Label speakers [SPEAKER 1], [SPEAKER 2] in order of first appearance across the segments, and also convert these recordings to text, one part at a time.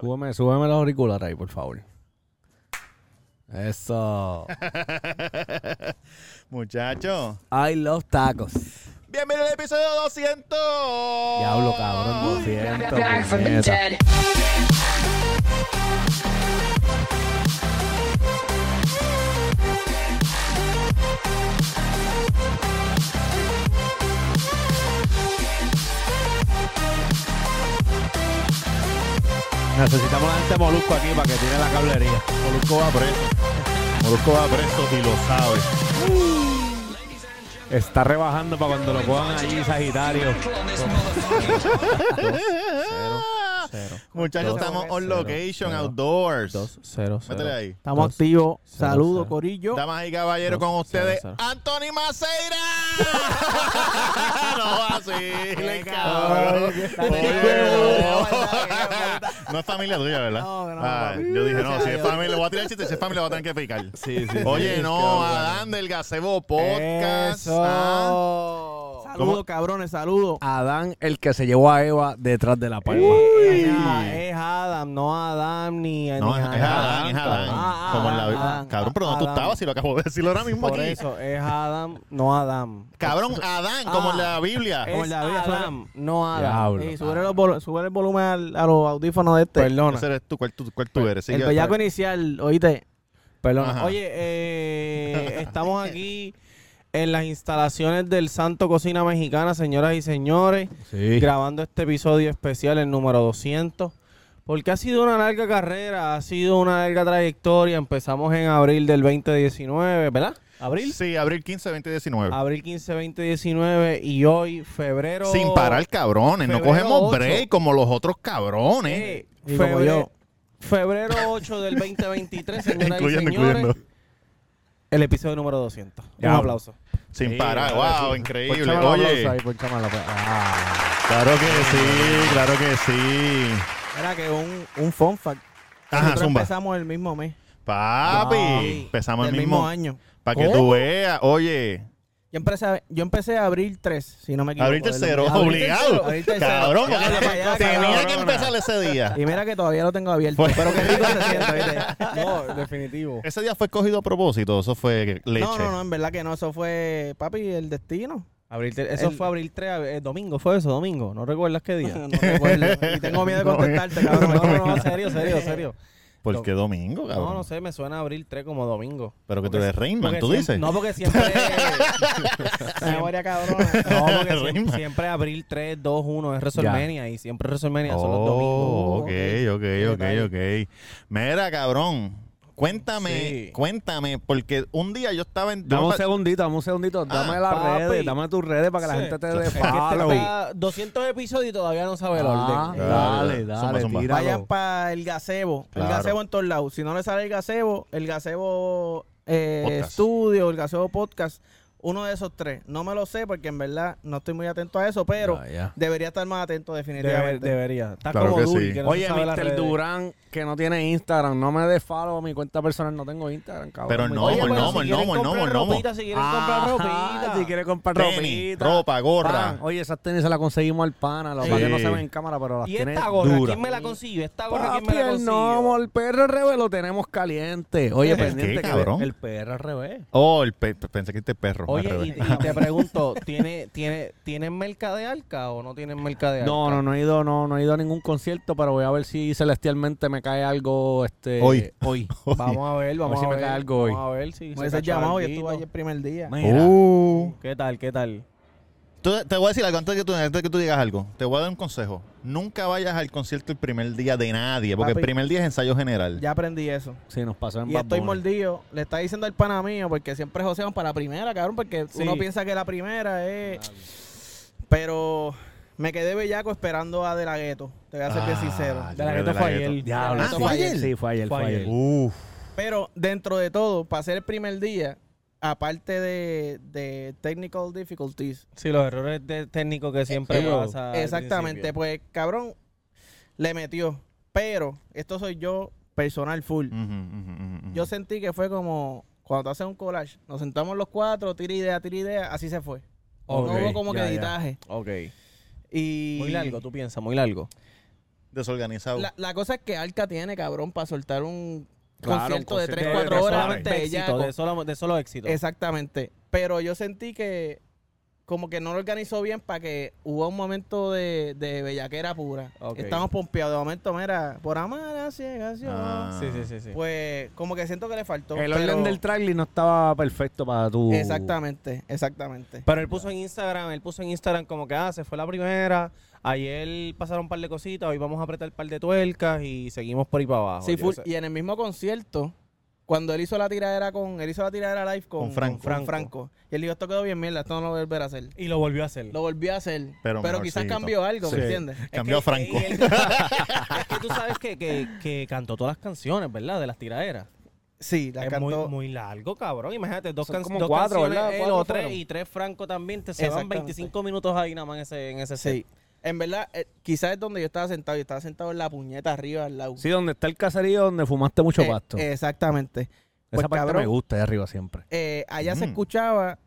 [SPEAKER 1] Súbeme, súbeme los auriculares ahí, por favor. Eso.
[SPEAKER 2] Muchachos.
[SPEAKER 1] I love tacos.
[SPEAKER 2] Bienvenido al episodio 200.
[SPEAKER 1] Diablo, cabrón, 200,
[SPEAKER 3] back from the
[SPEAKER 1] puñeta.
[SPEAKER 3] dead.
[SPEAKER 1] Necesitamos a este molusco aquí para que tire la cablería.
[SPEAKER 2] Molusco va preso. Molusco va preso y lo sabe.
[SPEAKER 1] Está rebajando para cuando lo pongan allí, Sagitario.
[SPEAKER 4] Cero, cero,
[SPEAKER 2] Muchachos,
[SPEAKER 4] Dos,
[SPEAKER 2] estamos on
[SPEAKER 4] cero,
[SPEAKER 2] location,
[SPEAKER 4] cero,
[SPEAKER 2] outdoors.
[SPEAKER 4] dos, cero, cero.
[SPEAKER 2] Métele ahí.
[SPEAKER 5] Estamos
[SPEAKER 4] Dos,
[SPEAKER 5] activos.
[SPEAKER 4] cero,
[SPEAKER 5] Saludos,
[SPEAKER 4] cero.
[SPEAKER 5] Corillo.
[SPEAKER 2] Damas y caballeros, con
[SPEAKER 4] Dos,
[SPEAKER 2] ustedes,
[SPEAKER 4] cero, cero.
[SPEAKER 2] Anthony Maceira. no vacilen, cabrón.
[SPEAKER 5] Ay, qué-
[SPEAKER 2] Oye, no. No es familia tuya, ¿verdad?
[SPEAKER 5] No, no,
[SPEAKER 2] Ah,
[SPEAKER 5] papi.
[SPEAKER 2] yo dije, no,
[SPEAKER 5] Gracias
[SPEAKER 2] si
[SPEAKER 5] a
[SPEAKER 2] es
[SPEAKER 5] Dios.
[SPEAKER 2] familia, voy a tirar el chiste, si es familia, voy a tener que picar.
[SPEAKER 4] Sí, sí.
[SPEAKER 2] Oye, no, Adán del Gazebo Podcast.
[SPEAKER 5] Eso.
[SPEAKER 2] ah. ¿Cómo?
[SPEAKER 5] Saludos, cabrones, saludos.
[SPEAKER 1] Adán, el que se llevó a Eva detrás de la palma.
[SPEAKER 2] Uh.
[SPEAKER 5] Es Adam, es Adam, no Adam ni.
[SPEAKER 2] No,
[SPEAKER 5] ni
[SPEAKER 2] es, es Adán, es Adán.
[SPEAKER 5] Ah,
[SPEAKER 2] Como en la
[SPEAKER 5] Adán,
[SPEAKER 2] Cabrón, pero no tú
[SPEAKER 5] Adán.
[SPEAKER 2] estabas, si lo acabo de decirlo ahora mismo
[SPEAKER 5] Por
[SPEAKER 2] aquí.
[SPEAKER 5] eso, es Adam, no Adam.
[SPEAKER 2] Cabrón, Adán, Ah, como en la Biblia.
[SPEAKER 5] Es Adam, no Adam.
[SPEAKER 1] Diablo.
[SPEAKER 5] Ey, sube, los vol- sube el volumen al- a los audífonos de este. Perdona.
[SPEAKER 2] Ese eres tú, ¿cuál tú, cuál tú eres? Sigue
[SPEAKER 5] El
[SPEAKER 2] después.
[SPEAKER 5] bellaco inicial, oíste. Perdón.
[SPEAKER 2] Ajá.
[SPEAKER 5] Oye, eh, estamos aquí en las instalaciones del Santo Cocina Mexicana, señoras y señores,
[SPEAKER 1] Sí.
[SPEAKER 5] grabando este episodio especial, el número 200. Porque ha sido una larga carrera, ha sido una larga trayectoria. Empezamos en abril del 2019, ¿verdad? ¿Abril?
[SPEAKER 2] Sí, abril 15, 2019.
[SPEAKER 5] Abril 15, 2019 y hoy, febrero... eh,
[SPEAKER 2] Sin parar, cabrones. No
[SPEAKER 5] Febrero
[SPEAKER 2] cogemos
[SPEAKER 5] ocho.
[SPEAKER 2] break como los otros cabrones.
[SPEAKER 5] Eh,
[SPEAKER 1] Y como
[SPEAKER 5] febrero,
[SPEAKER 1] yo.
[SPEAKER 5] febrero 8 del 2023, señoras
[SPEAKER 2] Incluyendo,
[SPEAKER 5] y señores.
[SPEAKER 2] incluyendo.
[SPEAKER 5] El episodio número 200.
[SPEAKER 1] Ya.
[SPEAKER 5] Un aplauso.
[SPEAKER 2] Sin
[SPEAKER 1] Sí,
[SPEAKER 2] parar.
[SPEAKER 1] ahora
[SPEAKER 2] Wow,
[SPEAKER 1] sí.
[SPEAKER 2] increíble.
[SPEAKER 1] Ponchame los aplausos
[SPEAKER 2] Oye,
[SPEAKER 1] ahí, ponchame los aplausos. Ah.
[SPEAKER 2] claro que sí, claro que sí.
[SPEAKER 5] Era que un, un fun fact.
[SPEAKER 2] Ajá,
[SPEAKER 5] Nosotros
[SPEAKER 2] zumba.
[SPEAKER 5] empezamos el mismo mes.
[SPEAKER 2] Papi,
[SPEAKER 5] Papi,
[SPEAKER 2] empezamos el
[SPEAKER 5] del
[SPEAKER 2] mismo.
[SPEAKER 5] año.
[SPEAKER 2] Para que tú
[SPEAKER 5] ¿Cómo?
[SPEAKER 2] veas. Oye,
[SPEAKER 5] Yo empecé, yo empecé a abril 3, si no me equivoco.
[SPEAKER 2] abril
[SPEAKER 5] del
[SPEAKER 2] tercero,
[SPEAKER 5] 2000.
[SPEAKER 2] obligado.
[SPEAKER 5] Abril tercero.
[SPEAKER 2] Cabrón,
[SPEAKER 5] Ya, ya, ya, ya,
[SPEAKER 2] tenía que
[SPEAKER 5] cabrona.
[SPEAKER 2] empezar ese día.
[SPEAKER 5] Y mira que todavía lo tengo abierto.
[SPEAKER 2] Pues-
[SPEAKER 5] Pero qué rico se siente, ¿viste? No, definitivo.
[SPEAKER 2] Ese día fue escogido a propósito, eso fue leche.
[SPEAKER 5] No, no, no, en verdad que no. Eso fue, papi, el destino. Abril eso fue abril 3, ab- eh, domingo, fue eso, domingo. ¿No recuerdas qué día? no recuerdo. Y tengo miedo de contestarte, cabrón. No, no, no, serio, serio, serio.
[SPEAKER 2] ¿Por qué domingo, cabrón?
[SPEAKER 5] No, no sé, me suena abril 3 como domingo.
[SPEAKER 2] Pero que tú eres Rainman,
[SPEAKER 5] Porque
[SPEAKER 2] tú
[SPEAKER 5] siem-
[SPEAKER 2] dices.
[SPEAKER 5] No, porque siempre. Memoria cabrón. No, porque siem-
[SPEAKER 2] Rima.
[SPEAKER 5] siempre, abril 3, 2, 1 es WrestleMania y siempre WrestleMania son los
[SPEAKER 2] Oh,
[SPEAKER 5] domingos.
[SPEAKER 2] ok, ok, ok, ok. Mira, cabrón. Cuéntame,
[SPEAKER 5] Sí.
[SPEAKER 2] cuéntame, porque un día yo estaba en.
[SPEAKER 1] Dame un
[SPEAKER 2] yo-
[SPEAKER 1] segundito, dame un segundito. Dame las
[SPEAKER 5] papi.
[SPEAKER 1] redes, dame tus redes para que la
[SPEAKER 5] Sí.
[SPEAKER 1] gente te dé
[SPEAKER 5] Es que este
[SPEAKER 1] follow.
[SPEAKER 5] está 200 episodios y todavía no sabe el
[SPEAKER 1] Ah,
[SPEAKER 5] orden.
[SPEAKER 1] dale,
[SPEAKER 2] Dale, zumba,
[SPEAKER 1] dale,
[SPEAKER 2] zumba.
[SPEAKER 1] tíralo.
[SPEAKER 5] Vayan para el gazebo.
[SPEAKER 2] Claro.
[SPEAKER 5] El gazebo en todos lados. Si no le sale el gazebo, el gazebo eh,
[SPEAKER 2] Podcast.
[SPEAKER 5] estudio, el gazebo podcast, uno de esos tres. No me lo sé porque en verdad no estoy muy atento a eso, pero
[SPEAKER 1] Ya, ya.
[SPEAKER 5] debería estar más atento
[SPEAKER 4] Debe-
[SPEAKER 5] definitivamente.
[SPEAKER 4] debería. Está
[SPEAKER 2] Claro
[SPEAKER 4] como
[SPEAKER 2] que
[SPEAKER 4] Duri,
[SPEAKER 2] sí.
[SPEAKER 4] que no se
[SPEAKER 1] Oye,
[SPEAKER 4] sabe las
[SPEAKER 1] Mr.
[SPEAKER 4] redes.
[SPEAKER 1] Durán, que no tiene Instagram, no me des follow a mi cuenta personal, no tengo Instagram, cabrón.
[SPEAKER 2] Pero
[SPEAKER 1] Me-
[SPEAKER 2] no,
[SPEAKER 1] Oye,
[SPEAKER 2] el
[SPEAKER 5] pero pues
[SPEAKER 1] pero
[SPEAKER 2] nomo, el
[SPEAKER 5] si quieren
[SPEAKER 2] nomo, el nomo,
[SPEAKER 5] comprar
[SPEAKER 2] el
[SPEAKER 5] ropita, Si quieren comprar
[SPEAKER 1] Ajá,
[SPEAKER 5] ropita.
[SPEAKER 1] Si quiere comprar
[SPEAKER 2] Tenis,
[SPEAKER 1] ropita.
[SPEAKER 2] ropa, gorra.
[SPEAKER 1] Pan. Oye, esas tenis se las conseguimos al pana, lo
[SPEAKER 2] Sí.
[SPEAKER 1] para que no se ven en cámara, pero las
[SPEAKER 5] ¿Y
[SPEAKER 1] tiene
[SPEAKER 5] esta gorra?
[SPEAKER 1] duras.
[SPEAKER 5] ¿Quién me la consiguió? ¿Esta gorra quién me
[SPEAKER 1] Papi,
[SPEAKER 5] la
[SPEAKER 1] el
[SPEAKER 5] consiguió?
[SPEAKER 1] nomo, el perro revés lo tenemos caliente. Oye,
[SPEAKER 2] ¿El qué,
[SPEAKER 1] pendiente que
[SPEAKER 2] cabrón?
[SPEAKER 1] el perro al revés.
[SPEAKER 2] Oh, el pe- pe- pensé que este perro. al
[SPEAKER 5] Oye,
[SPEAKER 2] revés.
[SPEAKER 5] y, y te pregunto, ¿tiene, tiene, ¿tienen merca de arca o no tienen merca de arca?
[SPEAKER 1] No, no, no he ido, no, no he ido a ningún concierto, pero voy a ver si celestialmente me cae algo este
[SPEAKER 2] Hoy.
[SPEAKER 1] hoy.
[SPEAKER 5] Vamos a ver, vamos
[SPEAKER 1] si
[SPEAKER 5] a
[SPEAKER 1] me
[SPEAKER 5] ver.
[SPEAKER 1] cae algo hoy.
[SPEAKER 5] Vamos a ver si
[SPEAKER 1] Me
[SPEAKER 5] se
[SPEAKER 1] hubiese
[SPEAKER 5] cachó
[SPEAKER 1] llamado, yo
[SPEAKER 5] alguito.
[SPEAKER 1] estuve allí el
[SPEAKER 5] primer día.
[SPEAKER 2] Uh.
[SPEAKER 5] ¿Qué tal, qué tal?
[SPEAKER 2] Tú- te voy a decir algo antes de, que tú, antes de que tú digas algo. Te voy a dar un consejo. Nunca vayas al concierto el primer día de nadie, porque el
[SPEAKER 5] Papi.
[SPEAKER 2] primer día es ensayo general.
[SPEAKER 5] Ya aprendí eso.
[SPEAKER 1] Sí, nos pasó en
[SPEAKER 5] Y
[SPEAKER 1] Bad
[SPEAKER 5] estoy
[SPEAKER 1] Bunny.
[SPEAKER 5] mordido. Le está diciendo al pana mío, porque siempre josean para la primera, cabrón, porque
[SPEAKER 1] Sí.
[SPEAKER 5] uno piensa que la primera es... Pero me quedé bellaco esperando a De La Gueto. Te voy a ser bien
[SPEAKER 2] Ah,
[SPEAKER 5] sincero.
[SPEAKER 2] yo
[SPEAKER 5] De La
[SPEAKER 2] creo
[SPEAKER 5] Gueto
[SPEAKER 2] que
[SPEAKER 5] fue
[SPEAKER 2] De La
[SPEAKER 5] ayer.
[SPEAKER 2] Ghetto.
[SPEAKER 1] Diablo,
[SPEAKER 2] Ah,
[SPEAKER 1] sí,
[SPEAKER 2] ¿fue ayer?
[SPEAKER 1] Sí, fue ayer,
[SPEAKER 5] Fue
[SPEAKER 1] fue
[SPEAKER 5] ayer.
[SPEAKER 1] ayer.
[SPEAKER 2] Uf.
[SPEAKER 5] Pero dentro de todo, para ser el primer día, aparte de, de technical difficulties,
[SPEAKER 4] Sí, los errores de técnico que siempre
[SPEAKER 5] eh,
[SPEAKER 4] pasa. al
[SPEAKER 5] exactamente,
[SPEAKER 4] principio.
[SPEAKER 5] pues cabrón le metió. Pero esto soy pues, yo personal full.
[SPEAKER 2] Ujú, ujú, ujú, ujú.
[SPEAKER 5] Yo sentí que fue como cuando tú haces un collage, nos sentamos los cuatro, tira idea, tira idea, así se fue.
[SPEAKER 1] Ok,
[SPEAKER 5] no hubo como
[SPEAKER 1] ya,
[SPEAKER 5] que
[SPEAKER 1] ya.
[SPEAKER 5] editaje.
[SPEAKER 4] Ok.
[SPEAKER 5] Y
[SPEAKER 4] Muy largo, tú piensas, muy largo.
[SPEAKER 2] desorganizado.
[SPEAKER 4] La, la cosa es que Arca tiene, cabrón, para soltar un
[SPEAKER 1] Claro,
[SPEAKER 4] concierto
[SPEAKER 1] un
[SPEAKER 4] de
[SPEAKER 1] concierto
[SPEAKER 4] 3,
[SPEAKER 1] de-
[SPEAKER 4] 4
[SPEAKER 1] de
[SPEAKER 4] horas.
[SPEAKER 1] solamente
[SPEAKER 4] antes de ella
[SPEAKER 5] éxito, de solo, de solo éxito.
[SPEAKER 4] Exactamente. Pero yo sentí que como que no lo organizó bien para que hubo un momento de, de bellaquera pura.
[SPEAKER 5] Ok.
[SPEAKER 4] Estamos pompeados. De momento, mira, por amar a ciegas yo.
[SPEAKER 2] Ah.
[SPEAKER 5] Sí, sí, sí, sí.
[SPEAKER 4] Pues como que siento que le faltó.
[SPEAKER 1] El
[SPEAKER 4] pero-
[SPEAKER 1] orden del trailer no estaba perfecto para tu...
[SPEAKER 4] Exactamente, exactamente.
[SPEAKER 5] Pero él puso en Instagram, él puso en Instagram como que, ah, se fue la primera, ayer pasaron un par de cositas, hoy vamos a apretar un par de tuercas y seguimos por ahí para abajo.
[SPEAKER 4] Sí,
[SPEAKER 5] Yo
[SPEAKER 4] full.
[SPEAKER 5] sé.
[SPEAKER 4] y en el mismo concierto, cuando él hizo la tiradera con, él hizo la tiradera live con,
[SPEAKER 2] Con Franco.
[SPEAKER 4] Franco. Y él dijo, esto quedó bien mierda, esto no lo voy a volver a hacer.
[SPEAKER 5] Y lo volvió a hacer.
[SPEAKER 4] Lo volvió a hacer.
[SPEAKER 2] Pero
[SPEAKER 4] Pero,
[SPEAKER 2] mejorcito.
[SPEAKER 4] quizás cambió algo,
[SPEAKER 2] Sí.
[SPEAKER 4] ¿me entiendes?
[SPEAKER 5] Es
[SPEAKER 2] Cambió a
[SPEAKER 5] que-
[SPEAKER 2] Franco.
[SPEAKER 5] y él- es que tú sabes que, que, que cantó todas las canciones, ¿verdad? De las tiraderas.
[SPEAKER 4] Sí, la
[SPEAKER 5] es muy,
[SPEAKER 4] cantó.
[SPEAKER 5] muy largo, cabrón. Imagínate, dos,
[SPEAKER 1] Son
[SPEAKER 5] can-
[SPEAKER 1] como
[SPEAKER 5] dos
[SPEAKER 1] cuatro,
[SPEAKER 5] canciones,
[SPEAKER 1] ¿verdad?
[SPEAKER 5] él
[SPEAKER 1] Cuatro
[SPEAKER 5] o tres,
[SPEAKER 1] fueron.
[SPEAKER 5] y tres Franco también. Te, se van
[SPEAKER 4] Exactamente.
[SPEAKER 5] 25 minutos ahí nada más en ese, en ese set.
[SPEAKER 4] Sí. En verdad, eh, quizás es donde yo estaba sentado. Yo estaba sentado en la puñeta arriba al lado.
[SPEAKER 1] Sí, donde está el caserío donde fumaste mucho
[SPEAKER 4] Eh,
[SPEAKER 1] pasto.
[SPEAKER 4] exactamente. pues,
[SPEAKER 1] Esa parte
[SPEAKER 4] cabrón.
[SPEAKER 1] me gusta, de arriba siempre.
[SPEAKER 4] Eh, allá se
[SPEAKER 2] Mm.
[SPEAKER 4] escuchaba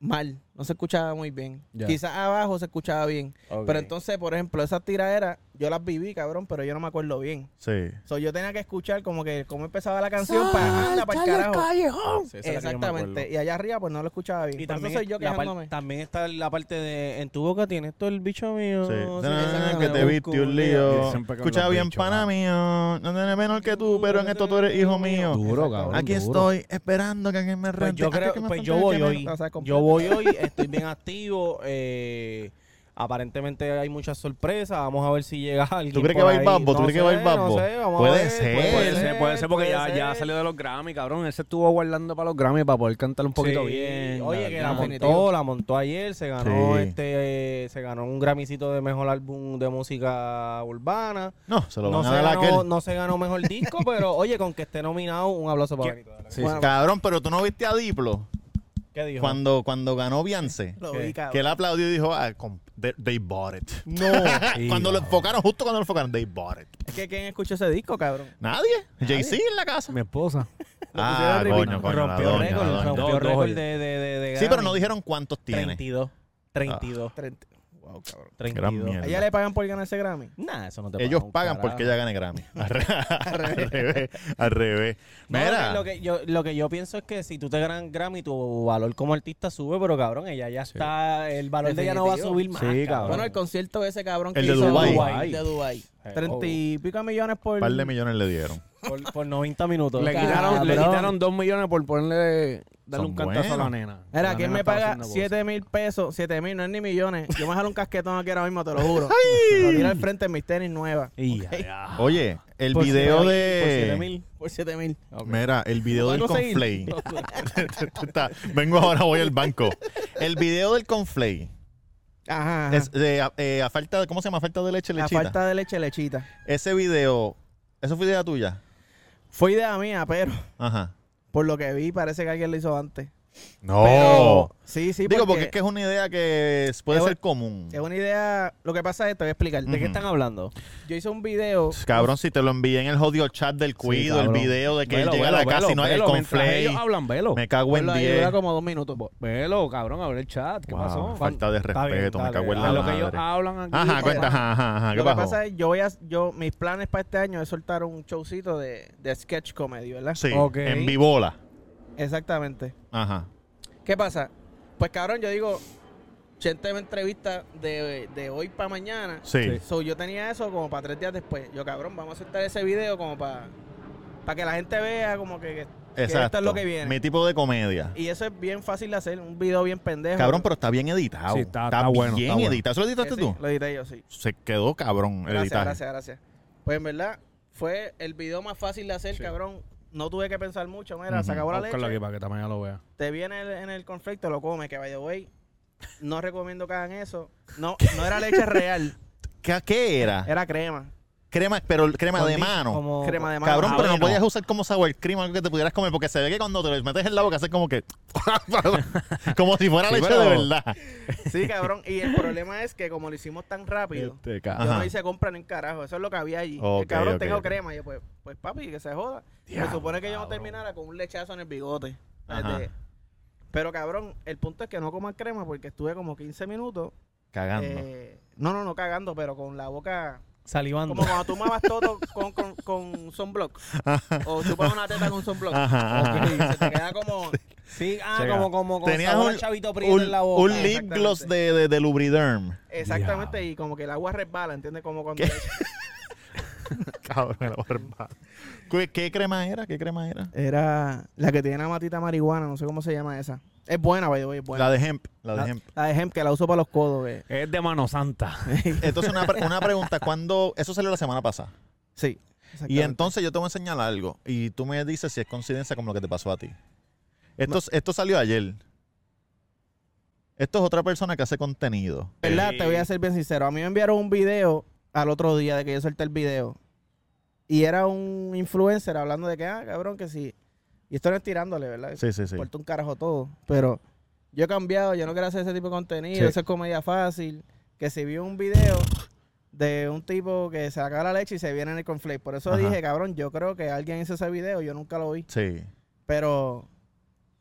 [SPEAKER 4] mal. No se escuchaba muy bien.
[SPEAKER 1] Ya.
[SPEAKER 4] Quizás abajo se escuchaba bien.
[SPEAKER 5] Ok.
[SPEAKER 4] Pero entonces, por ejemplo, esas tiraderas, yo las viví, cabrón, pero yo no me acuerdo bien.
[SPEAKER 2] Sí.
[SPEAKER 4] So, yo tenía que escuchar como que cómo empezaba la canción
[SPEAKER 3] Ah,
[SPEAKER 4] para anda para el carajo.
[SPEAKER 5] Sí, esa es la que yo me acuerdo.
[SPEAKER 4] Exactamente. Y allá arriba, pues no lo escuchaba bien.
[SPEAKER 5] Y
[SPEAKER 4] por eso
[SPEAKER 5] también,
[SPEAKER 4] soy yo
[SPEAKER 5] la par-
[SPEAKER 4] quejándome.
[SPEAKER 5] también está la parte de en tu boca tienes todo el bicho mío.
[SPEAKER 2] Sí.
[SPEAKER 5] no sé
[SPEAKER 2] Na,
[SPEAKER 5] qué,
[SPEAKER 2] na, na,
[SPEAKER 5] saca
[SPEAKER 2] que
[SPEAKER 5] la
[SPEAKER 2] te
[SPEAKER 5] boca,
[SPEAKER 2] viste un
[SPEAKER 1] Sí,
[SPEAKER 2] lío.
[SPEAKER 1] siempre con
[SPEAKER 2] Escucha
[SPEAKER 1] los
[SPEAKER 2] bien,
[SPEAKER 1] bichos, mano.
[SPEAKER 2] pana mío. No eres menor que tú, pero en esto tú eres hijo mío.
[SPEAKER 1] Duro, cabrón.
[SPEAKER 2] Aquí
[SPEAKER 1] duro.
[SPEAKER 2] estoy esperando que alguien me
[SPEAKER 5] Pues
[SPEAKER 2] rente.
[SPEAKER 5] yo,
[SPEAKER 2] Antes
[SPEAKER 5] creo,
[SPEAKER 2] que me
[SPEAKER 5] pues
[SPEAKER 2] falte
[SPEAKER 5] yo
[SPEAKER 2] el
[SPEAKER 5] voy
[SPEAKER 2] camino.
[SPEAKER 5] hoy.
[SPEAKER 4] o sea, completo.
[SPEAKER 5] Yo voy hoy, estoy bien activo. eh, aparentemente hay muchas sorpresas. Vamos a ver si llega alguien.
[SPEAKER 2] ¿Tú crees
[SPEAKER 5] por
[SPEAKER 2] que va a ir
[SPEAKER 5] ahí.
[SPEAKER 2] Babbo?
[SPEAKER 5] No
[SPEAKER 2] ¿Tú crees que va a ir
[SPEAKER 5] sé, no
[SPEAKER 2] Babbo?
[SPEAKER 5] sé, vamos a
[SPEAKER 2] Puede
[SPEAKER 5] ver,
[SPEAKER 2] ser.
[SPEAKER 1] Puede ser, Eh, puede ser, porque
[SPEAKER 5] puede
[SPEAKER 1] ya, ya
[SPEAKER 5] ser.
[SPEAKER 1] salió de los Grammy, cabrón. Él se estuvo guardando para los Grammy para poder cantar un poquito
[SPEAKER 5] Sí,
[SPEAKER 1] bien.
[SPEAKER 5] Oye, que la
[SPEAKER 1] verdad.
[SPEAKER 5] montó, la montó ayer, se ganó
[SPEAKER 2] Sí.
[SPEAKER 5] este, eh, se ganó un gramicito de mejor álbum de música urbana.
[SPEAKER 2] No, se lo
[SPEAKER 5] No
[SPEAKER 2] van
[SPEAKER 5] se,
[SPEAKER 2] a dar a
[SPEAKER 5] ganó,
[SPEAKER 2] aquel.
[SPEAKER 5] no se ganó mejor disco, pero oye, con que esté nominado, un aplauso para Benito. dale.
[SPEAKER 2] Sí, Cabrón, pero tú no viste a Diplo
[SPEAKER 5] ¿Qué dijo?
[SPEAKER 2] cuando, cuando ganó Beyoncé.
[SPEAKER 4] Lo
[SPEAKER 5] ¿Qué?
[SPEAKER 4] vi, cabrón.
[SPEAKER 2] Que él aplaudió y dijo, ah, com- they, they bought it. Ah,
[SPEAKER 5] No.
[SPEAKER 1] Sí,
[SPEAKER 2] cuando lo
[SPEAKER 1] cabrón.
[SPEAKER 2] enfocaron, justo cuando lo enfocaron, they bought it.
[SPEAKER 4] Es que ¿quién escuchó ese disco, cabrón?
[SPEAKER 2] Nadie. Jay-Z en la casa.
[SPEAKER 1] Mi esposa.
[SPEAKER 2] Ah,
[SPEAKER 4] pusieron
[SPEAKER 2] coño, coño, la
[SPEAKER 5] rompió
[SPEAKER 2] doña, la
[SPEAKER 5] récord,
[SPEAKER 2] doña.
[SPEAKER 5] rompió
[SPEAKER 1] Dos, dos,
[SPEAKER 5] récord
[SPEAKER 1] oye.
[SPEAKER 5] de, de, de, de
[SPEAKER 2] Sí, pero no
[SPEAKER 5] Grammy.
[SPEAKER 2] dijeron cuántos tiene. Ah.
[SPEAKER 5] 32. 32.
[SPEAKER 4] 30. Wow, cabrón.
[SPEAKER 5] 32.
[SPEAKER 2] mierda.
[SPEAKER 4] ¿A ella le pagan por ganarse Grammy?
[SPEAKER 5] Nah, eso no te
[SPEAKER 2] Ellos
[SPEAKER 5] paga
[SPEAKER 2] pagan
[SPEAKER 5] un carajo.
[SPEAKER 2] porque ella gane Grammy. Al re- al revés. Al revés.
[SPEAKER 5] No,
[SPEAKER 2] Mira.
[SPEAKER 5] lo, que, lo que yo, lo que yo pienso es que si tú te ganas Grammy, tu valor como artista sube, pero cabrón, ella ya está. El valor de ella no va a
[SPEAKER 4] Definitivo.
[SPEAKER 5] subir más.
[SPEAKER 1] Sí, cabrón.
[SPEAKER 4] Bueno, el concierto ese, cabrón.
[SPEAKER 2] El
[SPEAKER 4] que
[SPEAKER 2] de
[SPEAKER 4] hizo
[SPEAKER 2] Dubái.
[SPEAKER 4] El de Dubái.
[SPEAKER 5] Eh,
[SPEAKER 4] Treinta y pico millones por...
[SPEAKER 2] Un par de millones le dieron.
[SPEAKER 5] Por, por 90 minutos.
[SPEAKER 1] Le
[SPEAKER 4] Cabrón.
[SPEAKER 1] quitaron, le quitaron dos millones por ponerle darle
[SPEAKER 2] Son
[SPEAKER 1] un cantazo a
[SPEAKER 2] buenos.
[SPEAKER 1] la nena.
[SPEAKER 4] Mira,
[SPEAKER 1] La
[SPEAKER 4] ¿quién
[SPEAKER 1] nena
[SPEAKER 4] me
[SPEAKER 1] estaba
[SPEAKER 4] paga
[SPEAKER 1] haciendo cosas.
[SPEAKER 4] 7 mil pesos? 7 mil, no es ni millones. Yo me jalo un casquetón aquí ahora mismo, te lo juro. Lo tiro al frente en mis tenis nuevas.
[SPEAKER 1] Y ya, ya.
[SPEAKER 2] Oye, el
[SPEAKER 5] Ah, Por
[SPEAKER 2] video
[SPEAKER 5] siete mil- por siete
[SPEAKER 2] de.
[SPEAKER 5] mil.
[SPEAKER 4] Por 7 mil.
[SPEAKER 5] Oh.
[SPEAKER 2] Mira, el video del
[SPEAKER 4] ¿Puedo seguir?
[SPEAKER 2] Conflay. Está- Vengo ahora, voy al banco. El video del Conflay.
[SPEAKER 4] Ajá. ajá.
[SPEAKER 2] Es, eh, a, eh, a falta de, ¿Cómo se llama? A falta de leche
[SPEAKER 4] La
[SPEAKER 2] lechita.
[SPEAKER 4] falta de leche lechita.
[SPEAKER 2] Ese video. ¿Eso fue idea tuya?
[SPEAKER 4] Fue idea mía, pero
[SPEAKER 2] Ajá.
[SPEAKER 4] por lo que vi, parece que alguien lo hizo antes.
[SPEAKER 2] No.
[SPEAKER 4] Pero- sí, sí,
[SPEAKER 2] Oh. Digo, porque es que es una idea que puede
[SPEAKER 4] Es
[SPEAKER 2] ser
[SPEAKER 4] un-
[SPEAKER 2] común.
[SPEAKER 4] es una idea. Lo que pasa es, te voy a explicar.
[SPEAKER 5] ¿De qué están hablando?
[SPEAKER 4] Yo hice un video.
[SPEAKER 2] Cabrón, si te lo envié en el jodido chat del cuido, el
[SPEAKER 1] cabrón.
[SPEAKER 2] video de que
[SPEAKER 1] Velo,
[SPEAKER 2] él llega a la
[SPEAKER 1] velo,
[SPEAKER 2] casa y no
[SPEAKER 1] velo,
[SPEAKER 2] hay el
[SPEAKER 1] velo. Mientras
[SPEAKER 2] conflay.
[SPEAKER 1] ellos hablan, velo.
[SPEAKER 2] Me cago en
[SPEAKER 4] Ponlo pues, ahí,
[SPEAKER 2] 10.
[SPEAKER 4] dura como dos minutos. pues.
[SPEAKER 1] Velo, cabrón, abre el chat. ¿Qué
[SPEAKER 2] Wow,
[SPEAKER 1] pasó?
[SPEAKER 2] Falta de
[SPEAKER 5] Está bien,
[SPEAKER 2] respeto, me
[SPEAKER 5] dale,
[SPEAKER 2] cago en
[SPEAKER 5] dale.
[SPEAKER 1] A
[SPEAKER 2] la
[SPEAKER 1] lo que ellos
[SPEAKER 2] madre.
[SPEAKER 1] hablan aquí.
[SPEAKER 2] Ajá,
[SPEAKER 1] pues,
[SPEAKER 2] cuenta, ajá, ajá, ajá, Ah, ¿qué
[SPEAKER 4] lo que
[SPEAKER 2] pasó?
[SPEAKER 4] pasa es, yo voy a. yo Mis planes para este año es soltar un showcito de, de sketch comedy, ¿verdad?
[SPEAKER 2] Sí,
[SPEAKER 1] Ok.
[SPEAKER 2] en vivola.
[SPEAKER 4] Exactamente.
[SPEAKER 2] Ajá.
[SPEAKER 4] ¿Qué pasa? Pues cabrón, yo digo, Chente me entrevista de, de hoy para mañana.
[SPEAKER 2] Sí.
[SPEAKER 4] So, yo tenía eso como para tres días después. Yo, cabrón, vamos a soltar ese video como para para que la gente vea como que, que
[SPEAKER 2] Exacto.
[SPEAKER 4] esto es lo que viene.
[SPEAKER 2] Mi tipo de comedia.
[SPEAKER 4] Y eso es bien fácil de hacer, un video bien pendejo.
[SPEAKER 2] Cabrón, pero está bien editado.
[SPEAKER 1] Sí, está- está bueno,
[SPEAKER 2] bien
[SPEAKER 1] está bueno.
[SPEAKER 2] editado. ¿Eso lo
[SPEAKER 4] Sí,
[SPEAKER 2] editaste
[SPEAKER 4] sí,
[SPEAKER 2] tú?
[SPEAKER 4] Lo edité yo, sí.
[SPEAKER 2] Se quedó cabrón el
[SPEAKER 4] Gracias,
[SPEAKER 2] editaje.
[SPEAKER 4] gracias, gracias. Pues en verdad, fue el video más fácil de hacer,
[SPEAKER 1] Sí.
[SPEAKER 4] cabrón. No tuve que pensar mucho. Mira,
[SPEAKER 2] Ujú.
[SPEAKER 4] se acabó la
[SPEAKER 1] Búscalo
[SPEAKER 4] leche.
[SPEAKER 1] aquí para que también ya lo vea.
[SPEAKER 4] Te viene el- en el conflicto, lo comes, que by the way. No recomiendo que hagan eso. No, no era leche real,
[SPEAKER 2] ¿Qué, qué era?
[SPEAKER 4] era crema.
[SPEAKER 2] Crema, pero crema de mano.
[SPEAKER 4] crema de mano.
[SPEAKER 2] Cabrón,
[SPEAKER 4] Ah,
[SPEAKER 2] pero no
[SPEAKER 4] bueno.
[SPEAKER 2] podías usar como sour cream algo que te pudieras comer porque se ve que cuando te lo metes en la boca haces como que como si fuera
[SPEAKER 1] Sí,
[SPEAKER 2] leche
[SPEAKER 1] pero-
[SPEAKER 2] de verdad.
[SPEAKER 4] Sí, cabrón. Y el problema es que como lo hicimos tan rápido,
[SPEAKER 1] Este, ca-
[SPEAKER 2] Ah.
[SPEAKER 4] yo
[SPEAKER 2] Ajá.
[SPEAKER 4] no hice compra ni un carajo. Eso es lo que había allí.
[SPEAKER 2] Ok,
[SPEAKER 4] el cabrón
[SPEAKER 2] ok,
[SPEAKER 4] tengo
[SPEAKER 2] ok.
[SPEAKER 4] crema. Yo, pues, pues papi, que se joda.
[SPEAKER 1] Diablo,
[SPEAKER 4] se supone que yo no
[SPEAKER 1] cabrón.
[SPEAKER 4] terminara con un lechazo en el bigote.
[SPEAKER 2] Ajá.
[SPEAKER 4] Este, pero cabrón, el punto es que no coman crema porque estuve como 15 minutos.
[SPEAKER 2] Cagando.
[SPEAKER 4] eh, no, no, no cagando, pero con la boca
[SPEAKER 5] salivando.
[SPEAKER 6] Como cuando tú mamabas todo con, con, con sunblock. o chupas una teta con sunblock.
[SPEAKER 2] Ajá, ajá.
[SPEAKER 6] Ok, Se te queda como...
[SPEAKER 5] Sí, ah,
[SPEAKER 2] Checa.
[SPEAKER 5] como, como, como
[SPEAKER 2] Tenías
[SPEAKER 5] sabor a
[SPEAKER 2] un-
[SPEAKER 5] chavito prieto en
[SPEAKER 2] Un,
[SPEAKER 5] la boca.
[SPEAKER 2] un lip gloss de, de, de Lubriderm.
[SPEAKER 6] Exactamente, y como que el agua resbala, ¿entiendes? Como cuando... le echas-
[SPEAKER 2] Cabrón, el barba. ¿Qué, ¿Qué crema era? ¿Qué crema era?
[SPEAKER 4] Era la que tiene la matita marihuana, no sé cómo se llama esa. Es buena, by the way, es buena.
[SPEAKER 2] La de hemp. La de
[SPEAKER 4] La-
[SPEAKER 2] hemp.
[SPEAKER 4] La de hemp que la uso para los codos, eh.
[SPEAKER 1] Es de mano santa.
[SPEAKER 2] Entonces, una, pre- una pregunta. ¿Cuándo? Eso salió la semana pasada.
[SPEAKER 4] Sí.
[SPEAKER 2] Y
[SPEAKER 4] exactamente.
[SPEAKER 2] entonces yo te voy a enseñar algo. Y tú me dices si es coincidencia con lo que te pasó a ti. Esto, esto salió ayer. Esto es otra persona que hace contenido.
[SPEAKER 4] ¿Verdad? Te voy a ser bien sincero. A mí me enviaron un video al otro día de que yo solté el video. Y era un influencer hablando de que, ah, cabrón, que sí. Y esto no es tirándole, ¿verdad?
[SPEAKER 2] Sí, sí, sí.
[SPEAKER 4] Importa un carajo todo. Pero yo he cambiado, yo no quiero hacer ese tipo de contenido,
[SPEAKER 2] Sí.
[SPEAKER 4] eso es comedia fácil. Que si vio un video de un tipo que se acaba la leche y se viene en el conflict. Por eso
[SPEAKER 2] Ajá.
[SPEAKER 4] dije, cabrón, yo creo que alguien hizo ese video, yo nunca lo vi.
[SPEAKER 2] Sí,
[SPEAKER 4] Pero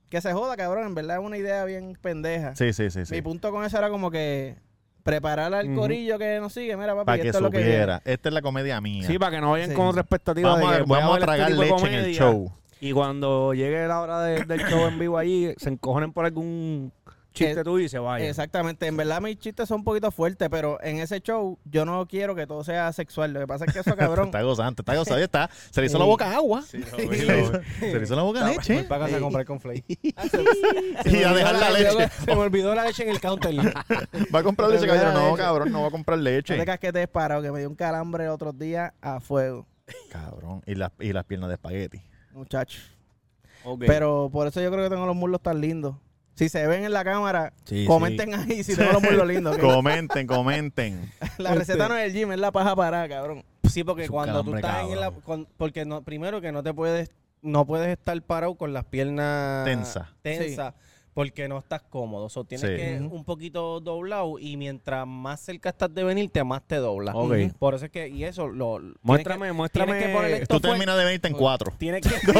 [SPEAKER 4] que se joda, cabrón, en verdad es una idea bien pendeja.
[SPEAKER 2] sí, sí, sí.
[SPEAKER 4] Mi punto con eso era como que preparar al
[SPEAKER 1] Ujú.
[SPEAKER 4] corillo que nos sigue, mira, papi,
[SPEAKER 2] Para que
[SPEAKER 4] esto es lo que viene.
[SPEAKER 2] supiera. Esta es la comedia mía.
[SPEAKER 1] Sí, para que no vayan
[SPEAKER 4] Sí.
[SPEAKER 1] con otra expectativa
[SPEAKER 2] vamos
[SPEAKER 1] de
[SPEAKER 2] a,
[SPEAKER 1] que voy
[SPEAKER 2] vamos a
[SPEAKER 1] ver este
[SPEAKER 2] tragar
[SPEAKER 1] tipo de
[SPEAKER 2] leche en el
[SPEAKER 1] comedia,
[SPEAKER 2] show.
[SPEAKER 1] Y cuando llegue la hora de- del show en vivo allí, se encojonen por algún chiste
[SPEAKER 4] Eh,
[SPEAKER 1] tuyo y se vayan.
[SPEAKER 4] Exactamente, en verdad mis chistes son un poquito fuertes, pero en ese show yo no quiero que todo sea sexual. Lo que pasa es que eso,
[SPEAKER 2] Te
[SPEAKER 4] cabrón,
[SPEAKER 2] está gozando, te está gozando. ahí está. Se le hizo
[SPEAKER 4] Sí.
[SPEAKER 2] la boca agua.
[SPEAKER 5] vi,
[SPEAKER 2] se,
[SPEAKER 5] lo
[SPEAKER 2] le hizo, se le hizo la boca leche.
[SPEAKER 5] Para casa a comprar con Flay.
[SPEAKER 2] Y a dejar la leche.
[SPEAKER 5] Se me olvidó la leche en el counter.
[SPEAKER 2] Va a comprar leche,
[SPEAKER 4] Pero
[SPEAKER 2] cabrón.
[SPEAKER 4] mira,
[SPEAKER 2] No,
[SPEAKER 4] leche.
[SPEAKER 2] cabrón, no va a comprar
[SPEAKER 4] no
[SPEAKER 2] leche.
[SPEAKER 4] te casquetes parado, que me dio un calambre el otro día a fuego,
[SPEAKER 2] Cabrón. Y las, y las piernas de espagueti.
[SPEAKER 4] muchacho.
[SPEAKER 1] Ok.
[SPEAKER 4] Pero por eso yo creo que tengo los muslos tan lindos. Si se ven en la cámara,
[SPEAKER 1] Sí,
[SPEAKER 4] comenten ahí si tengo los muslos lindos. que
[SPEAKER 2] Comenten, comenten.
[SPEAKER 4] la receta no es el gym, es la paja parada, cabrón.
[SPEAKER 5] Sí, porque
[SPEAKER 2] Es un
[SPEAKER 5] cuando tú
[SPEAKER 2] calambre,
[SPEAKER 5] estás en la...
[SPEAKER 2] cabrón.
[SPEAKER 5] cuan- porque no, primero que no te puedes... No puedes estar parado con las piernas...
[SPEAKER 2] Tensa.
[SPEAKER 5] Tensa. Porque no estás cómodo. O sea, tienes
[SPEAKER 2] Sí.
[SPEAKER 5] que
[SPEAKER 4] Ujú.
[SPEAKER 5] un poquito doblado y mientras más cerca estás de venirte, más te doblas.
[SPEAKER 1] Ok.
[SPEAKER 5] Ujú. Por eso es que... Y eso lo... tienes
[SPEAKER 1] Muéstrame,
[SPEAKER 5] que-
[SPEAKER 1] muéstrame.
[SPEAKER 5] Tienes que poner esto
[SPEAKER 2] Tú
[SPEAKER 5] fuerte.
[SPEAKER 2] terminas de venirte en cuatro.
[SPEAKER 5] Tienes que...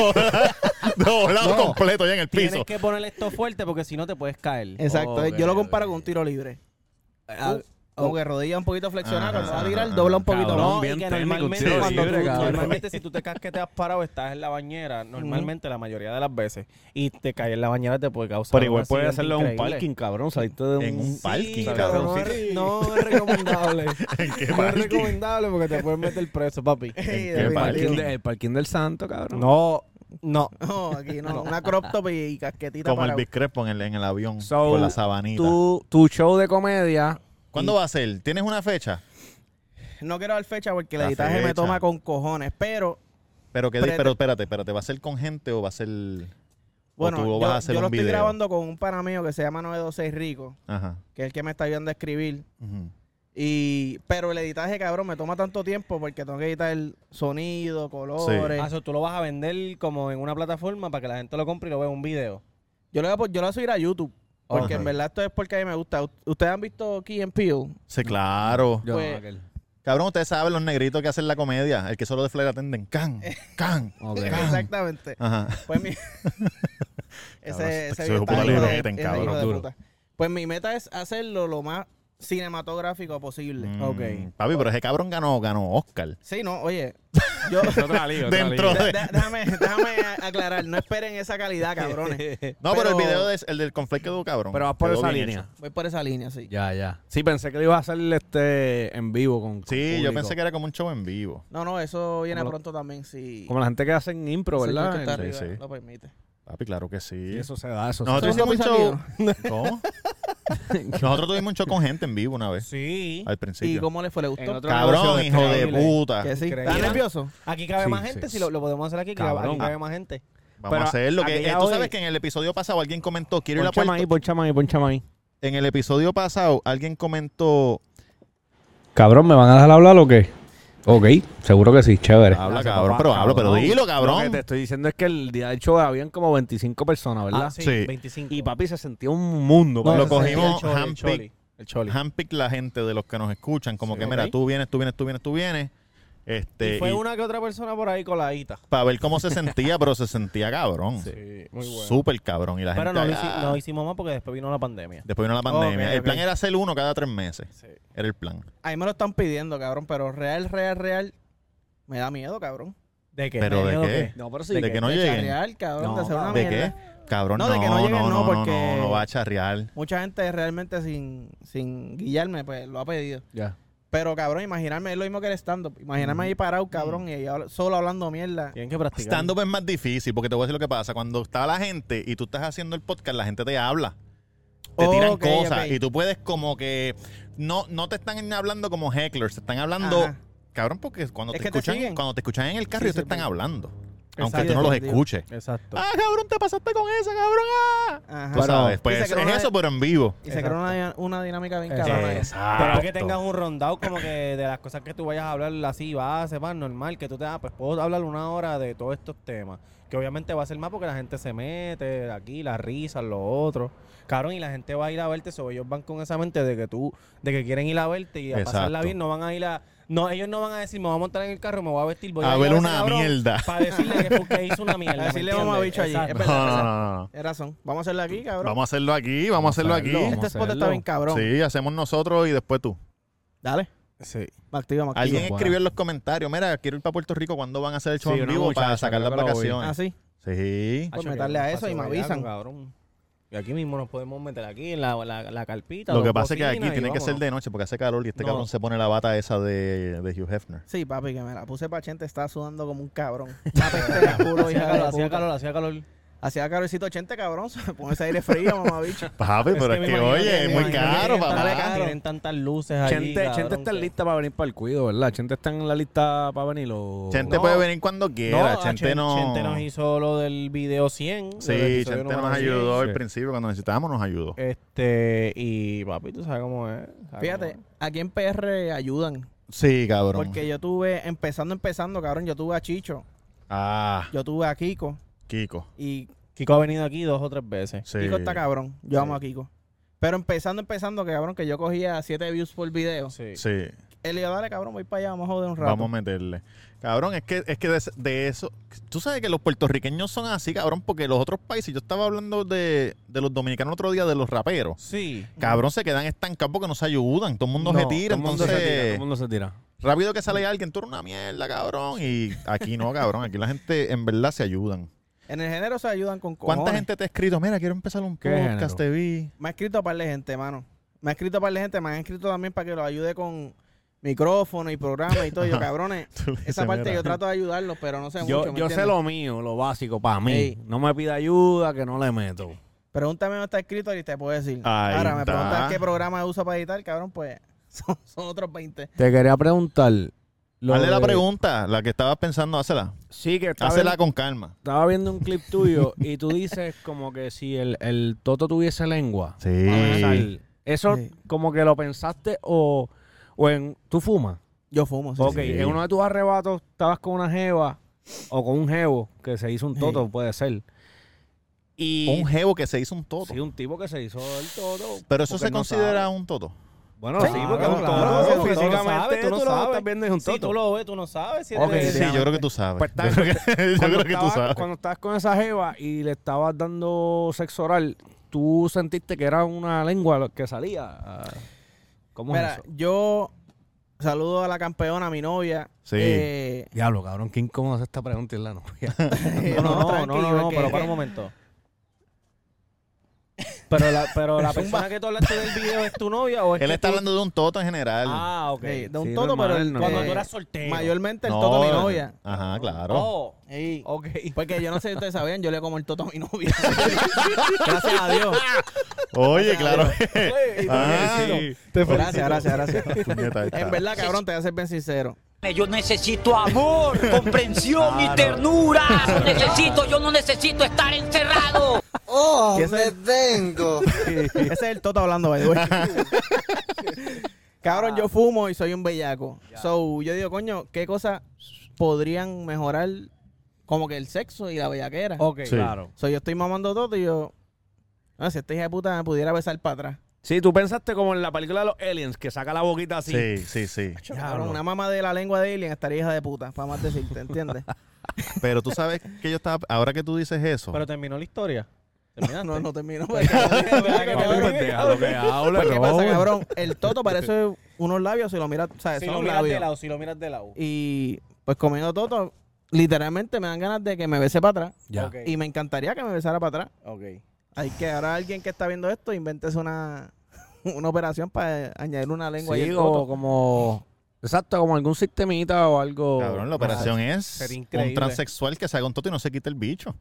[SPEAKER 2] Doblado
[SPEAKER 5] No.
[SPEAKER 2] completo ya en el piso.
[SPEAKER 5] Tienes que poner esto fuerte porque si no te puedes caer.
[SPEAKER 4] Exacto,
[SPEAKER 5] Ok,
[SPEAKER 4] yo lo comparo
[SPEAKER 5] ok.
[SPEAKER 4] con un tiro libre.
[SPEAKER 5] Ah,
[SPEAKER 4] Como que rodilla un poquito flexionada,
[SPEAKER 2] Ah,
[SPEAKER 4] cuando va a
[SPEAKER 2] ah,
[SPEAKER 4] tirar,
[SPEAKER 2] ah,
[SPEAKER 4] dobla un poquito
[SPEAKER 1] cabrón.
[SPEAKER 4] más.
[SPEAKER 5] no, y
[SPEAKER 1] bien
[SPEAKER 5] que
[SPEAKER 1] técnico,
[SPEAKER 5] normalmente
[SPEAKER 1] un tiro
[SPEAKER 5] cuando
[SPEAKER 1] libre,
[SPEAKER 5] tú-
[SPEAKER 1] cabrón.
[SPEAKER 5] normalmente si tú te casqueteas parado, estás en la bañera, normalmente la mayoría de las veces, y te caes en la bañera te puede causar
[SPEAKER 1] Pero igual
[SPEAKER 5] un
[SPEAKER 1] puedes
[SPEAKER 5] accidente
[SPEAKER 1] hacerlo en un
[SPEAKER 5] increíble.
[SPEAKER 1] parking, cabrón. Saliste de
[SPEAKER 2] En un
[SPEAKER 1] un.
[SPEAKER 2] parking,
[SPEAKER 5] pero
[SPEAKER 2] cabrón.
[SPEAKER 5] No, es- no es recomendable. no es
[SPEAKER 2] parking?
[SPEAKER 5] recomendable porque te pueden meter preso, papi.
[SPEAKER 4] Sí,
[SPEAKER 2] qué
[SPEAKER 1] El
[SPEAKER 4] definitivo.
[SPEAKER 1] parking, de- el parking del santo, cabrón.
[SPEAKER 5] No, no.
[SPEAKER 4] No, aquí no. Una crop top y, y casquetita
[SPEAKER 2] Como el
[SPEAKER 4] para...
[SPEAKER 2] Big Crespo en el, en el avión
[SPEAKER 1] So,
[SPEAKER 2] con la sabanita.
[SPEAKER 1] Tu, tu show de comedia.
[SPEAKER 2] ¿Cuándo va a ser? ¿Tienes una fecha?
[SPEAKER 4] No quiero dar fecha porque el
[SPEAKER 2] La
[SPEAKER 4] editaje
[SPEAKER 2] fecha.
[SPEAKER 4] me toma con cojones, pero
[SPEAKER 2] Pero, que,
[SPEAKER 4] Prete-
[SPEAKER 2] pero espérate, espérate. ¿Va a ser con gente o va a ser.?
[SPEAKER 4] bueno,
[SPEAKER 2] o tú
[SPEAKER 4] yo,
[SPEAKER 2] vas a hacer
[SPEAKER 4] yo
[SPEAKER 2] un
[SPEAKER 4] lo estoy
[SPEAKER 2] video?
[SPEAKER 4] grabando con un pana mío que se llama 926 Rico,
[SPEAKER 2] Ajá.
[SPEAKER 4] que es el que me está ayudando a escribir.
[SPEAKER 2] Ujú.
[SPEAKER 4] Y, pero el editaje, cabrón, me toma tanto tiempo porque tengo que editar el sonido, colores.
[SPEAKER 5] Ah, eso tú lo vas a vender como en una plataforma para que la gente lo compre y lo vea en un video.
[SPEAKER 4] Yo lo voy a, po- yo lo voy a subir a YouTube. Porque
[SPEAKER 2] Ajá.
[SPEAKER 4] en verdad esto es porque a mí me gusta. U- ¿Ustedes han visto Key and Peele?
[SPEAKER 2] Sí, claro.
[SPEAKER 1] Yo,
[SPEAKER 4] Pues-
[SPEAKER 1] aquel.
[SPEAKER 2] Cabrón, ustedes saben los negritos que hacen la comedia. El que solo de flair atenden. Can, can.
[SPEAKER 1] Ok.
[SPEAKER 4] Exactamente.
[SPEAKER 2] Ajá.
[SPEAKER 4] Pues mi...
[SPEAKER 2] Cabrón,
[SPEAKER 4] ese
[SPEAKER 2] ese
[SPEAKER 4] ese
[SPEAKER 2] hijo de
[SPEAKER 4] video
[SPEAKER 2] puta
[SPEAKER 4] está
[SPEAKER 2] le
[SPEAKER 4] hijo de-
[SPEAKER 2] meten,
[SPEAKER 4] ese
[SPEAKER 2] cabrón,
[SPEAKER 4] hijo de
[SPEAKER 1] duro.
[SPEAKER 4] puta. Pues mi meta es hacerlo lo más cinematográfico posible.
[SPEAKER 2] Mm,
[SPEAKER 5] Ok.
[SPEAKER 2] Papi, pero ese cabrón ganó, ganó Oscar.
[SPEAKER 4] Sí, no, oye, yo...
[SPEAKER 1] Es otra liga, otra
[SPEAKER 2] Dentro
[SPEAKER 1] liga.
[SPEAKER 4] de- de- déjame, déjame a- aclarar, no esperen esa calidad, cabrones.
[SPEAKER 2] No, pero, el
[SPEAKER 4] Pero-
[SPEAKER 2] video de- el del conflicto quedó cabrón.
[SPEAKER 1] Pero vas por
[SPEAKER 2] Quedó
[SPEAKER 1] esa
[SPEAKER 2] bien
[SPEAKER 1] línea.
[SPEAKER 2] hecho.
[SPEAKER 4] Voy por esa línea, sí.
[SPEAKER 1] Ya, ya. Sí, pensé que lo ibas a hacer este, en vivo con. con
[SPEAKER 2] Sí, yo
[SPEAKER 1] público.
[SPEAKER 2] pensé que era como un show en vivo.
[SPEAKER 4] No, no, eso viene
[SPEAKER 1] Como-
[SPEAKER 4] pronto también, sí.
[SPEAKER 1] Como la gente que hacen impro,
[SPEAKER 4] Señor
[SPEAKER 1] ¿verdad?
[SPEAKER 4] que está
[SPEAKER 1] El-
[SPEAKER 4] arriba
[SPEAKER 2] Sí, sí.
[SPEAKER 4] Lo permite.
[SPEAKER 2] Papi, claro que sí.
[SPEAKER 1] Sí, eso se da, eso
[SPEAKER 2] Nosotros
[SPEAKER 1] se da.
[SPEAKER 4] Eso
[SPEAKER 2] hicimos un
[SPEAKER 4] es
[SPEAKER 2] show. ¿Cómo? Nosotros tuvimos un show con gente en vivo una vez.
[SPEAKER 5] Sí.
[SPEAKER 2] Al
[SPEAKER 4] ¿Y
[SPEAKER 2] principio.
[SPEAKER 4] cómo le fue? ¿Le gustó?
[SPEAKER 1] En otro negocio
[SPEAKER 2] Cabrón,
[SPEAKER 1] de
[SPEAKER 2] hijo de
[SPEAKER 1] increíble.
[SPEAKER 2] puta.
[SPEAKER 4] ¿Que sí?
[SPEAKER 5] Increíble.
[SPEAKER 4] ¿Estás nervioso?
[SPEAKER 5] Aquí cabe
[SPEAKER 1] Sí,
[SPEAKER 5] más
[SPEAKER 1] sí,
[SPEAKER 5] gente,
[SPEAKER 1] sí.
[SPEAKER 5] si lo, lo podemos hacer aquí, cabe-
[SPEAKER 1] Cabrón.
[SPEAKER 5] aquí
[SPEAKER 4] Ah,
[SPEAKER 5] cabe más gente.
[SPEAKER 2] Vamos
[SPEAKER 1] Pero
[SPEAKER 2] a hacerlo. Que,
[SPEAKER 1] aquella
[SPEAKER 2] tú
[SPEAKER 1] hoy-
[SPEAKER 2] sabes que en el episodio pasado alguien comentó, quiero ir a
[SPEAKER 1] Ponchame
[SPEAKER 2] Puerto.
[SPEAKER 1] ahí, ponchame ahí, ponchame ahí.
[SPEAKER 2] En el episodio pasado alguien comentó,
[SPEAKER 7] Cabrón, ¿me van a dejar hablar o qué? Ok, seguro que sí, chévere.
[SPEAKER 2] habla
[SPEAKER 1] Gracias,
[SPEAKER 2] cabrón,
[SPEAKER 1] papá,
[SPEAKER 2] pero habla, pero dilo
[SPEAKER 1] Lo que te
[SPEAKER 2] cabrón.
[SPEAKER 1] estoy diciendo es que el día del show habían como 25 personas, ¿verdad?
[SPEAKER 5] Ah, sí,
[SPEAKER 2] Sí.
[SPEAKER 5] 25.
[SPEAKER 1] Y papi se sentía un mundo.
[SPEAKER 5] No,
[SPEAKER 1] papi.
[SPEAKER 2] lo
[SPEAKER 5] ese sería
[SPEAKER 2] cogimos
[SPEAKER 5] el Choli, el
[SPEAKER 2] handpick.
[SPEAKER 5] Choli, el Choli.
[SPEAKER 2] Handpick la gente de los que nos escuchan, como
[SPEAKER 5] Sí,
[SPEAKER 2] que
[SPEAKER 5] ok.
[SPEAKER 2] mira, tú vienes, tú vienes, tú vienes, tú vienes. Este,
[SPEAKER 5] y fue una que otra persona por ahí coladita.
[SPEAKER 2] Para ver cómo se sentía, pero se sentía cabrón.
[SPEAKER 5] Sí, muy
[SPEAKER 2] Súper cabrón. Y la
[SPEAKER 5] Pero
[SPEAKER 2] gente
[SPEAKER 5] no lo,
[SPEAKER 2] allá-
[SPEAKER 5] hici- no lo hicimos más porque después vino la pandemia.
[SPEAKER 2] Después vino la pandemia.
[SPEAKER 4] Ok,
[SPEAKER 2] El
[SPEAKER 4] ok.
[SPEAKER 2] plan era hacer uno cada tres meses.
[SPEAKER 5] Sí.
[SPEAKER 2] Era el plan.
[SPEAKER 4] Ahí me lo están pidiendo, cabrón, pero real, real, real. Me da miedo, cabrón.
[SPEAKER 5] ¿De qué?
[SPEAKER 2] ¿Pero
[SPEAKER 5] ¿Me
[SPEAKER 2] de
[SPEAKER 5] miedo
[SPEAKER 2] qué?
[SPEAKER 5] o
[SPEAKER 1] No, pero sí.
[SPEAKER 2] De que no
[SPEAKER 4] de
[SPEAKER 2] lleguen.
[SPEAKER 4] charrear, cabrón,
[SPEAKER 1] No,
[SPEAKER 4] de hacer una
[SPEAKER 2] ¿De
[SPEAKER 4] mierda.
[SPEAKER 2] qué? Cabrón, no,
[SPEAKER 4] No, de que no
[SPEAKER 2] no,
[SPEAKER 4] lleguen,
[SPEAKER 2] no,
[SPEAKER 4] no,
[SPEAKER 2] no,
[SPEAKER 4] porque-
[SPEAKER 2] no, no va a charrear.
[SPEAKER 4] Mucha gente realmente sin, sin guiarme, pues lo ha pedido.
[SPEAKER 1] Ya.
[SPEAKER 4] Pero, cabrón, imaginarme, es lo mismo que el stand-up. Imaginarme ahí parado, cabrón, y ahí habla- solo hablando mierda.
[SPEAKER 5] qué? Tienen que practicar.
[SPEAKER 2] Stand-up es más difícil porque te voy a decir lo que pasa. Cuando está la gente y tú estás haciendo el podcast, la gente te habla. Te
[SPEAKER 4] Oh,
[SPEAKER 2] tiran
[SPEAKER 4] ok,
[SPEAKER 2] cosas
[SPEAKER 4] ok.
[SPEAKER 2] y tú puedes como que... No, no te están hablando como hecklers, te están hablando...
[SPEAKER 4] Ajá.
[SPEAKER 2] Cabrón, porque cuando
[SPEAKER 4] Es
[SPEAKER 2] te,
[SPEAKER 4] que te
[SPEAKER 2] escuchan,
[SPEAKER 4] siguen.
[SPEAKER 2] cuando te escuchan en el carro,
[SPEAKER 4] Sí,
[SPEAKER 2] ellos te
[SPEAKER 4] sí,
[SPEAKER 2] están
[SPEAKER 4] pero-
[SPEAKER 2] hablando.
[SPEAKER 4] Exacto,
[SPEAKER 2] aunque tú no los
[SPEAKER 4] definitivo.
[SPEAKER 2] escuches.
[SPEAKER 5] Exacto.
[SPEAKER 2] Ah, cabrón, te pasaste con esa, cabrón. Ah.
[SPEAKER 4] Ajá.
[SPEAKER 2] Tú
[SPEAKER 1] Bueno,
[SPEAKER 2] sabes, pues es,
[SPEAKER 4] dice que no
[SPEAKER 2] es
[SPEAKER 4] es-
[SPEAKER 2] eso, pero en vivo.
[SPEAKER 4] y se crea una, di- una dinámica bien
[SPEAKER 5] Exacto.
[SPEAKER 4] cabrona. ahí.
[SPEAKER 2] Exacto.
[SPEAKER 5] Pero que tengas un rondado como que de las cosas que tú vayas a hablar así, va a ser más normal, que tú te ah, pues puedo hablar una hora de todos estos temas. Que obviamente va a ser más porque la gente se mete aquí, las risas, lo otro. Cabrón, y la gente va a ir a verte, sobre ellos van con esa mente de que tú, de que quieren ir a verte y a pasarla
[SPEAKER 2] Exacto.
[SPEAKER 5] bien, no van a ir a... No, ellos no van a decir, me voy a montar en el carro, me voy a vestir, Pues, voy
[SPEAKER 2] A
[SPEAKER 5] ir
[SPEAKER 2] ver
[SPEAKER 5] ese
[SPEAKER 2] una
[SPEAKER 5] cabrón
[SPEAKER 2] mierda.
[SPEAKER 5] Para decirle que, porque hizo una mierda.
[SPEAKER 4] A
[SPEAKER 5] ¿me
[SPEAKER 4] decirle vamos a
[SPEAKER 5] entiendes?
[SPEAKER 4] bicho allí. Es
[SPEAKER 5] Exacto.
[SPEAKER 2] No, no,
[SPEAKER 4] verdad, es verdad.
[SPEAKER 2] no, no.
[SPEAKER 4] Es razón. Vamos a hacerlo aquí, cabrón.
[SPEAKER 2] Vamos a hacerlo aquí, vamos a hacerlo aquí.
[SPEAKER 1] Vamos a
[SPEAKER 4] este spot
[SPEAKER 1] hacerlo.
[SPEAKER 4] está bien cabrón.
[SPEAKER 2] Sí, hacemos nosotros y después tú.
[SPEAKER 4] Dale.
[SPEAKER 5] Sí.
[SPEAKER 4] Me activa, me activa.
[SPEAKER 2] Alguien
[SPEAKER 1] bueno.
[SPEAKER 2] escribió en los comentarios, mira, quiero ir para Puerto Rico, ¿cuándo van a hacer el show
[SPEAKER 1] Sí,
[SPEAKER 2] en
[SPEAKER 1] una
[SPEAKER 2] vivo para
[SPEAKER 1] muchacha,
[SPEAKER 2] sacar las
[SPEAKER 1] creo que lo vi.
[SPEAKER 4] Ah,
[SPEAKER 2] vacaciones?
[SPEAKER 4] sí.
[SPEAKER 2] Sí.
[SPEAKER 4] Pues
[SPEAKER 5] Hacho,
[SPEAKER 4] meterle
[SPEAKER 5] que
[SPEAKER 4] a eso
[SPEAKER 5] pase
[SPEAKER 4] y me
[SPEAKER 5] bellaco,
[SPEAKER 4] avisan.
[SPEAKER 5] cabrón. Y aquí mismo nos podemos meter aquí en la, la, la carpita.
[SPEAKER 2] Lo
[SPEAKER 5] dos
[SPEAKER 2] que pasa es que aquí
[SPEAKER 5] bocinas y
[SPEAKER 2] tiene que ser
[SPEAKER 5] vámonos.
[SPEAKER 2] de noche porque hace calor y este
[SPEAKER 5] No.
[SPEAKER 2] cabrón se pone la bata esa de, de Hugh Hefner.
[SPEAKER 4] Sí, papi, que me la puse pachente, estaba sudando como un cabrón. La peste de culo,
[SPEAKER 5] Hacía
[SPEAKER 4] hija de
[SPEAKER 5] calor, hacía
[SPEAKER 4] puta.
[SPEAKER 5] calor, hacía calor.
[SPEAKER 4] Hacía calorcito 80, cabrón. Se me pone ese aire frío, mamá bicho.
[SPEAKER 2] Papi, pero es
[SPEAKER 5] me
[SPEAKER 2] que,
[SPEAKER 5] imagino
[SPEAKER 2] oye, es
[SPEAKER 5] me
[SPEAKER 2] muy
[SPEAKER 5] imagino que
[SPEAKER 2] caro,
[SPEAKER 5] tienen
[SPEAKER 2] papá.
[SPEAKER 5] tantas- Tienen tantas luces allí,
[SPEAKER 1] Chente, Chente
[SPEAKER 5] cabrón,
[SPEAKER 1] está
[SPEAKER 5] que-
[SPEAKER 1] lista para venir para el cuido, ¿verdad? Chente está en la lista para venir o...
[SPEAKER 2] Chente
[SPEAKER 5] No.
[SPEAKER 2] puede venir cuando
[SPEAKER 5] No,
[SPEAKER 2] quiera.
[SPEAKER 5] a
[SPEAKER 2] Chente
[SPEAKER 5] Chen-
[SPEAKER 2] no.
[SPEAKER 5] Chente nos hizo lo del video 100. del
[SPEAKER 2] Sí,
[SPEAKER 5] episodio
[SPEAKER 2] Chente
[SPEAKER 5] número
[SPEAKER 2] nos
[SPEAKER 5] 100.
[SPEAKER 2] ayudó al
[SPEAKER 1] Sí.
[SPEAKER 2] principio cuando necesitábamos, nos ayudó.
[SPEAKER 5] Este, y papi, tú sabes cómo es. sabes
[SPEAKER 4] Fíjate,
[SPEAKER 5] cómo
[SPEAKER 4] aquí en PR ayudan.
[SPEAKER 2] Sí, cabrón.
[SPEAKER 4] Porque yo tuve, empezando, empezando, cabrón, yo tuve a Chicho,
[SPEAKER 2] Ah,
[SPEAKER 4] yo tuve a Kiko.
[SPEAKER 2] Kiko.
[SPEAKER 4] Y
[SPEAKER 5] es. Kiko ha venido aquí dos o tres veces.
[SPEAKER 2] Sí.
[SPEAKER 4] Kiko está cabrón. Yo
[SPEAKER 2] Sí.
[SPEAKER 4] amo a Kiko. Pero empezando, empezando, que cabrón, que yo cogía 7 views por video.
[SPEAKER 5] Sí.
[SPEAKER 2] Sí,
[SPEAKER 4] Él iba, dale, cabrón, voy para allá, vamos a joder un rato.
[SPEAKER 2] vamos a meterle. Cabrón, es que, es que de, de eso. Tú sabes que los puertorriqueños son así, cabrón, porque los otros países. Yo estaba hablando de, de los dominicanos otro día, de los raperos.
[SPEAKER 5] Sí.
[SPEAKER 2] Cabrón, se quedan estancados porque no se ayudan. Todo el mundo se
[SPEAKER 1] todo
[SPEAKER 2] tira.
[SPEAKER 1] el mundo
[SPEAKER 2] entonces,
[SPEAKER 1] se tira, todo el mundo se tira.
[SPEAKER 2] rápido que sale alguien, tú eres una mierda, cabrón. Y aquí no, cabrón. Aquí la gente en verdad se ayudan.
[SPEAKER 4] En el género se ayudan con cojones.
[SPEAKER 2] ¿Cuánta gente te ha escrito? Mira, quiero empezar un
[SPEAKER 1] ¿Qué género?
[SPEAKER 2] podcast, te vi.
[SPEAKER 4] Me ha escrito para par de gente, mano. Me ha escrito para par de gente, me han escrito también para que los ayude con micrófono y programa y todo. Yo, cabrones,
[SPEAKER 2] Tú le
[SPEAKER 4] esa
[SPEAKER 2] dices,
[SPEAKER 4] parte
[SPEAKER 2] "Mira".
[SPEAKER 4] yo trato de ayudarlos, pero no sé
[SPEAKER 1] Yo,
[SPEAKER 4] mucho. ¿me
[SPEAKER 1] yo sé
[SPEAKER 4] entiendes?
[SPEAKER 1] lo mío, lo básico para mí.
[SPEAKER 4] Ey.
[SPEAKER 1] No me pida ayuda, que no le meto.
[SPEAKER 4] Pregúntame dónde está escrito y te puedo decir.
[SPEAKER 2] Ahí
[SPEAKER 4] Ahora, me
[SPEAKER 2] está.
[SPEAKER 4] preguntas qué programa uso para editar, cabrón, pues son, son otros 20.
[SPEAKER 1] Te quería preguntar. lo
[SPEAKER 2] Hazle la
[SPEAKER 1] de-
[SPEAKER 2] pregunta, la que estabas pensando, hazla.
[SPEAKER 1] Sí, que estaba,
[SPEAKER 2] Hazla
[SPEAKER 1] vi-
[SPEAKER 2] con calma.
[SPEAKER 1] estaba viendo un clip tuyo y tú dices como que si el, el toto tuviese lengua.
[SPEAKER 2] Sí.
[SPEAKER 1] para besar. Eso
[SPEAKER 4] Sí.
[SPEAKER 1] como que lo pensaste o, o en... ¿Tú fumas?
[SPEAKER 4] Yo fumo, sí.
[SPEAKER 1] ok,
[SPEAKER 4] sí.
[SPEAKER 1] en uno de tus arrebatos estabas con una jeva o con un jevo que se hizo un toto, puede ser. Y...
[SPEAKER 2] Un jevo que se hizo un toto.
[SPEAKER 1] Sí, un tipo que se hizo el toto.
[SPEAKER 2] Pero eso
[SPEAKER 1] porque
[SPEAKER 2] se
[SPEAKER 1] no
[SPEAKER 2] considera
[SPEAKER 1] sabe.
[SPEAKER 2] un toto.
[SPEAKER 1] Bueno,
[SPEAKER 4] Sí,
[SPEAKER 1] sí, porque
[SPEAKER 4] porque es un toto,
[SPEAKER 1] claro,
[SPEAKER 4] porque tú
[SPEAKER 5] lo
[SPEAKER 1] físicamente
[SPEAKER 5] sabes, tú
[SPEAKER 1] tú
[SPEAKER 5] no
[SPEAKER 1] lo que
[SPEAKER 5] sabes.
[SPEAKER 1] estás viendo es un
[SPEAKER 5] Si
[SPEAKER 1] toto.
[SPEAKER 5] tú lo ves, tú no sabes. Si
[SPEAKER 1] Ok,
[SPEAKER 5] eres-
[SPEAKER 2] Sí, yo creo que tú sabes.
[SPEAKER 1] Pues está-
[SPEAKER 2] yo creo que, yo
[SPEAKER 1] cuando,
[SPEAKER 2] creo que tú
[SPEAKER 1] estabas-
[SPEAKER 2] sabes.
[SPEAKER 1] cuando estabas con esa jeva y le estabas dando sexo oral, ¿tú sentiste que era una lengua lo que salía? Ah, ¿Cómo
[SPEAKER 4] Mira,
[SPEAKER 1] es eso?
[SPEAKER 4] yo saludo a la campeona, a mi novia.
[SPEAKER 2] Sí.
[SPEAKER 4] Eh,
[SPEAKER 1] Diablo, cabrón, qué incómodo hacer esta pregunta en la novia.
[SPEAKER 5] No, no, no, no, no,
[SPEAKER 4] tranquilo, que-
[SPEAKER 5] pero para un momento. Pero la, pero la persona que tú hablaste del video es tu novia o es
[SPEAKER 2] Él
[SPEAKER 5] que
[SPEAKER 2] está
[SPEAKER 5] tú-
[SPEAKER 2] hablando de un toto en general.
[SPEAKER 5] Ah, ok.
[SPEAKER 4] eh, de un
[SPEAKER 1] Sí,
[SPEAKER 4] todo,
[SPEAKER 1] normal,
[SPEAKER 4] pero el-
[SPEAKER 1] normal.
[SPEAKER 5] Cuando
[SPEAKER 4] eh,
[SPEAKER 5] tú eras soltero.
[SPEAKER 4] mayormente este el
[SPEAKER 2] No,
[SPEAKER 4] toto a mi novia.
[SPEAKER 2] Ajá, claro.
[SPEAKER 5] Oh,
[SPEAKER 4] Ey.
[SPEAKER 5] ok.
[SPEAKER 4] Porque yo no sé si ustedes sabían, yo le como el toto a mi novia. gracias a Dios.
[SPEAKER 2] Oye, claro.
[SPEAKER 4] Ah,
[SPEAKER 2] sí.
[SPEAKER 4] Gracias, gracias, gracias.
[SPEAKER 2] Puñeta, ahí está.
[SPEAKER 4] En verdad, cabrón, te voy a ser bien sincero.
[SPEAKER 3] Yo necesito amor, comprensión y ternura. Yo necesito, yo no necesito estar encerrado.
[SPEAKER 4] Y ese, ese es el Toto hablando, by the way. Cabrón, yo fumo y soy un bellaco. So, yo digo, coño, ¿qué cosas podrían mejorar como que el sexo y la bellaquera?
[SPEAKER 5] Ok,
[SPEAKER 2] Sí.
[SPEAKER 5] claro.
[SPEAKER 4] "Ah, So, yo estoy mamando Toto y yo, no, si esta hija de puta me pudiera besar para atrás.
[SPEAKER 1] Sí, tú pensaste como en la película de los aliens, que saca la boquita así.
[SPEAKER 2] Sí, sí, sí.
[SPEAKER 4] Cabrón, una mamá de la lengua de alien estaría hija de puta, para más decirte, ¿entiendes?
[SPEAKER 2] Pero tú sabes que yo estaba. Ahora que tú dices eso.
[SPEAKER 5] Pero terminó la historia.
[SPEAKER 4] no, no termino.
[SPEAKER 1] Papi, pues déjalo que hable,
[SPEAKER 4] ¿Qué pasa,
[SPEAKER 1] Robert.
[SPEAKER 4] cabrón? El toto parece unos labios si lo miras, o sea,
[SPEAKER 5] Si
[SPEAKER 4] son
[SPEAKER 5] lo miras
[SPEAKER 4] labios.
[SPEAKER 5] de lado, si lo miras de lado.
[SPEAKER 4] Y pues comiendo toto, literalmente me dan ganas de que me bese para atrás.
[SPEAKER 1] Ya.
[SPEAKER 5] Ok,
[SPEAKER 4] Y me encantaría que me besara para atrás.
[SPEAKER 5] ok.
[SPEAKER 4] Hay que ahora alguien que está viendo esto inventes una, una operación para añadir una lengua ahí
[SPEAKER 1] Sí,
[SPEAKER 4] al
[SPEAKER 1] o
[SPEAKER 4] toto.
[SPEAKER 1] como. Exacto, como algún sistemita o algo.
[SPEAKER 2] Cabrón, la operación es
[SPEAKER 5] sería
[SPEAKER 2] un
[SPEAKER 5] increíble.
[SPEAKER 2] transexual que se haga un toto y no se quita el bicho.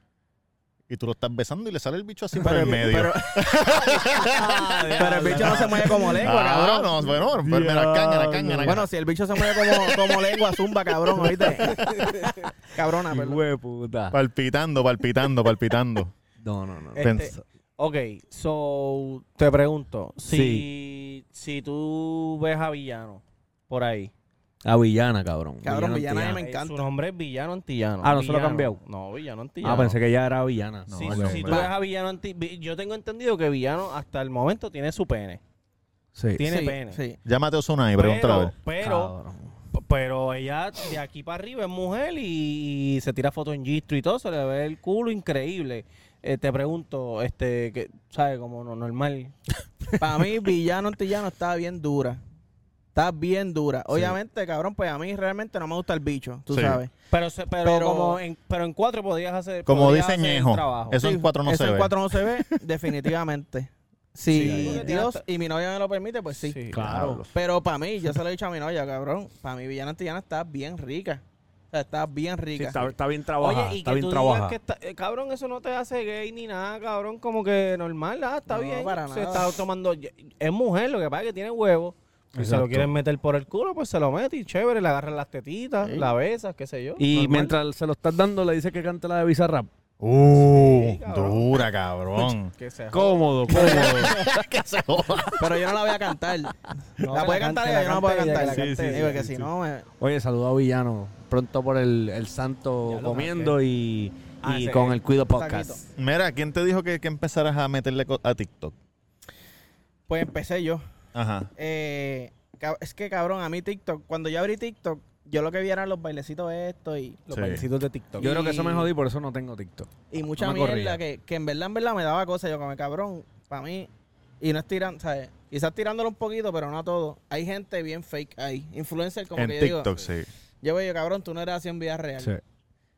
[SPEAKER 2] Y tú lo estás besando y le sale el bicho así por
[SPEAKER 4] Pero-
[SPEAKER 2] el medio.
[SPEAKER 4] pero- Pero el bicho no se mueve como lengua,
[SPEAKER 2] Ah,
[SPEAKER 4] cabrón.
[SPEAKER 2] no, bueno, pero me la canga, la canga, la
[SPEAKER 4] Bueno, si el bicho se mueve como, como lengua, zumba, cabrón, ¿oíste? Cabrona,
[SPEAKER 1] Hijo
[SPEAKER 4] perdón.
[SPEAKER 1] de puta. Eh,
[SPEAKER 2] Palpitando, palpitando, palpitando.
[SPEAKER 1] No, no, no. no.
[SPEAKER 5] Este,
[SPEAKER 2] Pens-
[SPEAKER 5] ok, so te pregunto, si, si tú ves a Villano por ahí.
[SPEAKER 1] A villana, cabrón.
[SPEAKER 4] Cabrón, villana
[SPEAKER 1] antillana.
[SPEAKER 4] me
[SPEAKER 5] eh, Su
[SPEAKER 4] encanta.
[SPEAKER 5] nombre es Villano Antillano.
[SPEAKER 1] Ah, no se lo
[SPEAKER 5] Villano.
[SPEAKER 1] ha cambiado.
[SPEAKER 5] No, Villano Antillano.
[SPEAKER 1] Ah, pensé que ya era villana. No,
[SPEAKER 5] si,
[SPEAKER 1] ok,
[SPEAKER 5] si
[SPEAKER 1] ok.
[SPEAKER 5] tú ves a Villano Antillano, yo tengo entendido que Villano hasta el momento tiene su pene.
[SPEAKER 1] Sí.
[SPEAKER 5] Tiene
[SPEAKER 4] Sí,
[SPEAKER 5] pene.
[SPEAKER 4] sí.
[SPEAKER 2] Llámate a Osuna y pregunta otra
[SPEAKER 5] pero,
[SPEAKER 2] vez.
[SPEAKER 5] pero, pero ella de aquí para arriba es mujer y, y se tira fotos en gistro y todo, se le ve el culo increíble. Eh, te pregunto, este, que, ¿sabes? Como no, normal.
[SPEAKER 4] Para mí, villano antillano estaba bien dura. Está bien dura. Obviamente, cabrón, pues a mí realmente no me gusta el bicho, tú
[SPEAKER 2] Sí.
[SPEAKER 4] sabes.
[SPEAKER 5] Pero, se- pero,
[SPEAKER 4] Pero-
[SPEAKER 5] como en, pero en cuatro podías hacer.
[SPEAKER 2] Como
[SPEAKER 5] podías
[SPEAKER 2] dice
[SPEAKER 5] hacer el
[SPEAKER 2] Ñejo,
[SPEAKER 5] trabajo.
[SPEAKER 2] eso en cuatro no
[SPEAKER 4] Eso
[SPEAKER 2] se
[SPEAKER 4] en
[SPEAKER 2] ve.
[SPEAKER 4] cuatro no se ve, definitivamente. Si
[SPEAKER 5] Sí, ahí.
[SPEAKER 4] Dios y mi novia me lo permite, pues sí.
[SPEAKER 1] Claro.
[SPEAKER 4] Pero para mí, yo se lo he dicho a mi novia, cabrón. Para mí, villana antillana está bien rica. O sea, está bien
[SPEAKER 1] Sí,
[SPEAKER 4] rica.
[SPEAKER 1] está, está bien
[SPEAKER 5] Oye,
[SPEAKER 1] trabajada.
[SPEAKER 5] y
[SPEAKER 1] Está
[SPEAKER 5] que
[SPEAKER 1] bien
[SPEAKER 5] tú
[SPEAKER 1] trabajada.
[SPEAKER 5] digas que está- eh, cabrón, eso no te hace gay ni nada, cabrón, como que normal, ah, está
[SPEAKER 4] No,
[SPEAKER 5] bien.
[SPEAKER 4] para
[SPEAKER 5] se
[SPEAKER 4] nada.
[SPEAKER 5] está tomando, es mujer, lo que pasa es que tiene huevo. Si se lo
[SPEAKER 1] Exacto.
[SPEAKER 5] quieren meter por el culo, pues se lo mete y chévere, le agarran las tetitas, la besas, qué sé yo.
[SPEAKER 1] Y
[SPEAKER 5] normal.
[SPEAKER 1] mientras se lo estás dando, le dice que cante la de Bizarrap.
[SPEAKER 2] Uh,
[SPEAKER 5] Sí, cabrón.
[SPEAKER 2] dura, cabrón.
[SPEAKER 5] Que se joda.
[SPEAKER 1] Cómodo, cómodo.
[SPEAKER 4] Pero yo no la voy a cantar.
[SPEAKER 5] No,
[SPEAKER 4] la
[SPEAKER 5] que
[SPEAKER 4] puede
[SPEAKER 5] la
[SPEAKER 4] cantar
[SPEAKER 5] cante,
[SPEAKER 4] ella,
[SPEAKER 5] la
[SPEAKER 4] yo no la puedo
[SPEAKER 5] cante ella,
[SPEAKER 4] cantar.
[SPEAKER 5] que la cante
[SPEAKER 4] Digo
[SPEAKER 5] ella,
[SPEAKER 4] que
[SPEAKER 5] sí,
[SPEAKER 4] si
[SPEAKER 5] sí.
[SPEAKER 4] no, eh,
[SPEAKER 1] Oye, saludo a Villano. Pronto por el, el santo
[SPEAKER 5] Ya lo
[SPEAKER 1] comiendo y,
[SPEAKER 5] Ah,
[SPEAKER 1] y
[SPEAKER 5] ese
[SPEAKER 1] con
[SPEAKER 5] es.
[SPEAKER 1] el Cuido Podcast.
[SPEAKER 2] Mira, ¿quién te dijo que, que empezaras a meterle co- a TikTok?
[SPEAKER 4] pues empecé yo.
[SPEAKER 2] Ajá.
[SPEAKER 4] Eh, cab- es que cabrón, a mí TikTok, cuando yo abrí TikTok, yo lo que vi eran los bailecitos estos y,
[SPEAKER 5] Los
[SPEAKER 2] Sí.
[SPEAKER 5] bailecitos de TikTok.
[SPEAKER 1] Yo creo que eso me jodí, por eso no tengo TikTok.
[SPEAKER 4] y mucha
[SPEAKER 1] No me
[SPEAKER 4] mierda
[SPEAKER 1] corría.
[SPEAKER 4] que, que en verdad, en verdad me daba cosas. Yo como cabrón, para mí, y no estirando, ¿sabes? Quizás tirándolo un poquito, pero no a todo. Hay gente bien fake ahí. Influencer como
[SPEAKER 2] en
[SPEAKER 4] que yo digo,
[SPEAKER 2] TikTok, sí.
[SPEAKER 4] yo veo, cabrón, tú no eras así en vida real.
[SPEAKER 1] Sí.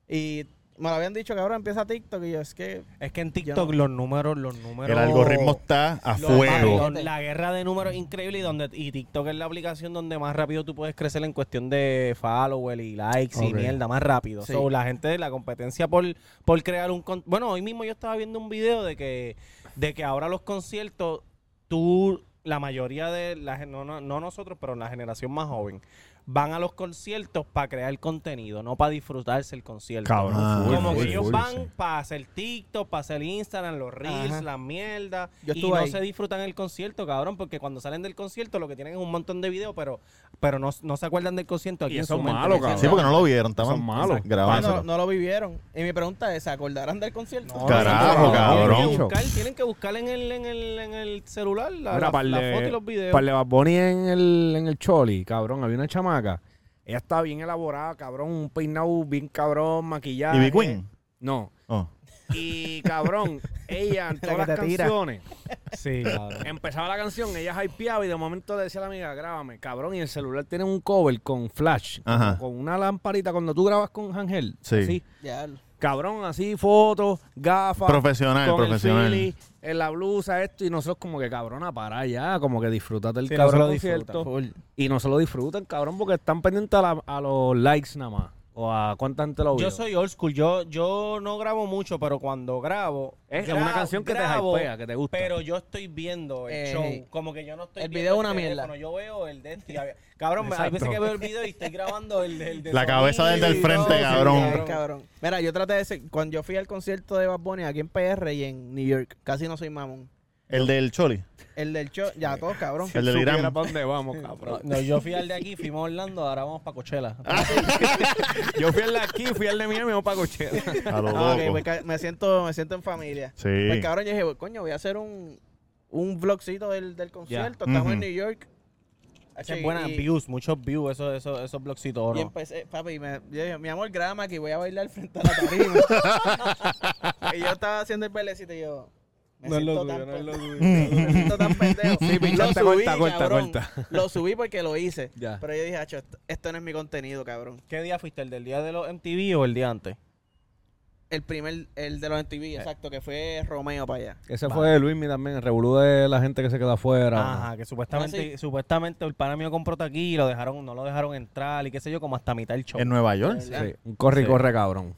[SPEAKER 4] Y me lo habían dicho, cabrón, empieza TikTok y yo, es que
[SPEAKER 5] Es que en TikTok los números, los números.
[SPEAKER 2] El algoritmo está a
[SPEAKER 5] los-
[SPEAKER 2] fuego.
[SPEAKER 5] los- la guerra de números increíble y donde y TikTok es la aplicación donde más rápido tú puedes crecer en cuestión de followers y likes y
[SPEAKER 1] Ok.
[SPEAKER 5] mierda, más rápido.
[SPEAKER 4] Sí.
[SPEAKER 5] So, la gente, la competencia por, por crear un... con- Bueno, hoy mismo yo estaba viendo un video de que, de que ahora los conciertos, tú, la mayoría de, la, gen- no, no, no nosotros, pero la generación más joven, van a los conciertos para crear contenido, no para disfrutarse el concierto.
[SPEAKER 2] Ah, full,
[SPEAKER 5] Como
[SPEAKER 2] full,
[SPEAKER 5] que ellos
[SPEAKER 2] full,
[SPEAKER 5] van para hacer TikTok, para hacer Instagram, los reels,
[SPEAKER 4] Ajá.
[SPEAKER 5] la mierda.
[SPEAKER 4] Yo
[SPEAKER 5] y
[SPEAKER 4] estuve
[SPEAKER 5] no
[SPEAKER 4] ahí.
[SPEAKER 5] se disfrutan el concierto, cabrón, porque cuando salen del concierto lo que tienen es un montón de videos, pero, pero no, no se acuerdan del concierto aquí
[SPEAKER 1] Y
[SPEAKER 5] en
[SPEAKER 1] eso
[SPEAKER 5] su
[SPEAKER 1] es
[SPEAKER 5] mente,
[SPEAKER 1] malo,
[SPEAKER 5] ¿me entiendes?
[SPEAKER 2] Sí, porque no lo vieron,
[SPEAKER 1] Son
[SPEAKER 2] estaban
[SPEAKER 1] malos.
[SPEAKER 4] Ah,
[SPEAKER 2] grabándolo.
[SPEAKER 4] no, no lo vivieron. Y mi pregunta es, ¿se acordarán del concierto?
[SPEAKER 5] No,
[SPEAKER 2] Carajo,
[SPEAKER 5] no,
[SPEAKER 2] cabrón.
[SPEAKER 5] Tienen que buscar, tienen que buscar en, el, en, el, en el celular la,
[SPEAKER 1] Mira,
[SPEAKER 5] la-
[SPEAKER 1] para el
[SPEAKER 5] la
[SPEAKER 1] de-
[SPEAKER 5] foto y los videos.
[SPEAKER 1] Para el de Bad Bunny en el, en el Choli, cabrón, había una chamaca. Ella estaba bien elaborada, cabrón, un peinado bien cabrón, maquillada.
[SPEAKER 2] ¿Y Big Win?
[SPEAKER 1] No.
[SPEAKER 2] Oh.
[SPEAKER 1] Y cabrón, ella en todas
[SPEAKER 4] que
[SPEAKER 1] las
[SPEAKER 4] te tira.
[SPEAKER 1] canciones,
[SPEAKER 5] Sí, cabrón.
[SPEAKER 1] empezaba la canción, ella hypeaba y de momento le decía a la amiga, grábame, cabrón, y el celular tiene un cover con flash, como
[SPEAKER 2] Ajá.
[SPEAKER 1] con una lamparita cuando tú grabas con Ángel.
[SPEAKER 2] Sí.
[SPEAKER 1] así,
[SPEAKER 4] Ya,
[SPEAKER 1] cabrón, así, fotos, gafas.
[SPEAKER 2] Profesional,
[SPEAKER 1] con el
[SPEAKER 2] profesional.
[SPEAKER 1] feeling, en la blusa, esto, y nosotros como que cabrona, para ya, como que disfrútate el
[SPEAKER 5] Sí, no
[SPEAKER 1] cabrón
[SPEAKER 5] se lo
[SPEAKER 1] concierto.
[SPEAKER 5] disfrutan, full.
[SPEAKER 1] y no se lo disfrutan, cabrón, porque están pendientes a, la- a los likes nada más. O a cuánta gente lo vio.
[SPEAKER 5] Yo soy old school, yo, yo no grabo mucho, pero cuando grabo...
[SPEAKER 1] Es
[SPEAKER 5] gra-
[SPEAKER 1] una canción que te
[SPEAKER 5] grabo,
[SPEAKER 1] hypea, que te gusta.
[SPEAKER 5] Pero yo estoy viendo el
[SPEAKER 4] Ey.
[SPEAKER 5] show, como que yo no estoy
[SPEAKER 4] Eh, El
[SPEAKER 5] viendo
[SPEAKER 4] video es una
[SPEAKER 5] el
[SPEAKER 4] mierda.
[SPEAKER 5] teléfono, Yo veo el de este. y había- Cabrón, me- hay veces que veo el video y estoy grabando el, del de
[SPEAKER 2] La cabeza del del
[SPEAKER 5] sonido y
[SPEAKER 2] frente,
[SPEAKER 5] todo,
[SPEAKER 2] cabrón.
[SPEAKER 4] Ay, cabrón. Mira, yo traté de ser, cuando yo fui al concierto de Bad Bunny aquí en PR y en New York, casi no soy mamón.
[SPEAKER 2] El del Choli.
[SPEAKER 4] El del show, ya todos, cabrón.
[SPEAKER 2] El del
[SPEAKER 1] Supiera
[SPEAKER 2] Irán.
[SPEAKER 1] pa' dónde vamos, cabrón.
[SPEAKER 5] No, yo fui al de aquí, fuimos a Orlando, ahora vamos para Coachella.
[SPEAKER 1] Yo fui al de aquí, fui al de Miami, vamos para Cochera.
[SPEAKER 2] A lo
[SPEAKER 4] Ah, ok,
[SPEAKER 2] loco.
[SPEAKER 4] pues, ca- me siento, me siento en familia.
[SPEAKER 2] Sí.
[SPEAKER 4] Pues cabrón, yo dije, "Bueno, coño, voy a hacer un, un vlogcito del, del concierto. Estamos en
[SPEAKER 2] Ujú.
[SPEAKER 4] New York.
[SPEAKER 5] Hacen
[SPEAKER 4] Che,
[SPEAKER 5] buenas
[SPEAKER 4] y-
[SPEAKER 5] views, muchos views, esos, esos, esos blogcitos. ¿o
[SPEAKER 4] Y
[SPEAKER 5] no?
[SPEAKER 4] empecé, papi, me, yo dije, mi amor, grama que voy a bailar frente a la tarima. y yo estaba haciendo el bailecito y yo, me
[SPEAKER 5] No es lo
[SPEAKER 4] siento
[SPEAKER 5] tuyo,
[SPEAKER 4] tan
[SPEAKER 5] no es lo
[SPEAKER 4] pendejo. Me siento tan pendejo.
[SPEAKER 1] Sí, pinchante,
[SPEAKER 4] Lo subí,
[SPEAKER 1] corta, corta,
[SPEAKER 4] cabrón.
[SPEAKER 1] corta.
[SPEAKER 4] Lo subí porque lo hice.
[SPEAKER 1] Ya.
[SPEAKER 4] Pero yo dije, "Acho, esto, esto no es mi contenido, cabrón.
[SPEAKER 5] ¿Qué día fuiste? ¿El del día de los MTV o el día antes?
[SPEAKER 4] El primer, el de los
[SPEAKER 5] Eh.
[SPEAKER 4] MTV, exacto, que fue Romeo para allá.
[SPEAKER 7] Ese fue Luismi también, el revolú de la gente que se quedó afuera.
[SPEAKER 5] Ajá, que supuestamente, supuestamente el pana mío compró aquí y lo dejaron, no lo dejaron entrar y qué sé yo, como hasta mitad del show.
[SPEAKER 2] En Nueva York.
[SPEAKER 4] ¿verdad?
[SPEAKER 7] Sí, un corre y
[SPEAKER 5] Sí.
[SPEAKER 7] corre, cabrón.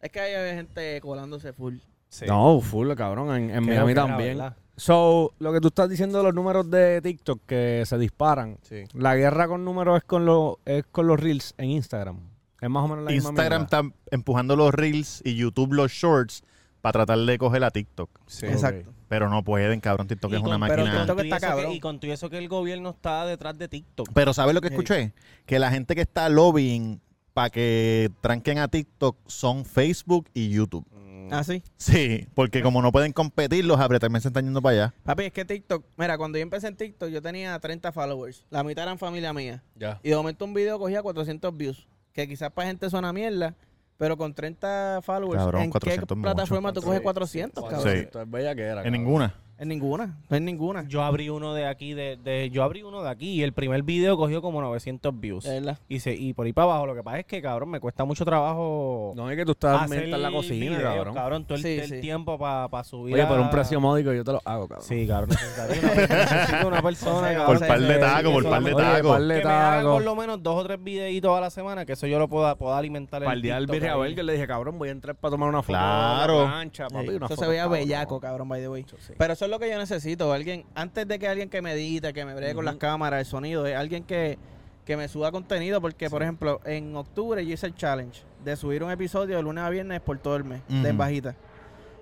[SPEAKER 4] Es que ahí había gente colándose full.
[SPEAKER 5] Sí.
[SPEAKER 7] No, full, cabrón, en, en
[SPEAKER 5] Qué
[SPEAKER 7] Miami
[SPEAKER 5] loquera,
[SPEAKER 7] también.
[SPEAKER 5] ¿verdad?
[SPEAKER 7] So, lo que tú estás diciendo de los números de TikTok que se disparan, la guerra con números es con, los es con los reels en Instagram. Es más o menos la misma
[SPEAKER 2] Instagram
[SPEAKER 7] mierda.
[SPEAKER 2] está empujando los reels y YouTube los shorts para tratar de coger a TikTok.
[SPEAKER 4] Exacto.
[SPEAKER 2] Pero no pueden, cabrón. TikTok
[SPEAKER 5] Y
[SPEAKER 2] es una
[SPEAKER 5] con-
[SPEAKER 4] pero
[SPEAKER 2] máquina.
[SPEAKER 4] TikTok
[SPEAKER 5] Con
[SPEAKER 4] que
[SPEAKER 5] tu y
[SPEAKER 4] está
[SPEAKER 5] eso que-
[SPEAKER 4] cabrón.
[SPEAKER 5] y con tu y eso que el gobierno está detrás de TikTok.
[SPEAKER 2] Pero ¿sabes lo que escuché? Que la gente que está lobbying para que tranquen a TikTok son Facebook y YouTube.
[SPEAKER 4] Así.
[SPEAKER 2] Sí, porque como no pueden competir, los también se están yendo para allá.
[SPEAKER 4] Papi, es que TikTok, mira, cuando yo empecé en TikTok, yo tenía 30 followers. La mitad eran familia mía.
[SPEAKER 1] Ya.
[SPEAKER 4] Y de momento un video cogía 400 views. Que quizás para gente suena mierda, pero con 30 followers,
[SPEAKER 2] Cabrón,
[SPEAKER 4] ¿en
[SPEAKER 2] 400
[SPEAKER 4] qué
[SPEAKER 2] es
[SPEAKER 4] plataforma tú coges 400, cabrón?
[SPEAKER 2] Sí.
[SPEAKER 1] Esto es bella que era.
[SPEAKER 2] En ninguna.
[SPEAKER 4] En ninguna, no en ninguna.
[SPEAKER 5] Yo abrí uno de aquí, de, de- yo abrí uno de aquí y el primer video cogió como 900 views.
[SPEAKER 4] De verdad.
[SPEAKER 5] Y, se, y por ahí para abajo, lo que pasa es que, cabrón, me cuesta mucho trabajo
[SPEAKER 7] No es que tú estás
[SPEAKER 5] hacer
[SPEAKER 7] en la cocina,
[SPEAKER 5] videos,
[SPEAKER 7] cabrón.
[SPEAKER 5] todo el,
[SPEAKER 4] Sí,
[SPEAKER 5] el
[SPEAKER 4] sí.
[SPEAKER 5] tiempo para subir
[SPEAKER 7] Oye,
[SPEAKER 5] a-
[SPEAKER 7] por un precio módico yo te lo hago, cabrón.
[SPEAKER 5] Sí, cabrón. necesitaría una- necesito una persona, cabrón,
[SPEAKER 2] Por par
[SPEAKER 5] que-
[SPEAKER 2] de tacos, por
[SPEAKER 5] que-
[SPEAKER 2] par de
[SPEAKER 7] Oye,
[SPEAKER 2] tacos.
[SPEAKER 7] par de
[SPEAKER 5] Que me haga
[SPEAKER 7] tacos.
[SPEAKER 5] por lo menos dos o tres videitos a la semana, que eso yo lo pueda, pueda alimentar el
[SPEAKER 7] Paldear al
[SPEAKER 5] TikTok
[SPEAKER 7] Virgen
[SPEAKER 5] ahí.
[SPEAKER 7] Abel que le dije, cabrón, voy a entrar para tomar una foto.
[SPEAKER 2] Claro.
[SPEAKER 7] en la plancha, papi, una
[SPEAKER 4] Eso se
[SPEAKER 7] foto,
[SPEAKER 4] veía
[SPEAKER 7] cabrón.
[SPEAKER 4] bellaco, cabrón, by the way.
[SPEAKER 7] Eso sí.
[SPEAKER 4] Pero eso es lo que yo necesito. Alguien, antes de que alguien que me edite, que me bregue con las cámaras, el sonido, es alguien que, que me suba contenido. Porque, por ejemplo, en octubre yo hice el challenge de subir un episodio de lunes a viernes por todo el mes,
[SPEAKER 2] Ujú.
[SPEAKER 4] de en bajita.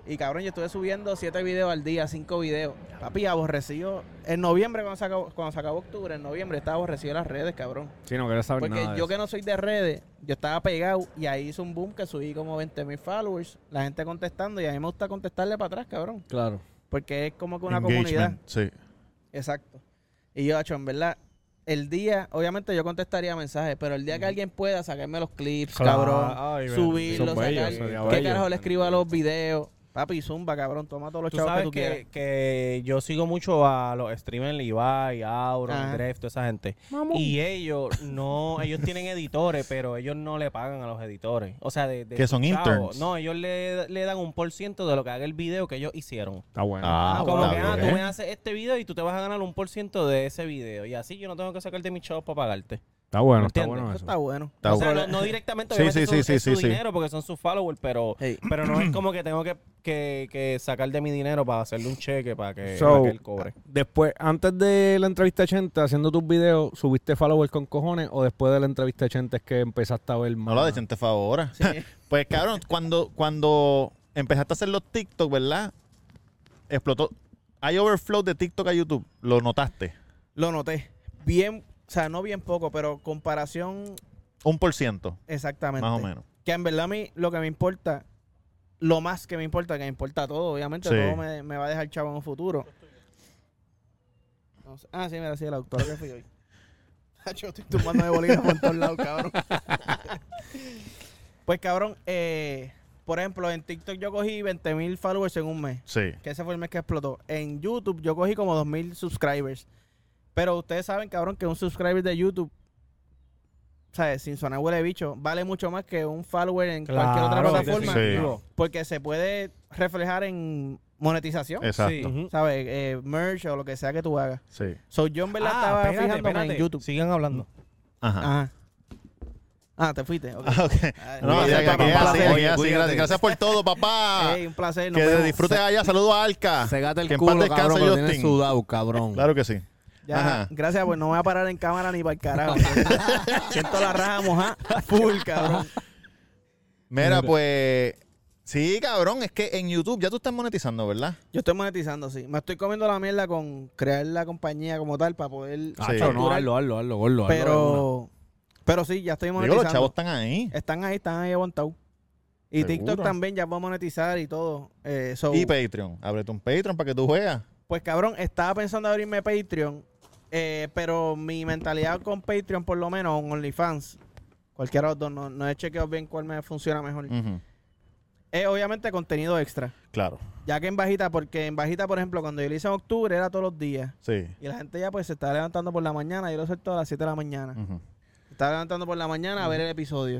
[SPEAKER 4] Y cabrón, yo estuve subiendo siete videos al día, cinco videos. Papi, aborrecido. En noviembre, cuando se acabó, cuando se acabó octubre, en noviembre estaba aborrecido las redes, cabrón.
[SPEAKER 7] Sí, no quería saber
[SPEAKER 4] Porque
[SPEAKER 7] nada de
[SPEAKER 4] yo
[SPEAKER 7] eso.
[SPEAKER 4] que no soy de redes, yo estaba pegado y ahí hizo un boom que subí como 20 mil followers, la gente contestando y a mí me gusta contestarle para atrás, cabrón.
[SPEAKER 7] Claro.
[SPEAKER 4] Porque es como que una comunidad.
[SPEAKER 2] Engagement, sí.
[SPEAKER 4] Exacto. Y yo, hecho en verdad, el día, obviamente yo contestaría mensajes, pero el día que alguien pueda sacarme los clips, cabrón,
[SPEAKER 5] Ay, ven.
[SPEAKER 4] subirlos,
[SPEAKER 7] son bellos,
[SPEAKER 4] sacar,
[SPEAKER 7] sería
[SPEAKER 4] qué
[SPEAKER 7] bello.
[SPEAKER 4] carajo le escribo a los videos. Papi, zumba, cabrón, toma todos los
[SPEAKER 5] Tú
[SPEAKER 4] chavos que
[SPEAKER 5] sabes
[SPEAKER 4] tú quieras.
[SPEAKER 5] que, que yo sigo mucho a los streamers Levi, Auron,
[SPEAKER 4] Ajá.
[SPEAKER 5] Dref, toda esa gente. Y ellos no, ellos tienen editores, pero ellos no le pagan a los editores. O sea, de, de
[SPEAKER 2] Que son
[SPEAKER 5] sus chavos.
[SPEAKER 2] interns.
[SPEAKER 5] No, ellos le, le dan un por ciento de lo que haga el video que ellos hicieron.
[SPEAKER 7] Está bueno.
[SPEAKER 2] Ah,
[SPEAKER 5] Como
[SPEAKER 2] está
[SPEAKER 5] que, ah, tú
[SPEAKER 2] bien.
[SPEAKER 5] me haces este video y tú te vas a ganar un por ciento de ese video. Y así yo no tengo que sacarte mis chavos para pagarte.
[SPEAKER 7] Está bueno,
[SPEAKER 5] ¿Me
[SPEAKER 7] está
[SPEAKER 5] entiendes?
[SPEAKER 7] bueno
[SPEAKER 4] Eso
[SPEAKER 7] eso.
[SPEAKER 4] está bueno.
[SPEAKER 2] Está
[SPEAKER 5] O sea,
[SPEAKER 2] bueno.
[SPEAKER 5] no, no directamente,
[SPEAKER 2] Sí,
[SPEAKER 5] obviamente
[SPEAKER 2] sí,
[SPEAKER 5] es
[SPEAKER 2] sí,
[SPEAKER 5] su- es
[SPEAKER 2] sí,
[SPEAKER 5] su
[SPEAKER 2] sí, sí.
[SPEAKER 5] dinero porque son sus followers, pero,
[SPEAKER 4] Ey.
[SPEAKER 5] pero no es como que tengo que, que, que sacarle mi dinero para hacerle un cheque para que,
[SPEAKER 7] So,
[SPEAKER 5] para que él cobre.
[SPEAKER 7] Después, antes de la entrevista de Chente, haciendo tus videos, ¿subiste followers con cojones o después de la entrevista de Chente es que empezaste a ver más?
[SPEAKER 2] No lo de Chente fue ahora. pues cabrón, cuando, cuando empezaste a hacer los TikTok, ¿verdad? Explotó. Hay overflow de TikTok a YouTube. Lo notaste.
[SPEAKER 4] Lo noté. Bien, o sea, no bien poco, pero comparación
[SPEAKER 2] Un por ciento,
[SPEAKER 4] exactamente.
[SPEAKER 2] más o menos.
[SPEAKER 4] que en verdad a mí lo que me importa, lo más que me importa, que me importa todo, obviamente,
[SPEAKER 2] Sí.
[SPEAKER 4] todo me, me va a dejar chavo en un futuro. No sé. Ah, sí, mira, sí, el autor que fui hoy. Yo estoy tumbando de bolígrafo en todos lados, cabrón. pues, cabrón, eh, por ejemplo, en TikTok yo cogí 20 mil followers en un mes.
[SPEAKER 2] Sí.
[SPEAKER 4] Que ese fue el mes que explotó. En YouTube yo cogí como 2.000 subscribers. Pero ustedes saben, cabrón, que un subscriber de YouTube, ¿sabes? Sin sonar huele bicho, vale mucho más que un follower en cualquier otra
[SPEAKER 5] Claro,
[SPEAKER 4] plataforma.
[SPEAKER 5] definitivo.
[SPEAKER 4] Porque se puede reflejar en monetización,
[SPEAKER 2] Exacto.
[SPEAKER 5] Ujú.
[SPEAKER 4] ¿sabes? Eh, merch o lo que sea que tú hagas.
[SPEAKER 2] Sí.
[SPEAKER 4] So, yo en verdad
[SPEAKER 5] Ah,
[SPEAKER 4] estaba
[SPEAKER 5] espérate,
[SPEAKER 4] fijándome
[SPEAKER 5] espérate.
[SPEAKER 4] en YouTube.
[SPEAKER 5] Sigan hablando.
[SPEAKER 2] Ajá.
[SPEAKER 4] Ajá. Ah, te fuiste. ok.
[SPEAKER 2] Ah, ok.
[SPEAKER 4] Ay,
[SPEAKER 2] No,
[SPEAKER 4] gracias,
[SPEAKER 2] ya, ya,
[SPEAKER 4] papá,
[SPEAKER 2] ya,
[SPEAKER 4] un
[SPEAKER 2] sí,
[SPEAKER 4] placer.
[SPEAKER 2] ya, sí, gracias, gracias por todo, papá.
[SPEAKER 4] Ey, un placer. nos
[SPEAKER 2] que
[SPEAKER 1] pues,
[SPEAKER 4] vemos.
[SPEAKER 2] disfrutes allá. Saludos a Alca.
[SPEAKER 1] Segate el
[SPEAKER 2] que en paz
[SPEAKER 1] culo,
[SPEAKER 2] descanse,
[SPEAKER 1] cabrón, que lo tienes
[SPEAKER 2] Justin.
[SPEAKER 1] sudado, cabrón.
[SPEAKER 2] Claro que sí.
[SPEAKER 4] Ya,
[SPEAKER 2] Ajá.
[SPEAKER 4] gracias, pues no me voy a parar en cámara ni para el carajo. Siento la raja mojada full, cabrón.
[SPEAKER 2] Mira, pues. Sí, cabrón, es que en YouTube ya tú estás monetizando, ¿verdad?
[SPEAKER 4] Yo estoy monetizando, sí. Me estoy comiendo la mierda con crear la compañía como tal para poder
[SPEAKER 2] Ah, Sí.
[SPEAKER 7] Chacho, no,
[SPEAKER 4] facturar.
[SPEAKER 7] hazlo, hazlo, hazlo, gordo, hazlo de una.
[SPEAKER 4] pero, pero sí, ya estoy
[SPEAKER 2] Digo, los chavos
[SPEAKER 4] monetizando.
[SPEAKER 2] están ahí.
[SPEAKER 4] Están ahí, están ahí aguantados. Y
[SPEAKER 2] Seguro.
[SPEAKER 4] TikTok también ya va a monetizar y todo. Eh, so-
[SPEAKER 2] Y Patreon. Ábrete un Patreon para que tú veas.
[SPEAKER 4] Pues cabrón, estaba pensando abrirme Patreon, eh, pero mi mentalidad con Patreon, por lo menos, o con OnlyFans, cualquiera de los dos, no, no he chequeado bien cuál me funciona mejor.
[SPEAKER 2] Ujú,
[SPEAKER 4] Es obviamente contenido extra.
[SPEAKER 2] Claro,
[SPEAKER 4] Ya que en bajita, porque en bajita, por ejemplo, cuando yo lo hice en octubre era todos los días.
[SPEAKER 2] sí.
[SPEAKER 4] Y la gente ya pues se estaba levantando por la mañana, yo lo suelto a las 7 de la mañana.
[SPEAKER 2] ujú.
[SPEAKER 4] Se estaba levantando por la mañana a ver el episodio.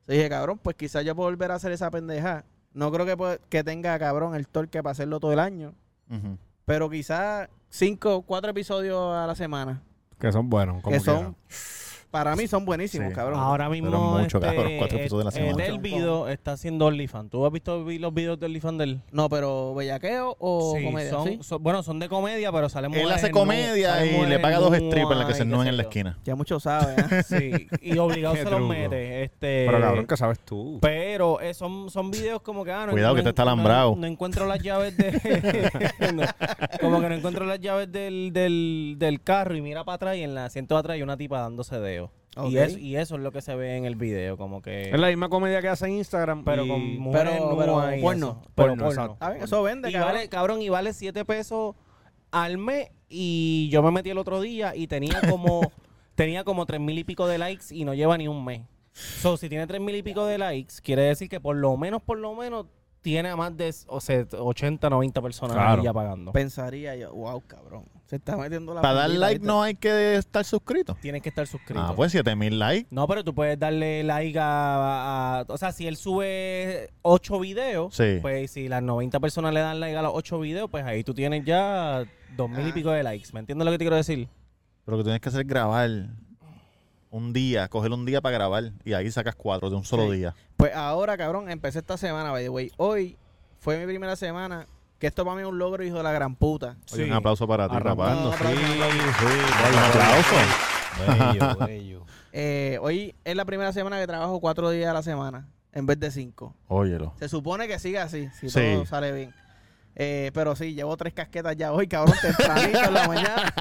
[SPEAKER 4] Entonces dije, cabrón, pues quizás yo puedo volver a hacer esa pendeja. No creo que, pueda- que tenga, cabrón, el torque para hacerlo todo el año.
[SPEAKER 2] Ujú.
[SPEAKER 4] Pero quizás cinco, cuatro episodios a la semana.
[SPEAKER 7] Que son buenos. Como
[SPEAKER 4] Que son, para mí son buenísimos,
[SPEAKER 2] Sí.
[SPEAKER 4] cabrón.
[SPEAKER 5] Ahora mismo.
[SPEAKER 2] mucho,
[SPEAKER 5] este,
[SPEAKER 2] cabrón, cuatro
[SPEAKER 5] eh,
[SPEAKER 2] episodios de la
[SPEAKER 5] eh,
[SPEAKER 2] semana.
[SPEAKER 5] Del video está haciendo OnlyFans. ¿Tú has visto vi- los videos de OnlyFans del?
[SPEAKER 4] No, pero bellaqueo o
[SPEAKER 5] Sí,
[SPEAKER 4] comedia.
[SPEAKER 5] son,
[SPEAKER 4] ¿sí?
[SPEAKER 5] son- bueno, son de comedia, pero salen
[SPEAKER 2] Él
[SPEAKER 5] mujeres
[SPEAKER 2] hace
[SPEAKER 5] en nu-
[SPEAKER 2] comedia
[SPEAKER 5] salen
[SPEAKER 2] y
[SPEAKER 5] mujeres
[SPEAKER 2] le paga dos
[SPEAKER 5] nuas
[SPEAKER 2] strippers para que se
[SPEAKER 5] y qué
[SPEAKER 2] ennúen
[SPEAKER 5] sé
[SPEAKER 2] en la
[SPEAKER 5] yo.
[SPEAKER 2] esquina.
[SPEAKER 4] Ya mucho sabe, ¿eh?
[SPEAKER 5] Sí, y obligado
[SPEAKER 7] Qué
[SPEAKER 5] se los
[SPEAKER 7] truco.
[SPEAKER 5] mete. Este,
[SPEAKER 7] Pero cabrón, ¿qué sabes tú?
[SPEAKER 5] Pero eh, son, son videos como que... ah, no-
[SPEAKER 2] Cuidado,
[SPEAKER 5] no
[SPEAKER 2] que te
[SPEAKER 5] en-
[SPEAKER 2] está
[SPEAKER 5] no en-
[SPEAKER 2] alambrado.
[SPEAKER 5] No, encuentro las llaves de... no, como que no encuentro las llaves del, del, del carro y mira para atrás y en la asiento de atrás hay una tipa dándose dedo. Y,
[SPEAKER 4] Ok.
[SPEAKER 5] es- y eso es lo que se ve en el video, como
[SPEAKER 7] Es
[SPEAKER 5] que...
[SPEAKER 7] la misma comedia que hace en Instagram.
[SPEAKER 5] Pero
[SPEAKER 7] y-
[SPEAKER 5] con mujeres
[SPEAKER 4] pero-
[SPEAKER 5] nuas
[SPEAKER 4] pero
[SPEAKER 5] y
[SPEAKER 4] porno.
[SPEAKER 5] eso. Pero
[SPEAKER 7] Porno,
[SPEAKER 5] porno.
[SPEAKER 7] exacto.
[SPEAKER 4] Está bien, eso vende,
[SPEAKER 5] Y
[SPEAKER 4] cabrón.
[SPEAKER 5] vale, cabrón, y vale 7 pesos al mes. Y yo me metí el otro día y tenía como tenía como tres mil y pico de likes y no lleva ni un mes. So, si tiene tres mil y pico de likes, quiere decir que por lo menos, por lo menos, tiene a más de o sea, 80, 90 personas
[SPEAKER 7] Claro.
[SPEAKER 5] ahí ya pagando.
[SPEAKER 4] Pensaría yo, wow, cabrón. Se está metiendo la
[SPEAKER 2] Para dar
[SPEAKER 4] bandita,
[SPEAKER 2] like
[SPEAKER 4] ¿viste?
[SPEAKER 2] no hay que estar suscrito.
[SPEAKER 5] Tienes que estar suscrito.
[SPEAKER 2] Ah, pues 7000 likes.
[SPEAKER 5] No, pero tú puedes darle like a, a- O sea, si él sube 8 videos,
[SPEAKER 2] Sí.
[SPEAKER 5] pues si las 90 personas le dan like a los 8 videos, pues ahí tú tienes ya 2000 y
[SPEAKER 4] Ah.
[SPEAKER 5] pico de likes. ¿Me entiendes lo que te quiero decir?
[SPEAKER 2] Pero lo que tienes que hacer es grabar un día, coger un día para grabar y ahí sacas cuatro de un solo
[SPEAKER 4] Sí.
[SPEAKER 2] día.
[SPEAKER 4] Pues ahora, cabrón, empecé esta semana, by the way. Hoy fue mi primera semana, que esto para mí es un logro, hijo de la gran puta.
[SPEAKER 2] Oye, un aplauso para ti, papá.
[SPEAKER 4] No,
[SPEAKER 7] Arrancando,
[SPEAKER 4] no,
[SPEAKER 7] sí,
[SPEAKER 4] aplauso,
[SPEAKER 2] Un aplauso.
[SPEAKER 7] Bello, bello.
[SPEAKER 4] Eh, hoy es la primera semana que trabajo cuatro días a la semana, en vez de cinco.
[SPEAKER 2] Óyelo.
[SPEAKER 4] Se supone que siga así, si
[SPEAKER 2] Sí.
[SPEAKER 4] todo sale bien. Eh, pero sí, llevo tres casquetas ya hoy, cabrón, tempranito en la mañana.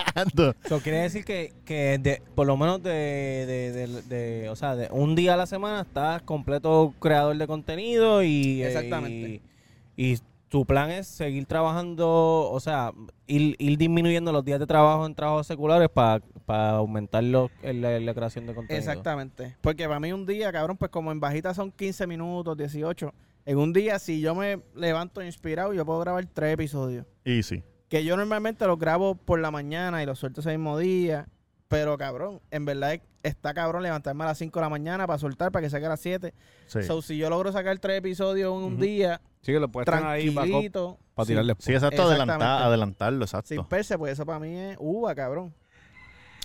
[SPEAKER 5] Eso quiere decir que, que de- por lo menos de, de- de- de- o sea, de un día a la semana estás completo creador de contenido y... eh,
[SPEAKER 4] Exactamente.
[SPEAKER 5] Y, y tu plan es seguir trabajando, o sea, ir, ir disminuyendo los días de trabajo en trabajos seculares para aumentar los- el- la, la creación de contenido.
[SPEAKER 4] Exactamente. Porque para mí un día, cabrón, pues como en bajita son 15 minutos, 18. En un día, si yo me levanto inspirado, yo puedo grabar tres episodios.
[SPEAKER 2] Easy.
[SPEAKER 4] Que yo normalmente los grabo por la mañana y los suelto ese mismo día. Pero cabrón, en verdad es- está cabrón levantarme a las 5 de la mañana para soltar, para que saque a las 7.
[SPEAKER 2] Sí.
[SPEAKER 4] So, si yo logro sacar tres episodios en un día,
[SPEAKER 7] Sí, que lo puedes tener Pues ahí para, co-
[SPEAKER 4] tranquilito,
[SPEAKER 7] para
[SPEAKER 4] sin-
[SPEAKER 7] tirarle.
[SPEAKER 2] Sí, exacto, adelantar-
[SPEAKER 4] Exactamente.
[SPEAKER 2] adelantarlo, exacto.
[SPEAKER 4] sin, perse, pues eso para mí es uva, cabrón.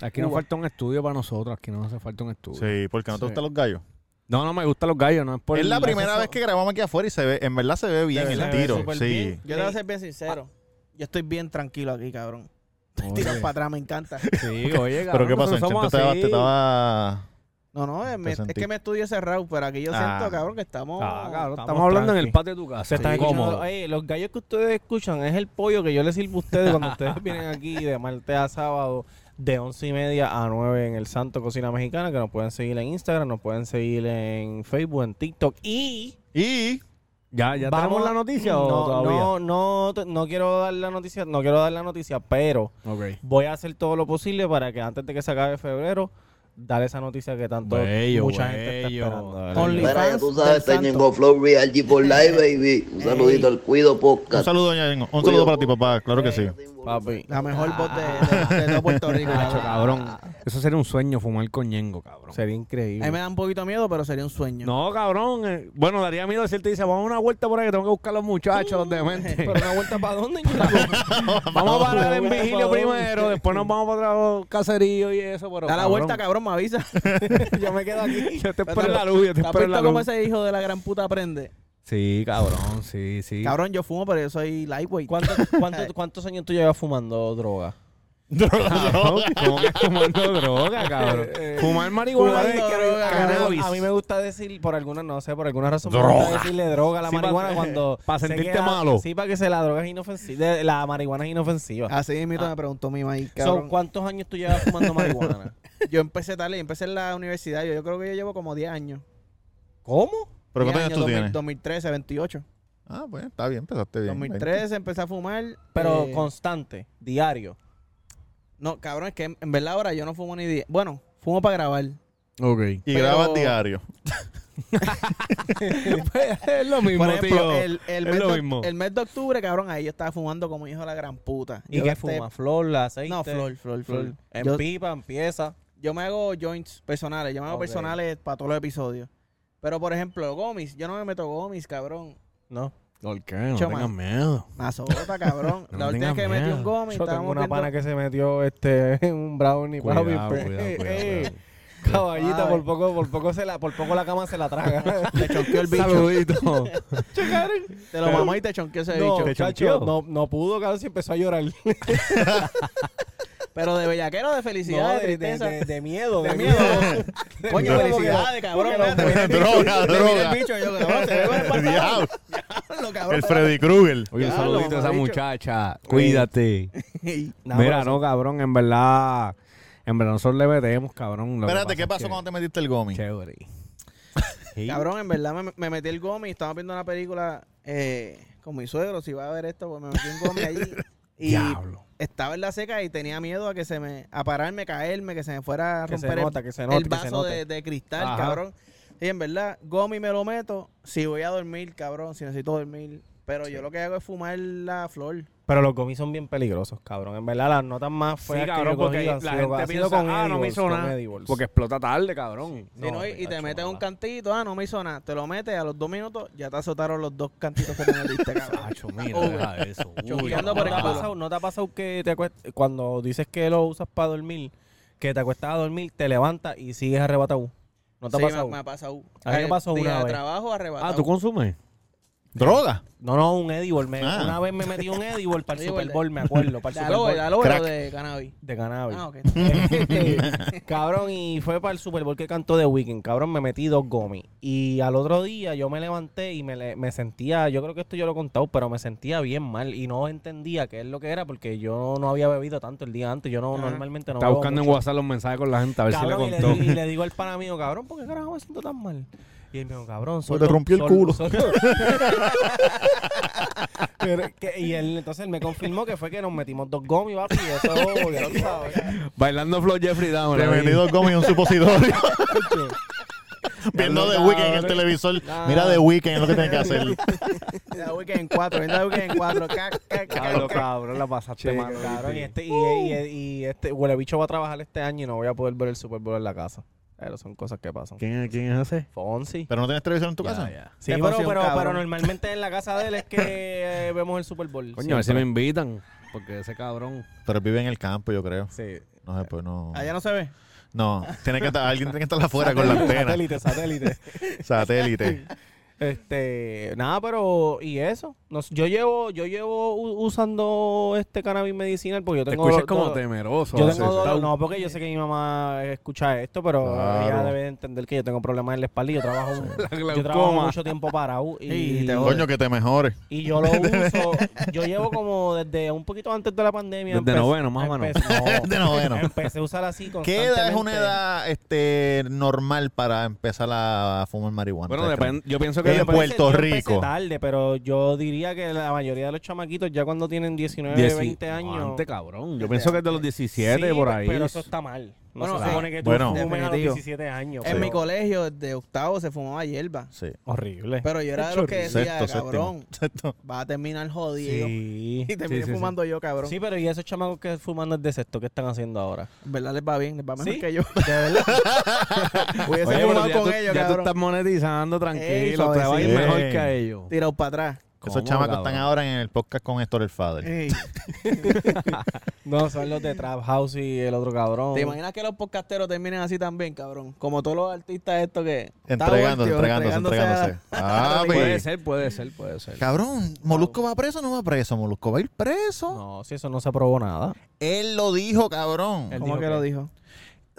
[SPEAKER 7] Aquí nos
[SPEAKER 4] Cuba.
[SPEAKER 7] falta un estudio para nosotros. Aquí no hace falta un estudio.
[SPEAKER 2] Sí, porque no
[SPEAKER 7] Sí.
[SPEAKER 2] te gustan los gallos.
[SPEAKER 7] No, no me gustan los gallos. No es por
[SPEAKER 2] es la
[SPEAKER 7] el-
[SPEAKER 2] primera vez que grabamos aquí afuera y se ve, en verdad se ve bien
[SPEAKER 5] Se
[SPEAKER 2] el
[SPEAKER 5] ve
[SPEAKER 2] tiro.
[SPEAKER 5] súper
[SPEAKER 2] Sí.
[SPEAKER 5] bien.
[SPEAKER 4] Yo te voy a ser bien sincero. Yo estoy bien tranquilo aquí, cabrón.
[SPEAKER 7] Oye.
[SPEAKER 4] Tirar para atrás, me encanta.
[SPEAKER 7] Sí, oye,
[SPEAKER 2] Pero
[SPEAKER 7] cabrón,
[SPEAKER 2] qué pasó,
[SPEAKER 7] nosotros
[SPEAKER 2] en Chente te
[SPEAKER 7] somos
[SPEAKER 2] estaba,
[SPEAKER 7] así.
[SPEAKER 2] te estaba-
[SPEAKER 4] No, no, es, mi- es
[SPEAKER 2] sentí.
[SPEAKER 4] que mi estudio es cerrado, pero aquí yo
[SPEAKER 2] Ah.
[SPEAKER 4] siento, cabrón, que estamos...
[SPEAKER 7] Ah, cabrón, estamos,
[SPEAKER 5] Estamos
[SPEAKER 7] hablando en
[SPEAKER 5] tranqui. eh.
[SPEAKER 7] el patio de tu casa.
[SPEAKER 5] Se están
[SPEAKER 7] Sí.
[SPEAKER 5] escuchando- Oye, los gallos que ustedes escuchan es el pollo que yo les sirvo a ustedes cuando ustedes vienen aquí de martes a sábado de once y media a 9 en el Santo Cocina Mexicana, que nos pueden seguir en Instagram, nos pueden seguir en Facebook, en TikTok y...
[SPEAKER 2] Y
[SPEAKER 7] ¿Ya, ya tenemos la noticia
[SPEAKER 5] no,
[SPEAKER 7] o todavía?
[SPEAKER 5] No, no, te- no quiero dar la noticia, no quiero dar la noticia, pero voy a hacer todo lo posible para que antes de que se acabe febrero, dar esa noticia que tanto
[SPEAKER 7] Bello,
[SPEAKER 5] mucha gente está
[SPEAKER 7] bello.
[SPEAKER 5] esperando. de verdad.
[SPEAKER 4] Only-
[SPEAKER 8] Mira, ya
[SPEAKER 4] fans
[SPEAKER 8] tú
[SPEAKER 4] del
[SPEAKER 8] sabes,
[SPEAKER 4] santo.
[SPEAKER 8] Ñengo Flow Real G por Live, baby. Un saludito al Cuido
[SPEAKER 2] un
[SPEAKER 8] Podcast.
[SPEAKER 2] saludo, doña Ñengo. Un saludo para ti, papá. Claro que sí.
[SPEAKER 5] Papi.
[SPEAKER 4] La mejor voz de, de- de todo Puerto Rico.
[SPEAKER 7] Ah. Nacho,
[SPEAKER 4] cabrón.
[SPEAKER 7] cabrón. Eso sería un sueño, fumar con Ñengo, cabrón.
[SPEAKER 5] Sería
[SPEAKER 4] A mí me
[SPEAKER 5] increíble.
[SPEAKER 4] da un poquito de miedo, pero sería un sueño.
[SPEAKER 7] No, cabrón. eh, bueno, daría miedo si él te dice, vamos a una vuelta por ahí, que tengo que buscar a los muchachos, los dementes.
[SPEAKER 5] Pero una vuelta para dónde, Ñengo?
[SPEAKER 7] vamos a parar en
[SPEAKER 5] Por
[SPEAKER 7] vigilio
[SPEAKER 5] favor.
[SPEAKER 7] primero, después nos vamos para otro caserío y eso, pero
[SPEAKER 4] Da la
[SPEAKER 7] cabrón,
[SPEAKER 4] vuelta, cabrón, me avisa. yo me quedo aquí.
[SPEAKER 7] Yo te espero en la luz, yo te
[SPEAKER 4] ¿Te has
[SPEAKER 7] espero en la
[SPEAKER 4] visto cómo
[SPEAKER 7] luz.
[SPEAKER 4] ese hijo de la gran puta aprende?
[SPEAKER 7] Sí, cabrón, sí, sí.
[SPEAKER 4] Cabrón, yo fumo, pero yo soy lightweight.
[SPEAKER 5] ¿Cuánto- cuánto- ¿Cuántos años tú llevas fumando droga?
[SPEAKER 7] Cabrón, ¿Cómo que fumando droga, cabrón? Fumar marihuana
[SPEAKER 4] Fumando
[SPEAKER 7] es que-
[SPEAKER 4] Eh, droga,
[SPEAKER 7] cannabis.
[SPEAKER 5] A mí me gusta decir, por alguna, no sé, por alguna razón, me gusta decirle droga a la
[SPEAKER 7] Sí, pa-
[SPEAKER 5] marihuana cuando...
[SPEAKER 7] pa'
[SPEAKER 5] sé que
[SPEAKER 7] sentirte
[SPEAKER 5] la-
[SPEAKER 7] malo.
[SPEAKER 5] Sí, para que se la droga es inofensiva. de- La marihuana es inofensiva.
[SPEAKER 4] Así mismo me preguntó mi maíz,
[SPEAKER 5] So,
[SPEAKER 4] Ah, cabrón. Eh,
[SPEAKER 5] ¿Cuántos años tú llevas fumando marihuana?
[SPEAKER 4] yo empecé tarde, empecé en la universidad. Yo, yo creo que yo llevo como 10 años.
[SPEAKER 5] ¿Cómo?
[SPEAKER 2] ¿Pero cuántos
[SPEAKER 4] 10
[SPEAKER 2] años tú
[SPEAKER 4] años,
[SPEAKER 2] tienes?
[SPEAKER 4] 2000, 2013, 28.
[SPEAKER 2] Ah, pues está bien, empezaste bien.
[SPEAKER 4] 2013 empecé a fumar.
[SPEAKER 5] Pero
[SPEAKER 4] eh,
[SPEAKER 5] constante, diario.
[SPEAKER 4] No, cabrón, es que en, en verdad ahora yo no fumo ni día. Bueno, fumo para grabar.
[SPEAKER 1] Ok.
[SPEAKER 2] Y
[SPEAKER 4] pero-
[SPEAKER 2] grabas diario.
[SPEAKER 1] es lo mismo,
[SPEAKER 4] Por ejemplo,
[SPEAKER 1] tío.
[SPEAKER 4] el, el
[SPEAKER 1] es
[SPEAKER 4] mes
[SPEAKER 1] lo
[SPEAKER 4] de,
[SPEAKER 1] mismo.
[SPEAKER 4] el mes de octubre, cabrón, ahí yo estaba fumando como hijo de la gran puta.
[SPEAKER 5] ¿Y
[SPEAKER 4] Yo
[SPEAKER 5] qué
[SPEAKER 4] gasté-
[SPEAKER 5] fuma? ¿Flor, aceite?
[SPEAKER 4] No, flor, flor, flor.
[SPEAKER 5] Flor. En
[SPEAKER 4] Yo-
[SPEAKER 5] pipa, en pieza.
[SPEAKER 4] Yo me hago joints personales, yo me hago
[SPEAKER 5] Ok.
[SPEAKER 4] personales para todos los episodios. Pero por ejemplo, gomis, yo no me meto gomis, cabrón.
[SPEAKER 5] No.
[SPEAKER 1] ¿Por qué? No
[SPEAKER 4] Choma.
[SPEAKER 1] tengas miedo.
[SPEAKER 4] Mazota, cabrón.
[SPEAKER 1] No
[SPEAKER 4] la última
[SPEAKER 1] tengas
[SPEAKER 4] vez que metí
[SPEAKER 1] miedo.
[SPEAKER 4] un gomis,
[SPEAKER 5] Yo tengo
[SPEAKER 4] estábamos
[SPEAKER 5] una
[SPEAKER 4] viendo-
[SPEAKER 5] pana que se metió este en un brownie.
[SPEAKER 1] Cuidado,
[SPEAKER 5] papi,
[SPEAKER 1] cuidado,
[SPEAKER 5] pe-
[SPEAKER 1] cuidado,
[SPEAKER 5] eh,
[SPEAKER 1] cuidado,
[SPEAKER 5] eh,
[SPEAKER 1] cuidado.
[SPEAKER 5] Caballita,
[SPEAKER 4] Ay.
[SPEAKER 5] por poco, por poco se la, por poco la cama se la traga.
[SPEAKER 4] Te chonqueó el bicho.
[SPEAKER 1] eh, Saludito.
[SPEAKER 4] Te lo mamó y te chonqueó ese
[SPEAKER 5] no,
[SPEAKER 4] bicho.
[SPEAKER 5] chacho, no, no pudo, cabrón, si empezó a llorar.
[SPEAKER 4] Pero de bellaquero, de felicidad,
[SPEAKER 5] No,
[SPEAKER 4] de tristeza.
[SPEAKER 5] de miedo,
[SPEAKER 4] De miedo.
[SPEAKER 5] De
[SPEAKER 4] Coño,
[SPEAKER 5] miedo,
[SPEAKER 4] felicidades, cabrón. espérate, mira el bicho,
[SPEAKER 2] Droga,
[SPEAKER 4] mira
[SPEAKER 2] droga.
[SPEAKER 4] El bicho, yo, cabrón, se ve con el pantalón,
[SPEAKER 2] Diablo,
[SPEAKER 4] cabrón,
[SPEAKER 2] el Freddy Krueger.
[SPEAKER 1] Oye, un
[SPEAKER 4] Ya,
[SPEAKER 1] saludito
[SPEAKER 4] lo
[SPEAKER 1] a esa
[SPEAKER 4] mamabicho.
[SPEAKER 1] muchacha.
[SPEAKER 4] Eh,
[SPEAKER 1] Cuídate.
[SPEAKER 4] espérate.
[SPEAKER 5] No,
[SPEAKER 1] Mira,
[SPEAKER 5] pero
[SPEAKER 1] no, cabrón, en verdad. En verdad, nosotros le metemos, cabrón. lo que
[SPEAKER 2] Espérate, ¿qué
[SPEAKER 1] pasa
[SPEAKER 2] pasó
[SPEAKER 1] es que-
[SPEAKER 2] cuando te metiste el gomi?
[SPEAKER 1] Chévere. Sí.
[SPEAKER 4] Cabrón, en verdad me, me metí el gomi. Estaba viendo una película eh, con mi suegro. Si va a ver esto, pues me metí un gomi allí. Y
[SPEAKER 1] Diablo.
[SPEAKER 4] estaba en la seca y tenía miedo a que se me. a pararme, caerme, que se me fuera a
[SPEAKER 5] Que se
[SPEAKER 4] romper el-
[SPEAKER 5] nota, que se
[SPEAKER 4] el,
[SPEAKER 5] nota, que se
[SPEAKER 4] vaso
[SPEAKER 5] nota.
[SPEAKER 4] de, de cristal,
[SPEAKER 1] Ajá.
[SPEAKER 4] cabrón. Y en verdad, gomi me lo meto si voy a dormir, cabrón, si necesito dormir. Pero yo lo que hago es fumar la flor.
[SPEAKER 5] Pero los gomis son bien peligrosos, cabrón. En verdad, las notas más
[SPEAKER 1] Sí,
[SPEAKER 5] feas
[SPEAKER 1] cabrón,
[SPEAKER 5] que yo he
[SPEAKER 1] porque
[SPEAKER 5] cogido han
[SPEAKER 1] la
[SPEAKER 5] sido-
[SPEAKER 1] gente
[SPEAKER 5] han sido
[SPEAKER 1] piensa,
[SPEAKER 5] con
[SPEAKER 1] ah, no me
[SPEAKER 5] edibles,
[SPEAKER 1] hizo
[SPEAKER 5] con
[SPEAKER 1] nada.
[SPEAKER 5] edibles.
[SPEAKER 1] Porque explota tarde, cabrón.
[SPEAKER 4] Si no, y- y te
[SPEAKER 5] tacho,
[SPEAKER 4] metes
[SPEAKER 5] no,
[SPEAKER 4] un
[SPEAKER 5] no.
[SPEAKER 4] cantito, ah, no me hizo nada. Te lo metes a los dos minutos, ya te azotaron los dos cantitos que te metiste, cabrón.
[SPEAKER 1] Tacho, mira, deja eso. Uy,
[SPEAKER 4] Chonqueando
[SPEAKER 5] ¿No
[SPEAKER 4] por
[SPEAKER 5] te,
[SPEAKER 4] el
[SPEAKER 5] ha
[SPEAKER 4] culo.
[SPEAKER 5] pasado, ¿No te ha pasado que te acuest- cuando dices que lo usas para dormir, que te acuestas a dormir, te levantas y sigues arrebatado? ¿No te
[SPEAKER 4] Sí,
[SPEAKER 5] ha pasado?
[SPEAKER 4] me- Me, ha pasado.
[SPEAKER 5] A mí me
[SPEAKER 4] Eh,
[SPEAKER 5] pasó
[SPEAKER 4] día
[SPEAKER 5] una
[SPEAKER 4] de
[SPEAKER 5] vez.
[SPEAKER 4] trabajo arrebatado.
[SPEAKER 1] Ah, ¿tú consumes?
[SPEAKER 2] Droga.
[SPEAKER 5] No, no, un edible. Me-
[SPEAKER 2] Ah.
[SPEAKER 5] Una vez me metí un edible para el
[SPEAKER 4] Edible.
[SPEAKER 5] Super Bowl, me acuerdo. Para el
[SPEAKER 4] De
[SPEAKER 5] Super Bowl
[SPEAKER 4] aloe, de aloe
[SPEAKER 2] Crack.
[SPEAKER 4] o de cannabis.
[SPEAKER 5] de cannabis.
[SPEAKER 4] Ah, ok.
[SPEAKER 5] Este, cabrón, y fue para el Super Bowl que cantó The Weeknd. Cabrón, me metí dos gomis. Y al otro día yo me levanté y me, le- me sentía, yo creo que esto yo lo he contado, pero me sentía bien mal y no entendía qué es lo que era porque yo no había bebido tanto el día antes. Yo no,
[SPEAKER 4] Ajá.
[SPEAKER 5] normalmente no
[SPEAKER 1] Está
[SPEAKER 5] bebo
[SPEAKER 1] buscando en
[SPEAKER 5] mucho.
[SPEAKER 1] WhatsApp los mensajes con la gente a ver
[SPEAKER 5] Cabrón,
[SPEAKER 1] si le
[SPEAKER 5] y
[SPEAKER 1] contó.
[SPEAKER 5] di- Y, le digo al pana mío, cabrón, ¿por qué carajo me siento tan mal? Y él me dijo, cabrón,
[SPEAKER 2] Pues le rompió el culo.
[SPEAKER 5] Pero que- y él entonces él me confirmó que fue que nos metimos dos gomis, papi, y eso, ya lo sabes.
[SPEAKER 1] Bailando Flow Jeffrey Dahmer.
[SPEAKER 2] Te
[SPEAKER 1] ahí.
[SPEAKER 2] metí dos gomis y un supositorio. Viendo The Weeknd en el televisor. Mira The Weeknd es lo que tienes que hacer.
[SPEAKER 4] De weekend en cuatro, viendo de weekend en cuatro. Cac, cac, cac,
[SPEAKER 1] Diablo,
[SPEAKER 4] cac.
[SPEAKER 1] cabrón, la pasaste
[SPEAKER 5] Che,
[SPEAKER 1] mal.
[SPEAKER 5] cabrón, y
[SPEAKER 1] ¿viste?
[SPEAKER 5] este, y, y- y este huele bicho va a trabajar este año y no voy a poder ver el Super Bowl en la casa. Pero son cosas que pasan.
[SPEAKER 1] ¿Quién, ¿Quién es ese?
[SPEAKER 5] Fonsi.
[SPEAKER 2] ¿Pero no tienes televisión en tu casa?
[SPEAKER 5] Sí,
[SPEAKER 4] Te
[SPEAKER 5] pero,
[SPEAKER 4] pareció un
[SPEAKER 5] pero,
[SPEAKER 4] cabrón.
[SPEAKER 5] pero normalmente en la casa de él es que eh, vemos el Super Bowl.
[SPEAKER 1] Coño, a ver si me
[SPEAKER 5] siempre.
[SPEAKER 1] invitan. Porque ese cabrón.
[SPEAKER 2] Pero vive en el campo, yo creo.
[SPEAKER 5] Sí.
[SPEAKER 2] No sé, pues no.
[SPEAKER 4] Allá no se ve.
[SPEAKER 2] No, tiene que estar, alguien tiene que estar afuera con la antena.
[SPEAKER 5] Satélite, satélite.
[SPEAKER 2] Satélite.
[SPEAKER 5] Este, nada, pero y eso. Nos- yo llevo yo llevo u- usando este cannabis medicinal porque yo
[SPEAKER 1] Te
[SPEAKER 5] tengo
[SPEAKER 1] escuchas
[SPEAKER 5] do-
[SPEAKER 1] como
[SPEAKER 5] do-
[SPEAKER 1] temeroso.
[SPEAKER 5] Yo
[SPEAKER 1] así,
[SPEAKER 5] tengo dolor,
[SPEAKER 1] está-
[SPEAKER 5] no, porque yo sé que mi mamá escucha esto, pero ella
[SPEAKER 2] Claro.
[SPEAKER 5] debe entender que yo tengo problemas en la espalda y yo trabajo, yo trabajo
[SPEAKER 1] glaucoma.
[SPEAKER 5] mucho tiempo parado y,
[SPEAKER 4] Y te jode.
[SPEAKER 2] Coño, que te mejore.
[SPEAKER 5] y yo lo uso, yo llevo como desde un poquito antes de la pandemia.
[SPEAKER 1] Desde
[SPEAKER 5] empecé-
[SPEAKER 1] noveno, más o menos.
[SPEAKER 5] empecé- no,
[SPEAKER 2] De noveno.
[SPEAKER 5] empecé a usar así
[SPEAKER 2] ¿Qué edad es una
[SPEAKER 5] constantemente.
[SPEAKER 2] edad este, normal para empezar a fumar marihuana? Este,
[SPEAKER 1] Bueno,
[SPEAKER 2] ¿Ustedes
[SPEAKER 1] depende- yo pienso que
[SPEAKER 2] En
[SPEAKER 5] Yo empecé-
[SPEAKER 1] depende.
[SPEAKER 2] Puerto
[SPEAKER 5] yo empecé
[SPEAKER 2] Rico.
[SPEAKER 5] tarde, pero yo diría que la mayoría de los chamaquitos ya cuando tienen 19, 20 años.
[SPEAKER 1] Antes, cabrón. Yo pienso que es de los 17
[SPEAKER 5] Sí,
[SPEAKER 1] por
[SPEAKER 5] pe-
[SPEAKER 1] ahí.
[SPEAKER 5] Pero eso está mal. No
[SPEAKER 4] Bueno,
[SPEAKER 5] se
[SPEAKER 4] sí.
[SPEAKER 5] supone que tú
[SPEAKER 2] Bueno.
[SPEAKER 5] fumes a los
[SPEAKER 4] Definitivo.
[SPEAKER 5] 17 años.
[SPEAKER 4] En
[SPEAKER 5] pero-
[SPEAKER 4] mi colegio, de octavo, se fumaba hierba.
[SPEAKER 2] creen? Sí.
[SPEAKER 5] Horrible.
[SPEAKER 4] Pero yo era de los que
[SPEAKER 2] Sexto,
[SPEAKER 4] decía,
[SPEAKER 2] séptimo,
[SPEAKER 4] cabrón,
[SPEAKER 2] sexto.
[SPEAKER 4] va a terminar jodido.
[SPEAKER 5] Sí.
[SPEAKER 4] Y terminé
[SPEAKER 1] sí, sí.
[SPEAKER 4] fumando yo, cabrón.
[SPEAKER 5] Sí, pero ¿y esos chamacos que fuman desde sexto? ¿Qué están haciendo ahora?
[SPEAKER 4] En verdad les va bien, les va mejor
[SPEAKER 5] Sí.
[SPEAKER 4] que yo. De verdad.
[SPEAKER 1] Oye,
[SPEAKER 4] Hubiese
[SPEAKER 1] pero
[SPEAKER 4] fumado
[SPEAKER 1] ya,
[SPEAKER 4] con
[SPEAKER 1] tú, ya
[SPEAKER 4] ellos,
[SPEAKER 1] tú
[SPEAKER 4] cabrón.
[SPEAKER 1] estás monetizando
[SPEAKER 4] Ey,
[SPEAKER 1] tranquilo. te
[SPEAKER 4] suavecito.
[SPEAKER 1] va a ir mejor
[SPEAKER 2] Bien.
[SPEAKER 1] que a ellos.
[SPEAKER 4] Tirado para atrás.
[SPEAKER 1] ¿Cómo,
[SPEAKER 2] Esos chamacos
[SPEAKER 1] cabrón?
[SPEAKER 2] están ahora en el podcast con Héctor el Father.
[SPEAKER 4] Ey.
[SPEAKER 5] No, son los de Trap House y el otro cabrón.
[SPEAKER 4] ¿Te imaginas que los podcasteros terminen así también, cabrón? Como todos los artistas estos que...
[SPEAKER 2] Entregándose,
[SPEAKER 4] Está bueno, tío,
[SPEAKER 2] entregándose, entregándose. Ah,
[SPEAKER 1] Puede
[SPEAKER 2] ve.
[SPEAKER 1] ser, puede ser, puede ser.
[SPEAKER 2] Cabrón, ¿Molusco va preso o no va preso? ¿Molusco va a ir preso?
[SPEAKER 5] No, si eso no se aprobó nada.
[SPEAKER 2] Él lo dijo, cabrón.
[SPEAKER 5] Él
[SPEAKER 4] ¿Cómo
[SPEAKER 5] dijo
[SPEAKER 4] que
[SPEAKER 5] que-
[SPEAKER 4] lo dijo?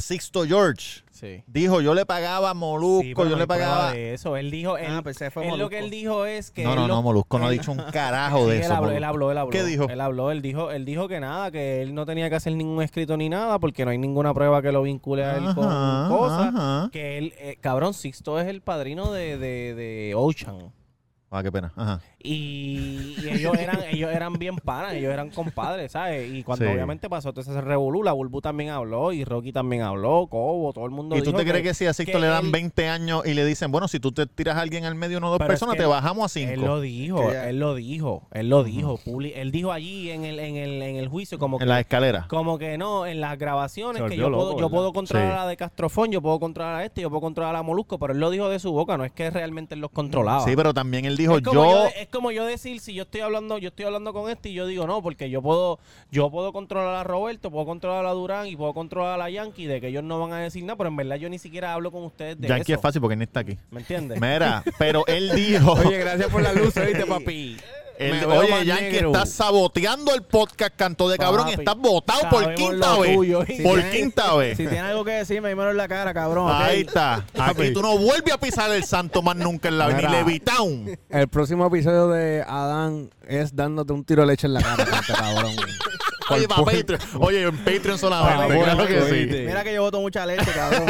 [SPEAKER 2] Sixto George
[SPEAKER 5] Sí.
[SPEAKER 2] dijo, yo le pagaba a Molusco, yo le pagaba... pues,
[SPEAKER 5] de eso. Él dijo. Él,
[SPEAKER 4] Ah, pensé que fue
[SPEAKER 5] él lo
[SPEAKER 4] Molusco.
[SPEAKER 5] que él dijo es que.
[SPEAKER 2] No,
[SPEAKER 5] él
[SPEAKER 2] no,
[SPEAKER 5] lo-
[SPEAKER 2] no, Molusco no ha
[SPEAKER 5] él-
[SPEAKER 2] dicho un carajo de
[SPEAKER 5] Sí,
[SPEAKER 2] eso.
[SPEAKER 5] él, habló,
[SPEAKER 2] Molusco.
[SPEAKER 5] él habló, él habló.
[SPEAKER 2] ¿Qué dijo?
[SPEAKER 5] Él habló, él dijo, él dijo que nada, que él no tenía que hacer ningún escrito ni nada porque no hay ninguna prueba que lo vincule a él
[SPEAKER 2] Ajá,
[SPEAKER 5] con cosas.
[SPEAKER 2] ajá.
[SPEAKER 5] Que él, eh, cabrón, Sixto es el padrino de, de, de Ocean.
[SPEAKER 2] Ah, qué pena. Ajá.
[SPEAKER 5] Y, y ellos eran ellos eran bien panas, ellos eran compadres, ¿sabes? Y cuando
[SPEAKER 2] Sí.
[SPEAKER 5] obviamente pasó todo ese revolú, la Bulbu también habló y Rocky también habló, Cobo, todo el mundo
[SPEAKER 2] ¿Y tú
[SPEAKER 5] dijo
[SPEAKER 2] te crees que, si a Sixto
[SPEAKER 5] que
[SPEAKER 2] le dan
[SPEAKER 5] él-
[SPEAKER 2] 20 años y le dicen, bueno, si tú te tiras a alguien al medio, uno o dos
[SPEAKER 5] Pero es
[SPEAKER 2] personas,
[SPEAKER 5] que
[SPEAKER 2] te bajamos a
[SPEAKER 5] Él
[SPEAKER 2] 5?
[SPEAKER 5] lo dijo,
[SPEAKER 4] Que ya-
[SPEAKER 5] él lo dijo, él lo dijo, publi- él dijo allí en el, en el, en el juicio como que,
[SPEAKER 2] En la escalera.
[SPEAKER 5] como que no, en las grabaciones
[SPEAKER 1] Se
[SPEAKER 5] que
[SPEAKER 1] volvió
[SPEAKER 5] yo puedo,
[SPEAKER 1] loco,
[SPEAKER 5] yo
[SPEAKER 1] ¿verdad?
[SPEAKER 5] puedo controlar
[SPEAKER 2] Sí.
[SPEAKER 5] a la de Castrofón, yo puedo controlar a este, yo puedo controlar a Molusco, pero él lo dijo de su boca, no es que realmente él los controlaba.
[SPEAKER 2] Sí, pero también él dijo,
[SPEAKER 5] Es como yo,
[SPEAKER 2] yo...
[SPEAKER 5] de- es como yo decir si yo estoy hablando yo estoy hablando con este y yo digo no porque yo puedo yo puedo controlar a Roberto puedo controlar a Durán y puedo controlar a la Yankee de que ellos no van a decir nada pero en verdad yo ni siquiera hablo con ustedes de
[SPEAKER 2] Ya aquí
[SPEAKER 5] eso
[SPEAKER 2] es fácil porque él no está aquí.
[SPEAKER 5] ¿me entiendes?
[SPEAKER 2] Mira, pero él dijo...
[SPEAKER 7] Oye, gracias por la luz, oíste, papi.
[SPEAKER 2] él-
[SPEAKER 7] me veo
[SPEAKER 2] oye,
[SPEAKER 7] más
[SPEAKER 2] Yankee,
[SPEAKER 7] negro.
[SPEAKER 2] estás saboteando el podcast, canto de cabrón, y
[SPEAKER 5] Papi,
[SPEAKER 2] estás votado por
[SPEAKER 5] sabemos
[SPEAKER 2] quinta
[SPEAKER 5] lo
[SPEAKER 2] vez.
[SPEAKER 5] tuyo.
[SPEAKER 2] por
[SPEAKER 4] tiene-
[SPEAKER 2] quinta vez.
[SPEAKER 4] Si tiene algo que decirme, dímelo en la cara, cabrón. ¿ok?
[SPEAKER 2] Ahí está. Aquí tú no vuelves a pisar el santo más nunca en la vida. Ni
[SPEAKER 1] Mira.
[SPEAKER 2] Levitown.
[SPEAKER 1] El próximo episodio de Adán es dándote un tiro de leche en la cara, canto cabrón.
[SPEAKER 2] Oye, pa' Patreon. Oye, en Patreon solamente.
[SPEAKER 7] Por
[SPEAKER 2] claro que
[SPEAKER 7] favor,
[SPEAKER 2] sí.
[SPEAKER 7] oíste.
[SPEAKER 4] Mira que yo boto mucha leche, cabrón.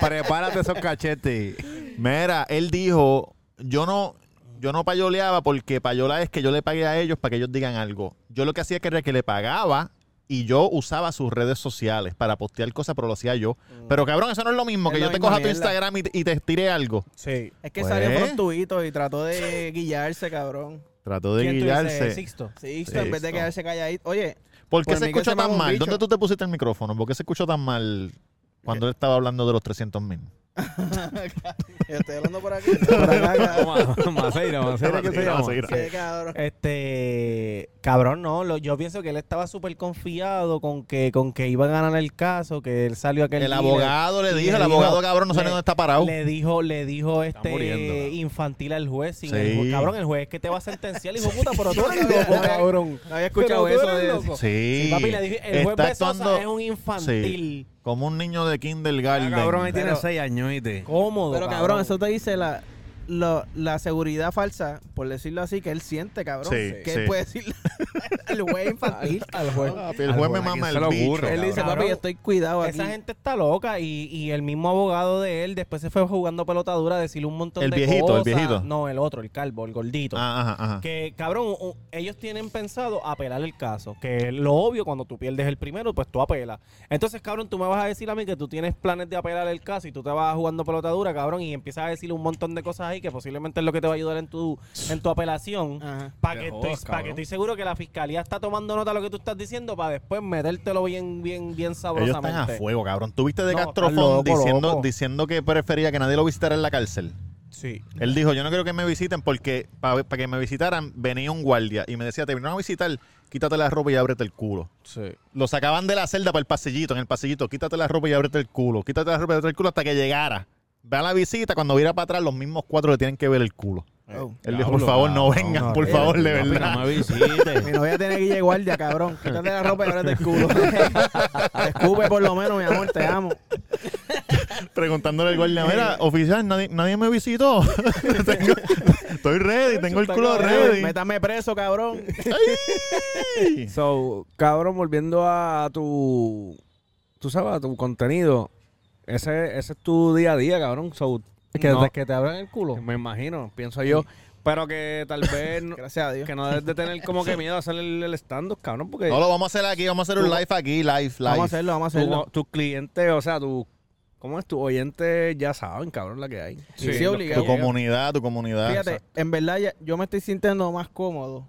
[SPEAKER 7] Prepárate esos cachetes.
[SPEAKER 2] Mira, él dijo, yo no, yo no payoleaba porque payola es que yo le pagué a ellos para que ellos digan algo. Yo lo que hacía que era que le pagaba y yo usaba sus redes sociales para postear cosas, pero lo hacía yo. Pero cabrón, eso no es lo mismo que
[SPEAKER 4] Mm. Es
[SPEAKER 2] yo
[SPEAKER 4] la
[SPEAKER 2] te
[SPEAKER 4] misma
[SPEAKER 2] coja tu
[SPEAKER 4] mierda.
[SPEAKER 2] Instagram y, te- y te estire algo.
[SPEAKER 5] sí
[SPEAKER 4] es que
[SPEAKER 2] Pues.
[SPEAKER 4] salió por tubitos y trató de guillarse, cabrón.
[SPEAKER 2] Trató de
[SPEAKER 5] ¿Quién tú dices,
[SPEAKER 2] guiarse.
[SPEAKER 5] Sixto?
[SPEAKER 4] Sí, en vez de
[SPEAKER 2] Sixto.
[SPEAKER 4] quedarse calladito. Oye,
[SPEAKER 2] ¿Por qué
[SPEAKER 4] Por
[SPEAKER 2] se
[SPEAKER 4] mí que
[SPEAKER 2] escuchó
[SPEAKER 4] se
[SPEAKER 2] tan
[SPEAKER 4] mama un
[SPEAKER 2] mal?
[SPEAKER 4] bicho.
[SPEAKER 2] ¿Dónde tú te pusiste el micrófono? ¿Por qué se escuchó tan mal
[SPEAKER 7] Eh.
[SPEAKER 2] cuando él estaba hablando de los 300 mil?
[SPEAKER 4] estoy hablando por aquí. por acá, cabrón.
[SPEAKER 7] Maceira, Maceira, ¿qué se llama?
[SPEAKER 5] Eh,
[SPEAKER 4] Qué cabrón.
[SPEAKER 5] Este, cabrón, no, lo- yo pienso que él estaba súper confiado con que con que iba a ganar el caso, que él salió aquel
[SPEAKER 2] El
[SPEAKER 5] día.
[SPEAKER 2] abogado le
[SPEAKER 5] y
[SPEAKER 2] dijo, el
[SPEAKER 5] le dijo-
[SPEAKER 2] abogado cabrón no sabe
[SPEAKER 5] le-
[SPEAKER 2] dónde está parado.
[SPEAKER 5] Le dijo, le dijo
[SPEAKER 7] muriendo,
[SPEAKER 5] este
[SPEAKER 7] cabrón.
[SPEAKER 5] infantil al juez. Sin
[SPEAKER 2] Sí.
[SPEAKER 5] el ju- cabrón, el juez que te va a sentenciar, hijo puta, pero tú eres
[SPEAKER 4] No
[SPEAKER 5] loco,
[SPEAKER 4] había-
[SPEAKER 5] cabrón.
[SPEAKER 4] No había escuchado
[SPEAKER 5] Pero tú
[SPEAKER 4] eso
[SPEAKER 5] eres
[SPEAKER 4] de
[SPEAKER 5] loco.
[SPEAKER 2] Sí.
[SPEAKER 5] Sí, papi, le dije, el juez
[SPEAKER 2] Está
[SPEAKER 5] Besosa
[SPEAKER 2] actuando-
[SPEAKER 5] es un Ah, infantil.
[SPEAKER 2] Sí, como un niño de kindergarten.
[SPEAKER 7] Cabrón, ahí tiene
[SPEAKER 5] Pero-
[SPEAKER 7] 6 años, ¿viste?
[SPEAKER 5] Cómodo.
[SPEAKER 4] Pero cabrón, eso te dice la, lo- la seguridad falsa, por decirlo así, que él siente, cabrón.
[SPEAKER 2] Sí,
[SPEAKER 4] que
[SPEAKER 2] sí.
[SPEAKER 4] él puede decirle al juez infantil. Ah,
[SPEAKER 5] al juez.
[SPEAKER 2] Papi, el juez me
[SPEAKER 7] Alguna
[SPEAKER 2] mama
[SPEAKER 7] que se
[SPEAKER 2] el
[SPEAKER 7] le
[SPEAKER 2] bicho.
[SPEAKER 7] ocurre.
[SPEAKER 4] él dice,
[SPEAKER 5] cabrón.
[SPEAKER 4] papi, yo estoy cuidado aquí.
[SPEAKER 5] Esa gente está loca y, y el mismo abogado de él después se fue jugando pelota dura a decirle un montón
[SPEAKER 2] El
[SPEAKER 5] de
[SPEAKER 2] viejito, el
[SPEAKER 5] cosas.
[SPEAKER 2] viejito.
[SPEAKER 5] No, el otro, el calvo, el gordito.
[SPEAKER 2] Ah, ajá, ajá.
[SPEAKER 5] Que, cabrón, u- ellos tienen pensado apelar el caso. Que es lo obvio, cuando tú pierdes el primero, pues tú apelas. Entonces, cabrón, tú me vas a decir a mí que tú tienes planes de apelar el caso y tú te vas jugando pelota dura, cabrón, y empiezas a decirle un montón de cosas ahí que posiblemente es lo que te va a ayudar en tu, en tu apelación.
[SPEAKER 2] Ah,
[SPEAKER 4] Ajá.
[SPEAKER 5] Para
[SPEAKER 7] Te
[SPEAKER 5] que,
[SPEAKER 7] jodas,
[SPEAKER 5] estoy, pa' que
[SPEAKER 7] cabrón.
[SPEAKER 5] estoy seguro que la fiscalía está tomando nota de lo que tú estás diciendo para después metértelo bien, bien, bien
[SPEAKER 2] Ellos están a
[SPEAKER 5] sabrosamente.
[SPEAKER 2] fuego, cabrón. Tuviste de
[SPEAKER 5] No,
[SPEAKER 2] Castrofón
[SPEAKER 5] están loco,
[SPEAKER 2] diciendo,
[SPEAKER 5] loco.
[SPEAKER 2] diciendo que prefería que nadie lo visitara en la cárcel.
[SPEAKER 5] sí.
[SPEAKER 2] Él dijo, yo no quiero que me visiten porque para que me visitaran venía un guardia y me decía, te vinieron a visitar, quítate la ropa y ábrete el culo. Lo sacaban de la celda para el pasillito, en el pasillito, quítate la ropa y ábrete el culo, quítate la ropa y ábrete el culo hasta que llegara. Ve a la visita, cuando viera para atrás, los mismos cuatro le tienen que ver el culo.
[SPEAKER 4] Oh.
[SPEAKER 2] Él dijo, por favor, no
[SPEAKER 7] cabrón,
[SPEAKER 2] vengan,
[SPEAKER 7] no,
[SPEAKER 1] eh,
[SPEAKER 2] por favor, de
[SPEAKER 7] Papi,
[SPEAKER 2] verdad.
[SPEAKER 7] No me visites.
[SPEAKER 4] Mi novia tiene guille guardia, cabrón. Quítate la ropa y ahora te escudo. te escupe por lo menos, mi amor, te amo.
[SPEAKER 2] preguntándole al guardia, mira, oficial, nadie, nadie me visitó. Tengo- estoy ready, tengo el culo ready.
[SPEAKER 4] Métame preso, cabrón.
[SPEAKER 2] Ay.
[SPEAKER 1] So, cabrón, volviendo a tu. Tú sabes, a tu contenido. Ese, ese es tu día a día, cabrón. So,
[SPEAKER 5] Que,
[SPEAKER 1] no-
[SPEAKER 5] que te abran el culo.
[SPEAKER 1] me imagino, pienso yo. Pero que tal vez. no-
[SPEAKER 4] Gracias a Dios.
[SPEAKER 1] que no debes de tener como que miedo a hacer el, el stand-up, cabrón. Porque
[SPEAKER 2] No lo vamos a hacer aquí, vamos a hacer un live aquí, live,
[SPEAKER 4] Vamos a
[SPEAKER 2] live.
[SPEAKER 4] hacerlo, vamos a
[SPEAKER 1] tu-
[SPEAKER 4] hacerlo.
[SPEAKER 1] tus clientes, o sea, tu. ¿Cómo es? Tus oyentes ya saben, cabrón, la que hay.
[SPEAKER 4] Sí,
[SPEAKER 1] los
[SPEAKER 4] obligado.
[SPEAKER 2] Tu comunidad, tu comunidad.
[SPEAKER 4] Fíjate, en verdad ya- yo me estoy sintiendo más cómodo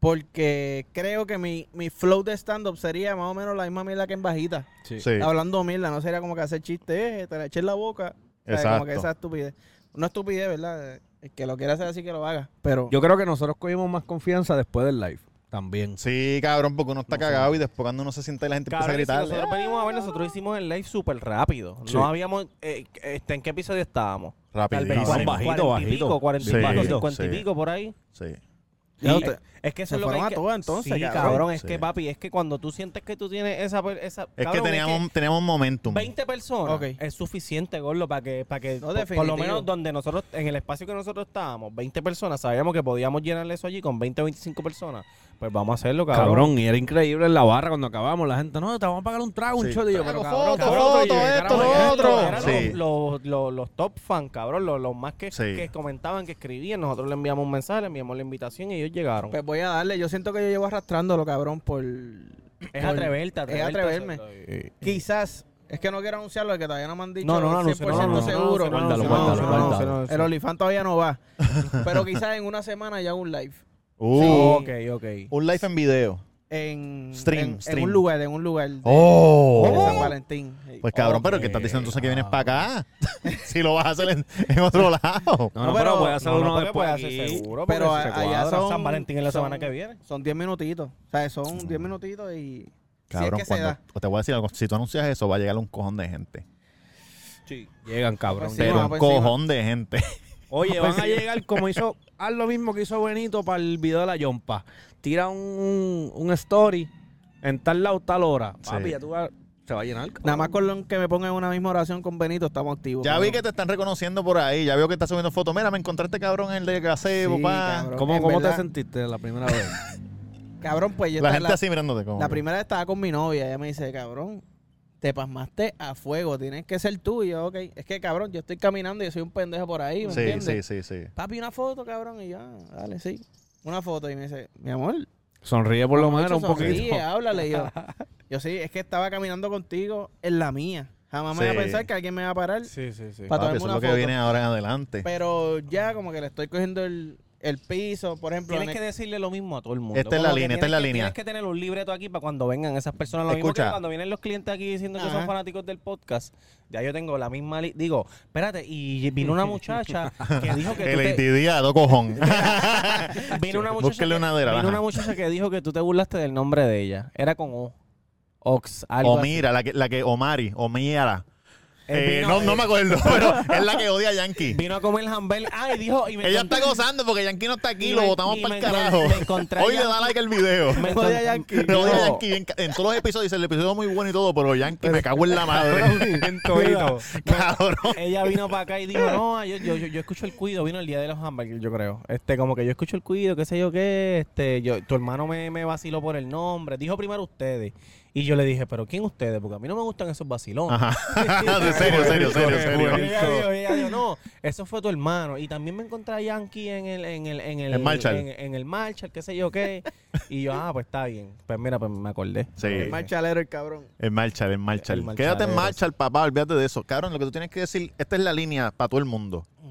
[SPEAKER 4] porque creo que mi, mi flow de stand-up sería más o menos la misma mierda que en bajita.
[SPEAKER 2] Sí,
[SPEAKER 4] Hablando mierda, no sería como que hacer chistes, eh, te la eché en la boca. O sea,
[SPEAKER 2] exacto.
[SPEAKER 4] Como que esa estupidez. No estupidez, ¿verdad? El que lo quiera hacer así que lo haga. Pero
[SPEAKER 1] Yo creo que nosotros cogimos más confianza después del live. También.
[SPEAKER 2] Sí, cabrón, porque uno está cagado y después cuando uno se siente la gente
[SPEAKER 5] Cabrón,
[SPEAKER 2] empieza a
[SPEAKER 5] si
[SPEAKER 2] gritar. eh,
[SPEAKER 5] nosotros venimos a ver, nosotros hicimos el live súper rápido. No habíamos. eh, este, ¿En qué episodio estábamos? Tal vez
[SPEAKER 2] Rapidísimo.
[SPEAKER 5] cuaren-
[SPEAKER 1] bajito,
[SPEAKER 5] cuarenta y
[SPEAKER 1] bajito.
[SPEAKER 5] pico, cuarenta y
[SPEAKER 2] Sí,
[SPEAKER 5] pico,
[SPEAKER 2] bajito,
[SPEAKER 5] cincuenta y
[SPEAKER 2] sí.
[SPEAKER 5] pico por ahí.
[SPEAKER 2] Sí.
[SPEAKER 4] Ya
[SPEAKER 5] Y-
[SPEAKER 4] usted-
[SPEAKER 5] es que eso
[SPEAKER 4] se
[SPEAKER 5] es lo que
[SPEAKER 4] fueron
[SPEAKER 5] hay
[SPEAKER 4] a
[SPEAKER 5] que-
[SPEAKER 4] todas entonces,
[SPEAKER 5] Sí,
[SPEAKER 4] cabrón.
[SPEAKER 5] es
[SPEAKER 2] Sí.
[SPEAKER 5] que papi, es que cuando tú sientes que tú tienes esa. esa
[SPEAKER 2] Es que
[SPEAKER 5] cabrón,
[SPEAKER 2] teníamos, teníamos momentum.
[SPEAKER 5] 20 personas
[SPEAKER 4] Ok.
[SPEAKER 5] es suficiente, Gordo, para que, para que
[SPEAKER 4] No,
[SPEAKER 5] por- por, lo
[SPEAKER 4] definitivo.
[SPEAKER 5] menos donde nosotros, en el espacio que nosotros estábamos, 20 personas, sabíamos que podíamos llenar eso allí con 20 o 25 personas. Pues vamos a hacerlo, cabrón.
[SPEAKER 7] Cabrón, y era increíble en la barra cuando acabamos. La gente, no, te vamos a pagar un trago, un
[SPEAKER 2] Sí.
[SPEAKER 7] shot. Y yo, pero
[SPEAKER 2] Trago,
[SPEAKER 7] cabrón,
[SPEAKER 2] foto,
[SPEAKER 7] cabrón,
[SPEAKER 2] foto,
[SPEAKER 7] y yo,
[SPEAKER 2] esto,
[SPEAKER 7] carajo,
[SPEAKER 2] lo
[SPEAKER 7] ¿qué es
[SPEAKER 2] otro.
[SPEAKER 7] Era
[SPEAKER 5] Eran
[SPEAKER 2] Sí.
[SPEAKER 5] los, los- los- los top fan, cabrón, los, los más que,
[SPEAKER 2] Sí.
[SPEAKER 5] que comentaban, que escribían. Nosotros le enviamos un mensaje, le enviamos la invitación y ellos llegaron.
[SPEAKER 4] Pues voy a darle. Yo siento que yo llevo arrastrándolo, cabrón, por.
[SPEAKER 5] es
[SPEAKER 4] por-
[SPEAKER 5] atreverte,
[SPEAKER 4] es atreverme.
[SPEAKER 5] hacerlo. Y-
[SPEAKER 4] Quizás. Es que no quiero anunciarlo, que todavía no me han dicho.
[SPEAKER 5] No, no, no, anuncio, no,
[SPEAKER 4] 100%
[SPEAKER 5] no, no,
[SPEAKER 4] seguro.
[SPEAKER 5] no, no,
[SPEAKER 7] Guárdalo,
[SPEAKER 4] No,
[SPEAKER 7] guárdalo,
[SPEAKER 4] no, no,
[SPEAKER 7] guárdalo.
[SPEAKER 4] no, no, El OnlyFans todavía no va. Pero quizás en una semana ya hago un live.
[SPEAKER 2] Uh,
[SPEAKER 5] Ok, ok.
[SPEAKER 2] Un live en video.
[SPEAKER 4] En,
[SPEAKER 2] Stream,
[SPEAKER 4] en- en,
[SPEAKER 2] stream.
[SPEAKER 4] un lugar, en un lugar de,
[SPEAKER 2] ¡Oh!
[SPEAKER 4] de San Valentín. Sí.
[SPEAKER 2] Pues cabrón, pero ¿qué estás diciendo entonces que vienes para acá? si lo vas a hacer en, en otro lado.
[SPEAKER 7] No, no, pero
[SPEAKER 4] No, pero-
[SPEAKER 7] voy a hacer
[SPEAKER 5] No, no,
[SPEAKER 7] uno
[SPEAKER 5] porque
[SPEAKER 7] después.
[SPEAKER 5] puede hacer
[SPEAKER 7] aquí.
[SPEAKER 5] seguro,
[SPEAKER 4] Pero
[SPEAKER 5] porque
[SPEAKER 4] a-
[SPEAKER 5] se
[SPEAKER 4] allá
[SPEAKER 5] cuadra.
[SPEAKER 4] son-
[SPEAKER 5] San Valentín es la
[SPEAKER 4] son-
[SPEAKER 5] semana que viene.
[SPEAKER 4] Son 10 minutitos. O sea, son 10 minutitos y.
[SPEAKER 2] Cabrón,
[SPEAKER 4] si es que se
[SPEAKER 2] cuando,
[SPEAKER 4] da.
[SPEAKER 2] te voy a decir algo. Si tú anuncias eso, va a llegar un cojón de gente.
[SPEAKER 7] Llegan, cabrón.
[SPEAKER 4] Pues sí,
[SPEAKER 2] Pero
[SPEAKER 4] vamos
[SPEAKER 2] un
[SPEAKER 4] por encima.
[SPEAKER 2] cojón de gente.
[SPEAKER 7] Oye, van a llegar como hizo, haz lo mismo que hizo Benito para el video de la Yompa. Tira un, un story en tal lado, tal hora. Papi,
[SPEAKER 2] Sí.
[SPEAKER 7] ya tú vas- se va a llenar. cabrón.
[SPEAKER 4] Nada más con lo que me pongan en una misma oración con Benito, estamos activos.
[SPEAKER 2] Ya vi que
[SPEAKER 4] cabrón.
[SPEAKER 2] te están reconociendo por ahí. Ya veo que estás subiendo fotos. Mira, me encontré este cabrón en el de Gazebo,
[SPEAKER 4] Sí,
[SPEAKER 2] pa.
[SPEAKER 4] cabrón.
[SPEAKER 7] ¿Cómo,
[SPEAKER 4] En
[SPEAKER 7] cómo te
[SPEAKER 4] verdad.
[SPEAKER 7] sentiste la primera vez?
[SPEAKER 4] Cabrón, pues yo
[SPEAKER 2] La
[SPEAKER 4] estaba-
[SPEAKER 2] gente así mirándote como.
[SPEAKER 4] La
[SPEAKER 2] que-
[SPEAKER 4] primera vez estaba con mi novia, ella me dice, cabrón, te pasmaste a fuego, tienes que ser tú. Y yo, ok, es que cabrón, yo estoy caminando y yo soy un pendejo por ahí, ¿me
[SPEAKER 2] Sí,
[SPEAKER 4] entiendes?
[SPEAKER 2] sí, sí, sí.
[SPEAKER 4] Papi, una foto, cabrón, y yo, ah, dale, sí. Una foto y me dice, mi amor,
[SPEAKER 7] Sonríe por lo menos
[SPEAKER 4] macho,
[SPEAKER 7] un poquito.
[SPEAKER 4] sonríe, háblale. Y yo, yo sí, es que estaba caminando contigo en la mía. Jamás me
[SPEAKER 2] Sí.
[SPEAKER 4] voy a pensar que alguien me va a parar
[SPEAKER 5] Sí, sí, sí.
[SPEAKER 4] para
[SPEAKER 2] Papi, eso
[SPEAKER 4] tomarme
[SPEAKER 2] es
[SPEAKER 4] una
[SPEAKER 2] lo que
[SPEAKER 4] foto.
[SPEAKER 2] viene ahora en adelante.
[SPEAKER 4] Pero ya como que le estoy cogiendo el, el piso, por ejemplo.
[SPEAKER 5] Tienes
[SPEAKER 4] en
[SPEAKER 5] que
[SPEAKER 4] el-
[SPEAKER 5] decirle lo mismo a todo el mundo.
[SPEAKER 2] Esta es la
[SPEAKER 5] Como que
[SPEAKER 2] línea, esta es la
[SPEAKER 5] tienes que-
[SPEAKER 2] línea.
[SPEAKER 5] Tienes que tener un libreto aquí para cuando vengan esas personas. Lo mismo
[SPEAKER 2] Escucha.
[SPEAKER 5] que cuando vienen los clientes aquí diciendo que son
[SPEAKER 4] Ajá.
[SPEAKER 5] fanáticos del podcast. Ya yo tengo la misma... li- Digo, espérate, y vino una muchacha que dijo que tú
[SPEAKER 2] El
[SPEAKER 5] te-
[SPEAKER 2] entidad, dos cojón.
[SPEAKER 5] Vino una muchacha
[SPEAKER 2] Búsquenle
[SPEAKER 5] que-
[SPEAKER 2] una de la
[SPEAKER 5] vino
[SPEAKER 2] baja.
[SPEAKER 5] una muchacha que dijo que tú te burlaste del nombre de ella. Era con O. Ox, algo
[SPEAKER 2] O
[SPEAKER 5] así.
[SPEAKER 2] mira, la que, la que Omari, Omiara.
[SPEAKER 5] Él
[SPEAKER 2] Eh,
[SPEAKER 5] vino-
[SPEAKER 2] no, no me acuerdo, pero es la que odia a Yankee.
[SPEAKER 5] Vino a comer Jambel. Ah, y dijo... Y me
[SPEAKER 2] Ella
[SPEAKER 5] contó-
[SPEAKER 2] está gozando porque Yankee no está aquí,
[SPEAKER 5] Y
[SPEAKER 2] lo
[SPEAKER 5] me-
[SPEAKER 2] botamos
[SPEAKER 5] y
[SPEAKER 2] para el
[SPEAKER 5] me encon-
[SPEAKER 2] carajo.
[SPEAKER 5] me encontré a
[SPEAKER 2] Hoy le da like al video.
[SPEAKER 5] Me
[SPEAKER 2] Me
[SPEAKER 5] encont-
[SPEAKER 2] odia a
[SPEAKER 5] Digo,
[SPEAKER 2] Yankee bien ca- en todos los episodios. Dice, el episodio es muy bueno y todo, pero Yankee me cago en la madre.
[SPEAKER 5] Cuidado.
[SPEAKER 2] Cabrón.
[SPEAKER 5] Ella vino para acá y dijo, no, ah, yo, yo, yo, yo escucho el cuido, vino el día de los hamburgues, yo creo. Este, como que yo escucho el cuido, qué sé yo qué, este, yo, tu hermano me, me vaciló por el nombre, dijo primero ustedes. Y yo le dije, pero ¿quién ustedes? Porque a mí no me gustan esos vacilones.
[SPEAKER 2] Ajá. De serio, serio, serio,
[SPEAKER 5] Y
[SPEAKER 2] serio.
[SPEAKER 5] Ella dijo, ella dijo, no, eso fue tu hermano. Y también me encontré a Yankee en el, en el, en el,
[SPEAKER 2] En Marshall.
[SPEAKER 5] En, en el Marshall, qué sé yo qué. Y yo, ah, pues está bien. Pues mira, pues me acordé.
[SPEAKER 2] Sí.
[SPEAKER 4] Más chalero el cabrón.
[SPEAKER 2] En marcha, en marcha.
[SPEAKER 5] El
[SPEAKER 2] Quédate en
[SPEAKER 5] marchalero,
[SPEAKER 2] marcha, papá, olvídate de eso. Cabrón, lo que tú tienes que decir, esta es la línea para todo el mundo.
[SPEAKER 4] Mm.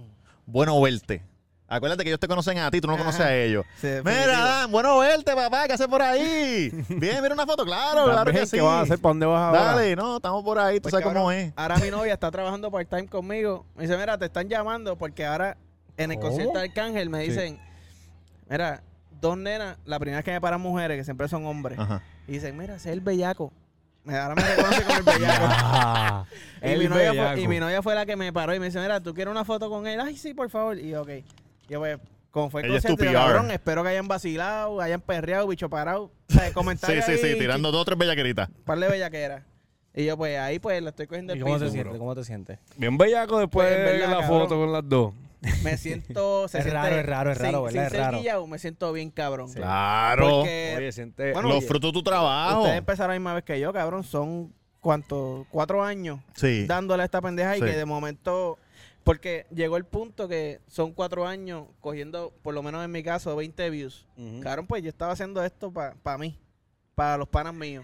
[SPEAKER 2] Bueno verte. Acuérdate que ellos te conocen a ti, tú no conoces a ellos.
[SPEAKER 4] Sí,
[SPEAKER 2] Mira,
[SPEAKER 4] definitivo.
[SPEAKER 2] Dan, bueno verte, papá, ¿qué haces por ahí? Bien, mira una foto, claro,
[SPEAKER 7] También,
[SPEAKER 2] claro que
[SPEAKER 7] ¿qué
[SPEAKER 2] sí.
[SPEAKER 7] vas a hacer? ¿Para dónde vas ahora?
[SPEAKER 2] Dale, no, estamos por ahí, tú
[SPEAKER 4] Pues,
[SPEAKER 2] sabes cómo
[SPEAKER 4] cabrón,
[SPEAKER 2] es.
[SPEAKER 4] Ahora mi novia está trabajando part-time conmigo. Me dice, mira, te están llamando porque ahora en el
[SPEAKER 5] ¿Cómo?
[SPEAKER 4] concierto de Arcángel me dicen, mira, dos nenas, la primera vez que me paran mujeres, que siempre son hombres,
[SPEAKER 2] Ajá.
[SPEAKER 4] y dicen, mira, ese es el bellaco. Me- Ahora me reconoce como el bellaco.
[SPEAKER 5] Ah,
[SPEAKER 4] y, mi novia fue, y mi novia fue la que me paró y me dice, mira, ¿tú quieres una foto con él? Ay, sí, por favor. Y yo, ok. Yo, pues, como fue el
[SPEAKER 2] Ella es tu
[SPEAKER 4] concierto, yo,
[SPEAKER 2] PR.
[SPEAKER 4] cabrón, espero que hayan vacilado, hayan perreado, bicho parado. O sea,
[SPEAKER 2] Sí,
[SPEAKER 4] comentarios
[SPEAKER 2] sí, sí,
[SPEAKER 4] ahí,
[SPEAKER 2] tirando dos o tres bellaqueritas.
[SPEAKER 4] Un par de bellaqueras. Y yo, pues, ahí, pues, le estoy cogiendo
[SPEAKER 5] ¿Y
[SPEAKER 4] el
[SPEAKER 5] cómo te
[SPEAKER 4] piso.
[SPEAKER 5] sientes? ¿Cómo te sientes?
[SPEAKER 7] Bien bellaco después
[SPEAKER 4] Pues, en
[SPEAKER 7] de
[SPEAKER 4] verdad,
[SPEAKER 7] la
[SPEAKER 4] cabrón.
[SPEAKER 7] foto con las dos.
[SPEAKER 4] Me siento. se
[SPEAKER 5] Es
[SPEAKER 4] siente-
[SPEAKER 5] raro, es raro, es
[SPEAKER 4] sin-
[SPEAKER 5] raro, ¿verdad?
[SPEAKER 4] Sin
[SPEAKER 5] Es
[SPEAKER 4] ser
[SPEAKER 5] raro.
[SPEAKER 4] guillao, me siento bien cabrón.
[SPEAKER 2] Claro.
[SPEAKER 4] Porque
[SPEAKER 7] Oye, siente...
[SPEAKER 4] Eh, bueno,
[SPEAKER 2] Los
[SPEAKER 4] oye,
[SPEAKER 2] frutos de tu trabajo.
[SPEAKER 4] ustedes empezaron la misma vez que yo, cabrón. Son, ¿cuántos? Cuatro años
[SPEAKER 2] Sí.
[SPEAKER 4] dándole a esta pendeja y
[SPEAKER 2] Sí.
[SPEAKER 4] que de momento. Porque llegó el punto que son cuatro años cogiendo, por lo menos en mi caso, 20 views. Cabrón, pues yo estaba haciendo esto para mí, para los panas míos.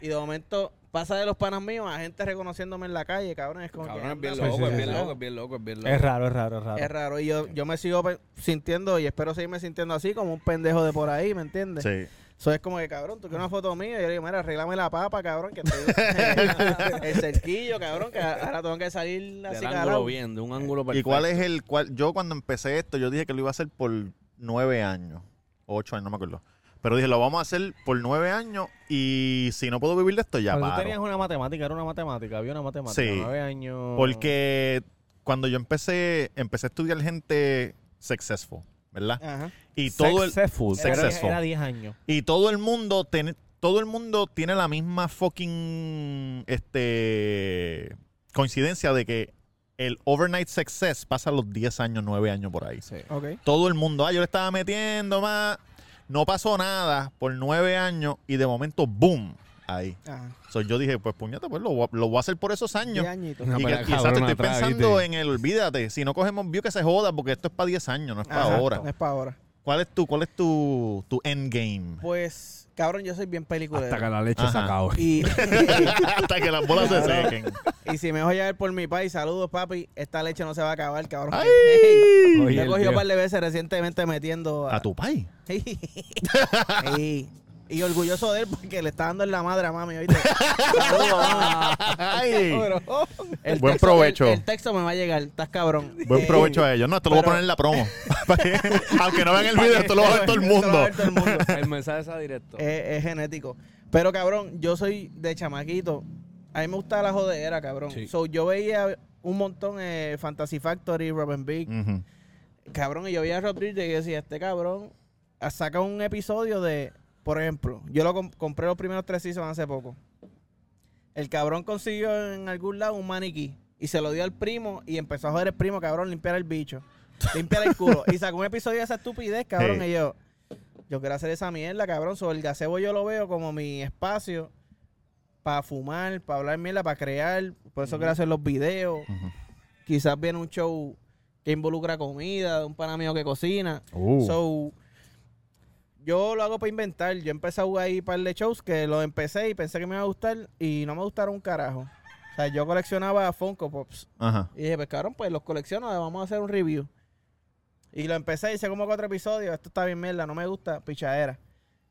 [SPEAKER 4] Y de momento pasa de los panas míos a gente reconociéndome en la calle, cabrón. Es como que,
[SPEAKER 7] Cabrón, es
[SPEAKER 4] anda,
[SPEAKER 7] bien
[SPEAKER 4] pues,
[SPEAKER 7] loco, es
[SPEAKER 4] sí,
[SPEAKER 7] bien
[SPEAKER 4] sí,
[SPEAKER 7] loco, es bien loco, es bien loco.
[SPEAKER 5] Es raro, es raro, es raro.
[SPEAKER 4] Es raro. Y yo, yo me sigo pe- sintiendo y espero seguirme sintiendo así, como un pendejo de por ahí, ¿me entiendes?
[SPEAKER 2] Sí.
[SPEAKER 4] Eso es como que, cabrón, tú quieres una foto mía. Y yo le digo, mira, arréglame la papa, cabrón, que estoy. el cerquillo, cabrón, que ahora tengo que salir así,
[SPEAKER 7] Del
[SPEAKER 4] cabrón.
[SPEAKER 7] ángulo bien, de un ángulo perfecto.
[SPEAKER 2] ¿Y cuál es el cual? Yo cuando empecé esto, yo dije que lo iba a hacer por nueve años, ocho años, no me acuerdo. Pero dije, lo vamos a hacer por nueve años y si no puedo vivir de esto, ya
[SPEAKER 5] Pero tú tenías
[SPEAKER 2] paro.
[SPEAKER 5] una matemática, era una matemática, había una matemática,
[SPEAKER 2] Sí.
[SPEAKER 5] nueve años.
[SPEAKER 2] Porque cuando yo empecé, empecé a estudiar gente successful, ¿verdad?
[SPEAKER 5] Ah,
[SPEAKER 4] Ajá.
[SPEAKER 2] Y todo el,
[SPEAKER 7] Successful.
[SPEAKER 5] era,
[SPEAKER 2] Successful.
[SPEAKER 5] era diez años.
[SPEAKER 2] y todo el mundo tiene, todo el mundo tiene la misma fucking este coincidencia de que el overnight success pasa a los 10 años, 9 años por ahí.
[SPEAKER 4] Ok.
[SPEAKER 2] todo el mundo, ah, yo le estaba metiendo más. No pasó nada por nueve años y de momento, ¡boom! Ahí.
[SPEAKER 4] Ajá.
[SPEAKER 2] So, yo dije, pues puñeta, pues lo, voy a- lo voy a hacer por esos años.
[SPEAKER 4] Diez añitos.
[SPEAKER 2] y que,
[SPEAKER 7] pelea
[SPEAKER 2] y exacto,
[SPEAKER 7] cabrona
[SPEAKER 2] estoy
[SPEAKER 7] atrás,
[SPEAKER 2] pensando
[SPEAKER 7] ¿viste?
[SPEAKER 2] en el olvídate. Si no cogemos view que se joda, porque esto es para 10 años, no es para
[SPEAKER 4] Ajá,
[SPEAKER 2] ahora.
[SPEAKER 4] No es para ahora.
[SPEAKER 2] ¿Cuál es tu, cuál es tu, tu endgame?
[SPEAKER 4] Pues, cabrón, yo soy bien peliculero.
[SPEAKER 7] Hasta que la leche se
[SPEAKER 2] Ajá.
[SPEAKER 7] acabó.
[SPEAKER 4] Y,
[SPEAKER 2] Hasta que las bolas se
[SPEAKER 4] Claro.
[SPEAKER 2] sequen.
[SPEAKER 4] y si me voy a ver por mi país, saludos, papi. Esta leche no se va a acabar, cabrón.
[SPEAKER 2] ¡Ay!
[SPEAKER 4] Yo
[SPEAKER 7] Oye,
[SPEAKER 4] he
[SPEAKER 7] el
[SPEAKER 4] cogido un
[SPEAKER 7] tío.
[SPEAKER 4] par de veces recientemente metiendo
[SPEAKER 2] A tu país.
[SPEAKER 4] y, y orgulloso de él porque le está dando en la madre a mami. ¿oíste?
[SPEAKER 2] Ay.
[SPEAKER 4] El
[SPEAKER 2] Buen
[SPEAKER 4] texto-
[SPEAKER 2] provecho.
[SPEAKER 4] El, el texto me va a llegar, estás cabrón.
[SPEAKER 2] Buen
[SPEAKER 4] Eh,
[SPEAKER 2] provecho a ellos. No, te lo voy a poner en la promo. Aunque no vean el video, esto lo va a ver todo el
[SPEAKER 4] esto lo va a
[SPEAKER 2] mundo.
[SPEAKER 4] ver todo el mundo. Eh,
[SPEAKER 7] El mensaje está directo.
[SPEAKER 4] es, es genético. Pero cabrón, yo soy de chamaquito. A mí me gusta la jodera, cabrón.
[SPEAKER 7] Sí.
[SPEAKER 4] So, yo veía un montón eh, Fantasy Factory, Robin Big,
[SPEAKER 2] Ujú.
[SPEAKER 4] cabrón, y yo veía a Rob Riggle y yo decía, este cabrón saca un episodio de, por ejemplo, yo lo com- compré los primeros tres seasons hace poco. El cabrón consiguió en algún lado un maniquí y se lo dio al primo y empezó a joder el primo, cabrón, limpiar el bicho, limpiar el culo. y sacó un episodio de esa estupidez, cabrón,
[SPEAKER 2] Sí.
[SPEAKER 4] y yo, yo quiero hacer esa mierda, cabrón. Sobre el gazebo yo lo veo como mi espacio para fumar, para hablar mierda, para crear. Por eso quiero hacer los videos.
[SPEAKER 2] Ujú.
[SPEAKER 4] Quizás viene un show que involucra comida, de un pana mío que cocina.
[SPEAKER 2] Uh.
[SPEAKER 4] So, yo lo hago para inventar. Yo empecé a jugar ahí para de shows que lo empecé y pensé que me iba a gustar y no me gustaron un carajo. O sea, yo coleccionaba Funko Pops.
[SPEAKER 2] Ajá.
[SPEAKER 4] Y dije, pues cabrón, pues los colecciono, vamos a hacer un review. Y lo empecé, hice como cuatro episodios. Esto está bien mierda, no me gusta, pichadera.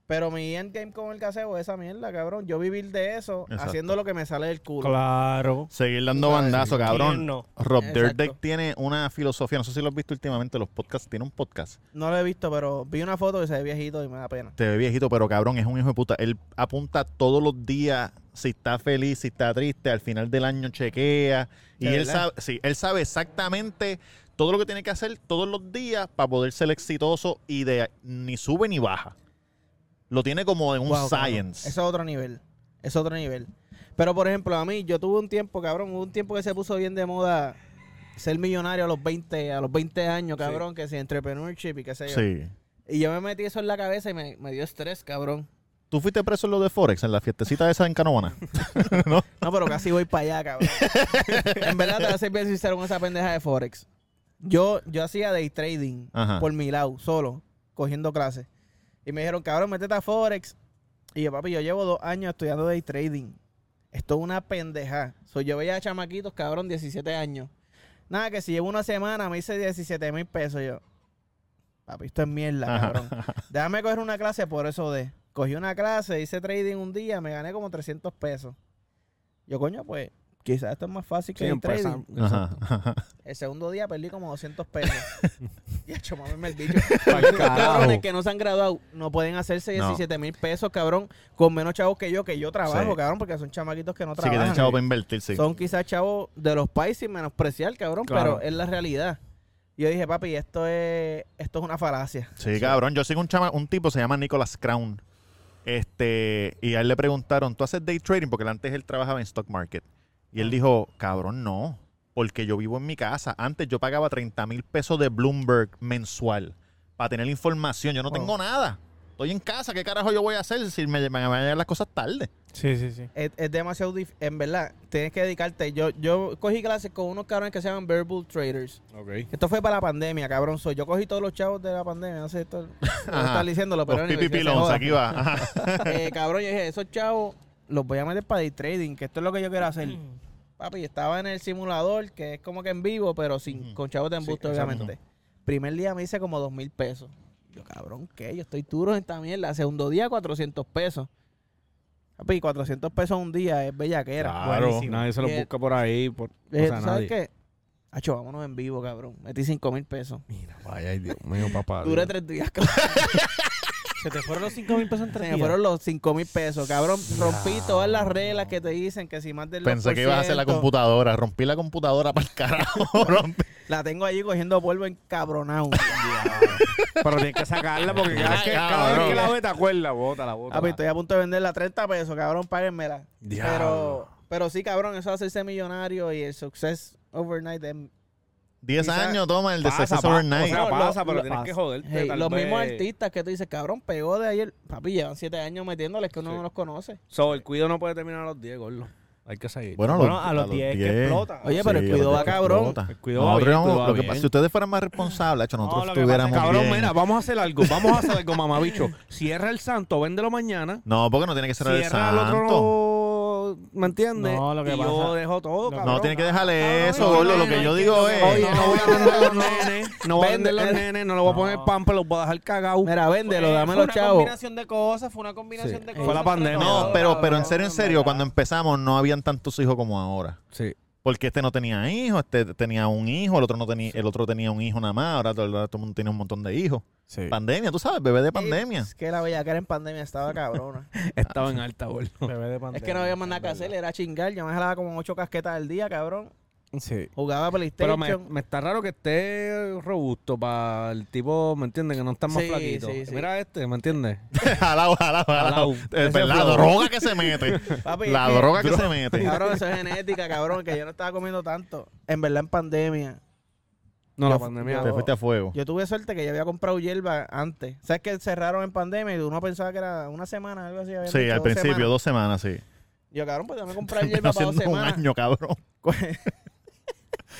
[SPEAKER 4] Pero mi endgame con el casebo es esa mierda, cabrón. Yo vivir de eso,
[SPEAKER 2] Exacto.
[SPEAKER 4] haciendo lo que me sale del culo.
[SPEAKER 5] Claro.
[SPEAKER 2] Seguir dando bandazo,
[SPEAKER 5] ¿Quién
[SPEAKER 2] cabrón.
[SPEAKER 5] no?
[SPEAKER 2] Rob
[SPEAKER 4] Exacto.
[SPEAKER 2] Dyrdek tiene una filosofía, no sé si lo has visto últimamente, los podcasts, tiene un podcast.
[SPEAKER 4] No lo he visto, pero vi una foto que se ve viejito y me da pena.
[SPEAKER 2] Te ve viejito, pero cabrón, es un hijo de puta. Él apunta todos los días si está feliz, si está triste, al final del año chequea. Y
[SPEAKER 4] ¿De
[SPEAKER 2] él
[SPEAKER 4] verdad?
[SPEAKER 2] sabe, sí, él sabe exactamente todo lo que tiene que hacer todos los días para poder ser exitoso y de ni sube ni baja. Lo tiene como en un
[SPEAKER 4] Wow, cabrón.
[SPEAKER 2] science.
[SPEAKER 4] Eso es otro nivel. Es otro nivel. Pero, por ejemplo, a mí, yo tuve un tiempo, cabrón, hubo un tiempo que se puso bien de moda ser millonario a los 20, a los 20 años, cabrón, que si entrepreneurship y qué sé yo.
[SPEAKER 2] Sí.
[SPEAKER 4] Y yo me metí eso en la cabeza y me, me dio estrés, cabrón.
[SPEAKER 2] ¿Tú fuiste preso en lo de Forex, en la fiestecita esa en Canóvana? ¿No?
[SPEAKER 4] No, pero casi voy para allá, cabrón. en verdad, te voy a ser bien sincero con esa pendeja de Forex. Yo, yo hacía day trading
[SPEAKER 2] Ajá.
[SPEAKER 4] por mi lado, solo, cogiendo clases. Y me dijeron, cabrón, métete a Forex. Y yo, papi, yo llevo dos años estudiando day trading. Esto es una pendeja. So, yo veía a chamaquitos, cabrón, 17 años. Nada, que si llevo una semana me hice 17 mil pesos. Yo, papi, esto es mierda,
[SPEAKER 2] Ajá.
[SPEAKER 4] cabrón. Déjame coger una clase por eso de. Cogí una clase, hice trading un día, me gané como 300 pesos. Yo, coño, pues, quizás esto es más fácil que
[SPEAKER 7] Sí, pues,
[SPEAKER 4] el trading.
[SPEAKER 7] empieza-
[SPEAKER 2] Ajá, ajá.
[SPEAKER 4] El segundo día perdí como 200 pesos. y hecho, mami, el bicho.
[SPEAKER 7] Pa'l
[SPEAKER 4] Cabrones
[SPEAKER 7] carajo.
[SPEAKER 4] que no se han graduado no pueden hacerse
[SPEAKER 2] No.
[SPEAKER 4] 17 mil pesos, cabrón, con menos chavos que yo, que yo trabajo,
[SPEAKER 2] Sí.
[SPEAKER 4] cabrón, porque son chamaquitos que no
[SPEAKER 2] Sí, que
[SPEAKER 4] trabajan.
[SPEAKER 2] tiene chavo para invertir, sí.
[SPEAKER 4] Son quizás chavos de los países sin menospreciar, cabrón,
[SPEAKER 7] Claro.
[SPEAKER 4] pero es la realidad. Yo dije, papi, esto es, esto es una falacia.
[SPEAKER 2] Sí, cabrón. Yo sigo un chama, un tipo se llama Nicholas Crown. Este, y a él le preguntaron, ¿tú haces day trading? Porque él antes él trabajaba en stock market. Y él dijo, cabrón, no. Porque yo vivo en mi casa. Antes yo pagaba 30 mil pesos de Bloomberg mensual para tener información. Yo no tengo nada. Estoy en casa. ¿Qué carajo yo voy a hacer si me, me van a llegar las cosas tarde?
[SPEAKER 5] Sí, sí, sí.
[SPEAKER 4] Es, es demasiado dif- En verdad, tienes que dedicarte. Yo, yo cogí clases con unos cabrones que se llaman Verbal Traders.
[SPEAKER 7] Ok.
[SPEAKER 4] Esto fue para la pandemia, cabrón. soy yo cogí todos los chavos de la pandemia. No sé esto, no
[SPEAKER 2] Ajá.
[SPEAKER 4] estar diciéndolo, pero
[SPEAKER 2] Los
[SPEAKER 4] anyway, que
[SPEAKER 2] PPP
[SPEAKER 4] se
[SPEAKER 2] loans,
[SPEAKER 4] joda.
[SPEAKER 2] aquí va. Ajá.
[SPEAKER 4] Eh, cabrón, yo dije, esos chavos los voy a meter para day trading, que esto es lo que yo quiero hacer.
[SPEAKER 7] Mm.
[SPEAKER 4] Papi, estaba en el simulador, que es como que en vivo, pero sin con chavos de embuste, obviamente. Primer día me hice como dos mil pesos. Yo, cabrón, ¿qué? Yo estoy duro en esta mierda. Segundo día, 400 pesos. Papi, 400 pesos un día es bellaquera.
[SPEAKER 2] Claro.
[SPEAKER 7] Nadie se los
[SPEAKER 4] Bien.
[SPEAKER 7] busca por ahí. Por, o
[SPEAKER 4] Yo dije,
[SPEAKER 7] sea,
[SPEAKER 4] Eh, ¿tú
[SPEAKER 7] nadie.
[SPEAKER 4] sabes qué? Hacho, vámonos en vivo, cabrón. Metí 5 mil pesos.
[SPEAKER 7] Mira, vaya, ay, Dios mío, papá.
[SPEAKER 4] Duré
[SPEAKER 7] Dios.
[SPEAKER 4] tres días, cabrón.
[SPEAKER 5] Se te fueron los 5 mil pesos en
[SPEAKER 4] Se me fueron los 5 mil pesos, cabrón. Rompí todas las reglas que te dicen que si más del
[SPEAKER 2] Pensé que ibas a hacer la
[SPEAKER 4] 2%,
[SPEAKER 2] computadora. Rompí la computadora para el carajo. Rompí.
[SPEAKER 4] La tengo allí cogiendo polvo encabronado.
[SPEAKER 7] Pero tienes que sacarla porque cada, vez que, cada vez que la ve te acuerdas, bota la bota.
[SPEAKER 4] Papi, estoy a punto de venderla a 30 pesos, cabrón, páguenmela.
[SPEAKER 7] Diablo.
[SPEAKER 4] Pero, pero sí, cabrón, eso de hacerse millonario y el success overnight es
[SPEAKER 2] 10
[SPEAKER 1] Quizás-
[SPEAKER 2] años, toma el de
[SPEAKER 1] Pasa,
[SPEAKER 2] Success
[SPEAKER 1] pa-
[SPEAKER 2] Overnight.
[SPEAKER 1] O sea,
[SPEAKER 4] No,
[SPEAKER 1] pasa,
[SPEAKER 4] lo-
[SPEAKER 1] pero
[SPEAKER 4] lo-
[SPEAKER 1] tienes que
[SPEAKER 4] pasa.
[SPEAKER 1] joderte.
[SPEAKER 4] Hey,
[SPEAKER 1] tal
[SPEAKER 4] los mismos
[SPEAKER 1] vez.
[SPEAKER 4] artistas que tú dices, cabrón, pegó de ayer. Papi, llevan siete años metiéndoles que uno no los conoce.
[SPEAKER 1] So, el cuido no puede terminar a los 10, gordo. Hay que seguir.
[SPEAKER 2] Bueno,
[SPEAKER 5] Bueno, a los 10 que explota.
[SPEAKER 4] Oye, pero el
[SPEAKER 2] Sí,
[SPEAKER 4] cuidado
[SPEAKER 2] a los
[SPEAKER 4] va
[SPEAKER 2] que
[SPEAKER 4] cabrón.
[SPEAKER 2] explota.
[SPEAKER 1] El cuidado va
[SPEAKER 2] Nosotros
[SPEAKER 1] bien, el
[SPEAKER 2] íbamos-
[SPEAKER 1] cuidado
[SPEAKER 2] lo
[SPEAKER 1] va
[SPEAKER 2] que pasa-
[SPEAKER 1] bien.
[SPEAKER 2] si ustedes fueran más responsables, hecho, nosotros
[SPEAKER 5] lo que pasa es que,
[SPEAKER 2] estuviéramos
[SPEAKER 1] Cabrón,
[SPEAKER 2] bien.
[SPEAKER 1] mira, vamos a hacer algo. Vamos a hacer algo, mamabicho. Cierra el santo, véndelo mañana.
[SPEAKER 2] No, porque no tiene que cerrar el
[SPEAKER 1] Cierra el
[SPEAKER 2] santo.
[SPEAKER 1] otro. ¿Me entiendes?
[SPEAKER 5] No, lo que
[SPEAKER 1] y yo
[SPEAKER 5] pasa-
[SPEAKER 1] dejo todo,
[SPEAKER 5] No,
[SPEAKER 1] cabrón. Ah,
[SPEAKER 2] No, tiene que
[SPEAKER 1] Cabrón,
[SPEAKER 2] dejarle eso,
[SPEAKER 1] no,
[SPEAKER 2] gordo.
[SPEAKER 1] no,
[SPEAKER 2] Lo
[SPEAKER 1] no,
[SPEAKER 2] que yo
[SPEAKER 1] no,
[SPEAKER 2] digo
[SPEAKER 1] Oye,
[SPEAKER 2] es...
[SPEAKER 1] no voy a vender los nenes, no voy a vender los nenes, no le voy a poner
[SPEAKER 5] No.
[SPEAKER 1] pan, pero los voy a dejar cagados.
[SPEAKER 4] Mira, véndelo,
[SPEAKER 5] Fue-
[SPEAKER 4] dame
[SPEAKER 5] fue
[SPEAKER 4] los
[SPEAKER 5] una
[SPEAKER 4] chavos.
[SPEAKER 5] combinación de cosas, fue una combinación de cosas.
[SPEAKER 1] Fue la pandemia.
[SPEAKER 2] No,
[SPEAKER 1] No,
[SPEAKER 2] pero, pero en
[SPEAKER 5] cabrón,
[SPEAKER 2] serio, en serio,
[SPEAKER 5] verdad.
[SPEAKER 2] cuando empezamos no habían tantos hijos como ahora.
[SPEAKER 1] Sí.
[SPEAKER 2] Porque este no tenía hijos, este tenía un hijo, el otro no tenía, el otro tenía un hijo nada más, ahora todo, ahora todo el mundo tiene un montón de hijos. Pandemia, tú sabes, bebé de pandemia.
[SPEAKER 4] Es que la bellacara en pandemia estaba cabrona.
[SPEAKER 1] Estaba en alta, boludo.
[SPEAKER 5] Bebé de
[SPEAKER 4] es que no había más nada que hacer, era chingar. Yo me jalaba como ocho casquetas al día, cabrón.
[SPEAKER 5] Sí.
[SPEAKER 4] Jugaba
[SPEAKER 1] Pero
[SPEAKER 4] PlayStation.
[SPEAKER 1] me, me está raro que esté robusto para el tipo, ¿me entiendes? Que no está más
[SPEAKER 4] Sí,
[SPEAKER 1] flaquito.
[SPEAKER 4] sí, sí.
[SPEAKER 1] Mira este, ¿me entiendes?
[SPEAKER 2] jalao, jalao, jalao.
[SPEAKER 1] Jalao.
[SPEAKER 2] Eh,
[SPEAKER 1] Ese
[SPEAKER 2] La
[SPEAKER 1] flow.
[SPEAKER 2] droga que se mete.
[SPEAKER 4] Papi,
[SPEAKER 2] La
[SPEAKER 4] es que-
[SPEAKER 2] droga que se mete.
[SPEAKER 4] Pues, Cabrón, eso es genética, cabrón, que yo no estaba comiendo tanto. En verdad, en pandemia.
[SPEAKER 1] No,
[SPEAKER 4] Yo-
[SPEAKER 1] la pandemia.
[SPEAKER 2] Te fuiste a fuego.
[SPEAKER 4] Yo tuve suerte que ya había comprado hierba antes. ¿Sabes que cerraron en pandemia y uno pensaba que era una semana, algo así? habían
[SPEAKER 2] Sí,
[SPEAKER 4] dicho,
[SPEAKER 2] al
[SPEAKER 4] dos
[SPEAKER 2] principio,
[SPEAKER 4] semanas.
[SPEAKER 2] dos semanas, sí.
[SPEAKER 4] Yo, cabrón, pues dame comprar hierba para dos
[SPEAKER 2] Haciendo un
[SPEAKER 4] semanas.
[SPEAKER 2] año, cabrón.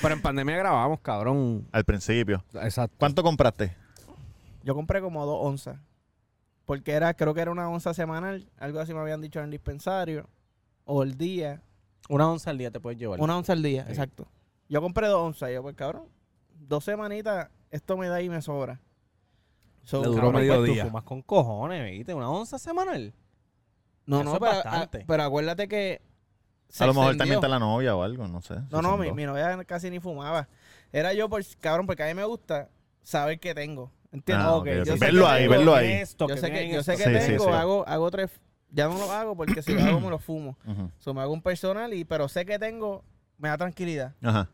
[SPEAKER 1] Pero en pandemia grabamos, cabrón.
[SPEAKER 2] Al principio.
[SPEAKER 1] Exacto.
[SPEAKER 2] ¿Cuánto compraste?
[SPEAKER 4] Yo compré como dos onzas. Porque era, creo que era una onza semanal, algo así me habían dicho en el dispensario. O el día.
[SPEAKER 5] Una onza al día te puedes llevar.
[SPEAKER 4] Una onza al día,
[SPEAKER 5] Sí.
[SPEAKER 4] exacto. Yo compré dos onzas. Yo, pues cabrón, dos semanitas, esto me da y me sobra. So,
[SPEAKER 1] Le duró
[SPEAKER 4] cabrón, pues,
[SPEAKER 1] medio
[SPEAKER 5] tú
[SPEAKER 1] día.
[SPEAKER 5] fumas con cojones, ¿viste? Una onza semanal.
[SPEAKER 4] No,
[SPEAKER 5] Eso
[SPEAKER 4] no,
[SPEAKER 5] es
[SPEAKER 4] pero,
[SPEAKER 5] bastante.
[SPEAKER 4] a- pero acuérdate que. se
[SPEAKER 2] a lo mejor también
[SPEAKER 4] extendió.
[SPEAKER 2] está la novia o algo, no sé.
[SPEAKER 4] No,
[SPEAKER 2] Si
[SPEAKER 4] no,
[SPEAKER 2] son
[SPEAKER 4] mi,
[SPEAKER 2] dos.
[SPEAKER 4] mi novia casi ni fumaba. Era yo, por, cabrón, porque a mí me gusta saber qué tengo. ¿Entiendes?
[SPEAKER 2] Ah,
[SPEAKER 4] Ok,
[SPEAKER 2] ok,
[SPEAKER 4] yo
[SPEAKER 2] ok.
[SPEAKER 4] sé que
[SPEAKER 2] Verlo ahí,
[SPEAKER 4] tengo-
[SPEAKER 2] verlo ahí.
[SPEAKER 5] Esto,
[SPEAKER 4] Yo sé que, yo sé
[SPEAKER 5] esto.
[SPEAKER 4] que
[SPEAKER 2] Sí, sí,
[SPEAKER 4] tengo,
[SPEAKER 2] sí.
[SPEAKER 4] Hago, hago tres. Ya no lo hago porque si lo hago me lo fumo.
[SPEAKER 2] Ujú.
[SPEAKER 4] So, me hago un personal, y pero sé que tengo, me da tranquilidad.
[SPEAKER 2] Ajá.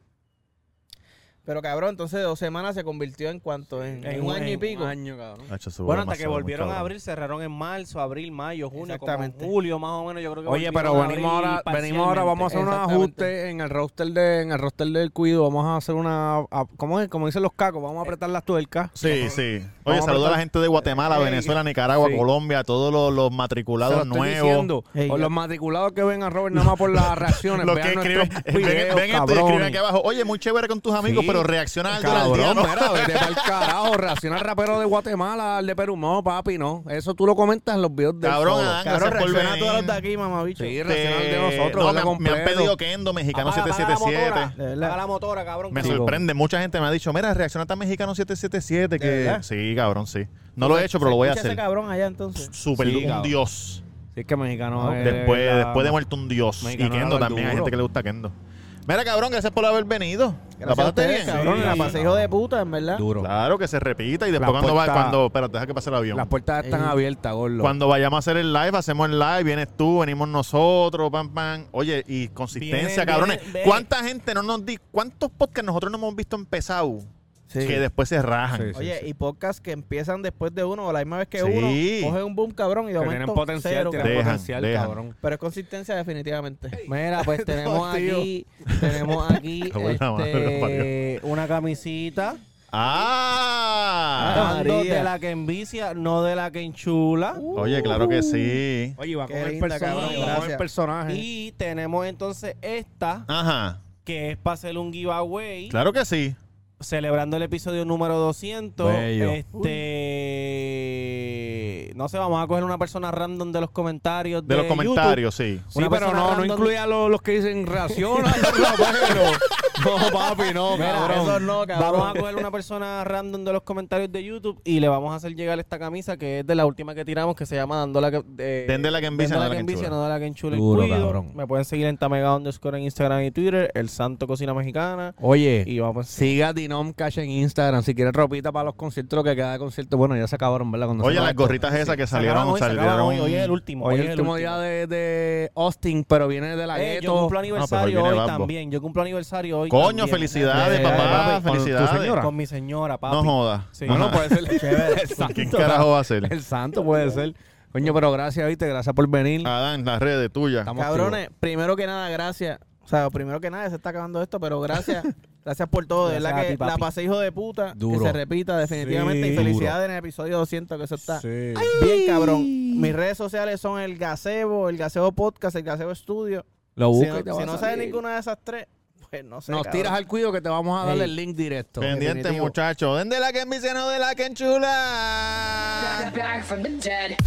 [SPEAKER 4] Pero cabrón, entonces de dos semanas se convirtió en cuanto, en,
[SPEAKER 5] En
[SPEAKER 4] en un
[SPEAKER 5] un-
[SPEAKER 4] año y
[SPEAKER 5] en
[SPEAKER 4] pico.
[SPEAKER 2] Hacho, eso fue
[SPEAKER 5] Bueno, hasta que
[SPEAKER 2] demasiado, muy
[SPEAKER 5] volvieron a
[SPEAKER 2] cabrón.
[SPEAKER 5] abrir, cerraron en marzo, abril, mayo, junio, como en
[SPEAKER 4] Exactamente.
[SPEAKER 5] julio más o menos. Yo creo que
[SPEAKER 1] Oye, pero
[SPEAKER 5] volvieron a
[SPEAKER 1] venimos
[SPEAKER 5] abrir
[SPEAKER 1] ahora, venimos ahora, vamos a hacer unos
[SPEAKER 4] Exactamente.
[SPEAKER 1] ajustes en el roster de, en el roster del cuido, vamos a hacer una, a- ¿cómo es? Como dicen los cacos, vamos a apretar las tuercas.
[SPEAKER 2] Sí, sí.
[SPEAKER 1] Vamos
[SPEAKER 2] Oye,
[SPEAKER 1] a
[SPEAKER 2] saludo a la
[SPEAKER 1] apretar-
[SPEAKER 2] gente de Guatemala,
[SPEAKER 1] Ey.
[SPEAKER 2] Venezuela, Nicaragua,
[SPEAKER 1] Sí.
[SPEAKER 2] Colombia, a todos los, los matriculados
[SPEAKER 1] Se lo estoy
[SPEAKER 2] nuevos.
[SPEAKER 1] diciendo,
[SPEAKER 4] Ey,
[SPEAKER 1] o
[SPEAKER 4] ya.
[SPEAKER 1] los matriculados que ven a Robert nada más por las reacciones,
[SPEAKER 2] Los que
[SPEAKER 1] vean
[SPEAKER 2] escriben,
[SPEAKER 1] nuestros
[SPEAKER 2] ven,
[SPEAKER 1] videos,
[SPEAKER 2] ven esto y escriben
[SPEAKER 1] cabrones.
[SPEAKER 2] aquí abajo. Oye, muy chévere con tus amigos,
[SPEAKER 1] Sí.
[SPEAKER 2] pero reacciona al dólar al día.
[SPEAKER 1] Cabrón,
[SPEAKER 2] ¿no?
[SPEAKER 1] mira, vete pa'l carajo, reacciona al rapero de Guatemala, al de Perú, no, papi, no. Eso tú lo comentas en los videos de
[SPEAKER 2] Cabrón, Adán,
[SPEAKER 4] Cabrón,
[SPEAKER 2] gracias por
[SPEAKER 4] reacciona a
[SPEAKER 2] venir.
[SPEAKER 4] todos los de aquí, mamá, bicho.
[SPEAKER 1] Sí,
[SPEAKER 4] De
[SPEAKER 1] reacciona al de
[SPEAKER 2] Este,
[SPEAKER 1] nosotros,
[SPEAKER 2] no,
[SPEAKER 1] dale
[SPEAKER 2] me, han- me han
[SPEAKER 1] completo.
[SPEAKER 2] pedido Kendo, Mexicano
[SPEAKER 5] Apaga, apaga la
[SPEAKER 2] 777.
[SPEAKER 5] motora.
[SPEAKER 4] verdad.
[SPEAKER 5] Apaga la motora, cabrón.
[SPEAKER 2] Me
[SPEAKER 5] que-
[SPEAKER 2] sorprende, mucha gente me ha dicho, mira, reacciona a Mexicano 777. Que...
[SPEAKER 4] verdad?
[SPEAKER 2] Sí, cabrón, sí. No lo he hecho, pero lo voy a
[SPEAKER 4] Escucha ese
[SPEAKER 2] hacer.
[SPEAKER 4] cabrón allá entonces.
[SPEAKER 2] Super,
[SPEAKER 1] Sí,
[SPEAKER 2] un
[SPEAKER 1] cabrón.
[SPEAKER 2] dios.
[SPEAKER 1] Sí, es que mexicano es
[SPEAKER 2] después,
[SPEAKER 1] la-
[SPEAKER 2] después de muerto un dios. Y
[SPEAKER 1] Mexicano
[SPEAKER 2] Kendo
[SPEAKER 1] era
[SPEAKER 2] también, hay
[SPEAKER 1] duro.
[SPEAKER 2] gente que le gusta Kendo. Mira, cabrón, gracias por haber venido. ¿La
[SPEAKER 4] Gracias a
[SPEAKER 2] pasaste
[SPEAKER 4] ustedes,
[SPEAKER 2] bien?
[SPEAKER 4] Cabrón,
[SPEAKER 5] Sí.
[SPEAKER 4] la pasé hijo de puta, en verdad.
[SPEAKER 1] Duro.
[SPEAKER 2] Claro, que se repita y después
[SPEAKER 1] La
[SPEAKER 2] cuando va,
[SPEAKER 1] puerta-
[SPEAKER 2] cuando, espérate, deja que pase el avión.
[SPEAKER 1] Las puertas están
[SPEAKER 4] Ey.
[SPEAKER 1] abiertas, gordo.
[SPEAKER 2] Cuando vayamos a hacer el live, hacemos el live, vienes tú, venimos nosotros, pam, pam. Oye, y consistencia,
[SPEAKER 5] Vienen,
[SPEAKER 2] cabrones.
[SPEAKER 5] vienen, ven.
[SPEAKER 2] ¿Cuánta gente no nos di? ¿Cuántos podcasts nosotros no hemos visto empezar
[SPEAKER 4] Sí.
[SPEAKER 2] que después se rajan?
[SPEAKER 1] Sí,
[SPEAKER 4] Oye, y podcasts que empiezan después de uno o la misma vez que
[SPEAKER 2] Sí.
[SPEAKER 4] uno, coge un boom, cabrón, y de
[SPEAKER 1] que
[SPEAKER 4] momento
[SPEAKER 1] tienen potencial,
[SPEAKER 4] cero,
[SPEAKER 1] tienen
[SPEAKER 2] Dejan,
[SPEAKER 1] potencial,
[SPEAKER 2] dejan.
[SPEAKER 1] cabrón.
[SPEAKER 4] Pero es consistencia definitivamente.
[SPEAKER 5] Mira, pues tenemos
[SPEAKER 1] tío.
[SPEAKER 5] aquí, tenemos aquí
[SPEAKER 2] Cago en la madre,
[SPEAKER 5] este,
[SPEAKER 2] lo parió.
[SPEAKER 5] una camisita
[SPEAKER 2] ¡Ah!
[SPEAKER 5] hablando
[SPEAKER 4] María.
[SPEAKER 5] de la que envicia, no de la que enchula.
[SPEAKER 2] Oye, claro que sí.
[SPEAKER 1] Oye, va
[SPEAKER 4] Qué
[SPEAKER 1] con el
[SPEAKER 4] linda,
[SPEAKER 1] personaje.
[SPEAKER 4] cabrón,
[SPEAKER 1] va con el
[SPEAKER 4] gracias.
[SPEAKER 1] personaje.
[SPEAKER 5] Y tenemos entonces esta,
[SPEAKER 2] Ajá,
[SPEAKER 5] que es para hacer un giveaway,
[SPEAKER 2] claro que sí.
[SPEAKER 5] celebrando el episodio número 200.
[SPEAKER 2] Bello.
[SPEAKER 5] Este, no sé, vamos a coger una persona random de los comentarios.
[SPEAKER 2] De los
[SPEAKER 5] YouTube.
[SPEAKER 2] comentarios, sí.
[SPEAKER 1] Sí,
[SPEAKER 5] Una
[SPEAKER 1] pero
[SPEAKER 5] persona
[SPEAKER 1] no, no
[SPEAKER 5] random-
[SPEAKER 1] incluye a los, los que dicen reacciona al rapero. No, papi, no, cabrón.
[SPEAKER 4] Eso no, cabrón.
[SPEAKER 5] Vamos a coger una persona random de los comentarios de YouTube y le vamos a hacer llegar esta camisa que es de la última que tiramos que se llama Dando la que... eh,
[SPEAKER 2] Den de la que envicia,
[SPEAKER 5] Dando
[SPEAKER 2] no de la que enchula.
[SPEAKER 5] no de la que enchula el
[SPEAKER 1] Duro,
[SPEAKER 5] cuido.
[SPEAKER 1] cabrón.
[SPEAKER 5] Me pueden seguir en Tamega underscore en Instagram y Twitter, El Santo Cocina Mexicana.
[SPEAKER 1] Oye,
[SPEAKER 5] Y vamos
[SPEAKER 1] siga a Dinom Cash en Instagram. Si quieres ropita para los conciertos, lo que queda de concierto. Bueno, ya se acabaron, ¿verdad? Cuando
[SPEAKER 2] Oye,
[SPEAKER 1] se acaba
[SPEAKER 2] las
[SPEAKER 1] esto.
[SPEAKER 2] gorritas esas que
[SPEAKER 5] Se acaban
[SPEAKER 2] salieron,
[SPEAKER 5] hoy, se acaban
[SPEAKER 2] salieron.
[SPEAKER 5] hoy, hoy es el último.
[SPEAKER 1] Hoy es
[SPEAKER 5] es
[SPEAKER 1] el último día de, de Austin, pero viene de la
[SPEAKER 5] Eh,
[SPEAKER 1] gueto.
[SPEAKER 5] yo cumplo
[SPEAKER 2] hoy
[SPEAKER 5] aniversario
[SPEAKER 2] viene
[SPEAKER 5] hoy
[SPEAKER 2] Babbo.
[SPEAKER 5] también. Yo cumplo aniversario hoy.
[SPEAKER 2] Coño,
[SPEAKER 5] también.
[SPEAKER 2] felicidades,
[SPEAKER 1] Eh,
[SPEAKER 2] papá,
[SPEAKER 1] papi, con tu
[SPEAKER 2] felicidades.
[SPEAKER 1] señora.
[SPEAKER 5] Con mi señora, papi.
[SPEAKER 2] No jodas.
[SPEAKER 5] Sí.
[SPEAKER 2] Ajá.
[SPEAKER 1] No, no, puede ser. el santo.
[SPEAKER 2] ¿Quién carajo va a ser?
[SPEAKER 1] El santo puede ser. Coño, pero gracias, viste, gracias por venir.
[SPEAKER 2] Adán, las redes tuyas.
[SPEAKER 1] Estamos activos.
[SPEAKER 4] Cabrones, primero que nada, gracias. O sea, primero que nada, se está acabando esto, pero gracias Gracias por todo. De verdad
[SPEAKER 5] Gracias a
[SPEAKER 4] que
[SPEAKER 5] ti, papi.
[SPEAKER 4] la pasé hijo de puta.
[SPEAKER 1] Duro.
[SPEAKER 4] Que se repita definitivamente.
[SPEAKER 5] Sí.
[SPEAKER 4] y felicidades en el episodio 200, que eso está
[SPEAKER 5] Sí.
[SPEAKER 4] bien cabrón. Mis redes sociales son el Gazebo, el Gazebo Podcast, el Gazebo Studio.
[SPEAKER 1] Lo
[SPEAKER 4] Si
[SPEAKER 1] buscas
[SPEAKER 4] no,
[SPEAKER 1] y te va
[SPEAKER 4] si
[SPEAKER 1] a
[SPEAKER 4] no sabes
[SPEAKER 1] salir.
[SPEAKER 4] ninguna de esas tres, pues no sé.
[SPEAKER 1] Nos
[SPEAKER 4] cabrón.
[SPEAKER 1] tiras al cuido que te vamos a dar
[SPEAKER 4] Ey.
[SPEAKER 1] el link directo.
[SPEAKER 2] Pendiente,
[SPEAKER 1] Definitivo.
[SPEAKER 2] muchachos. Den de la que en vicio, no de la que en chula.
[SPEAKER 9] Back from the dead.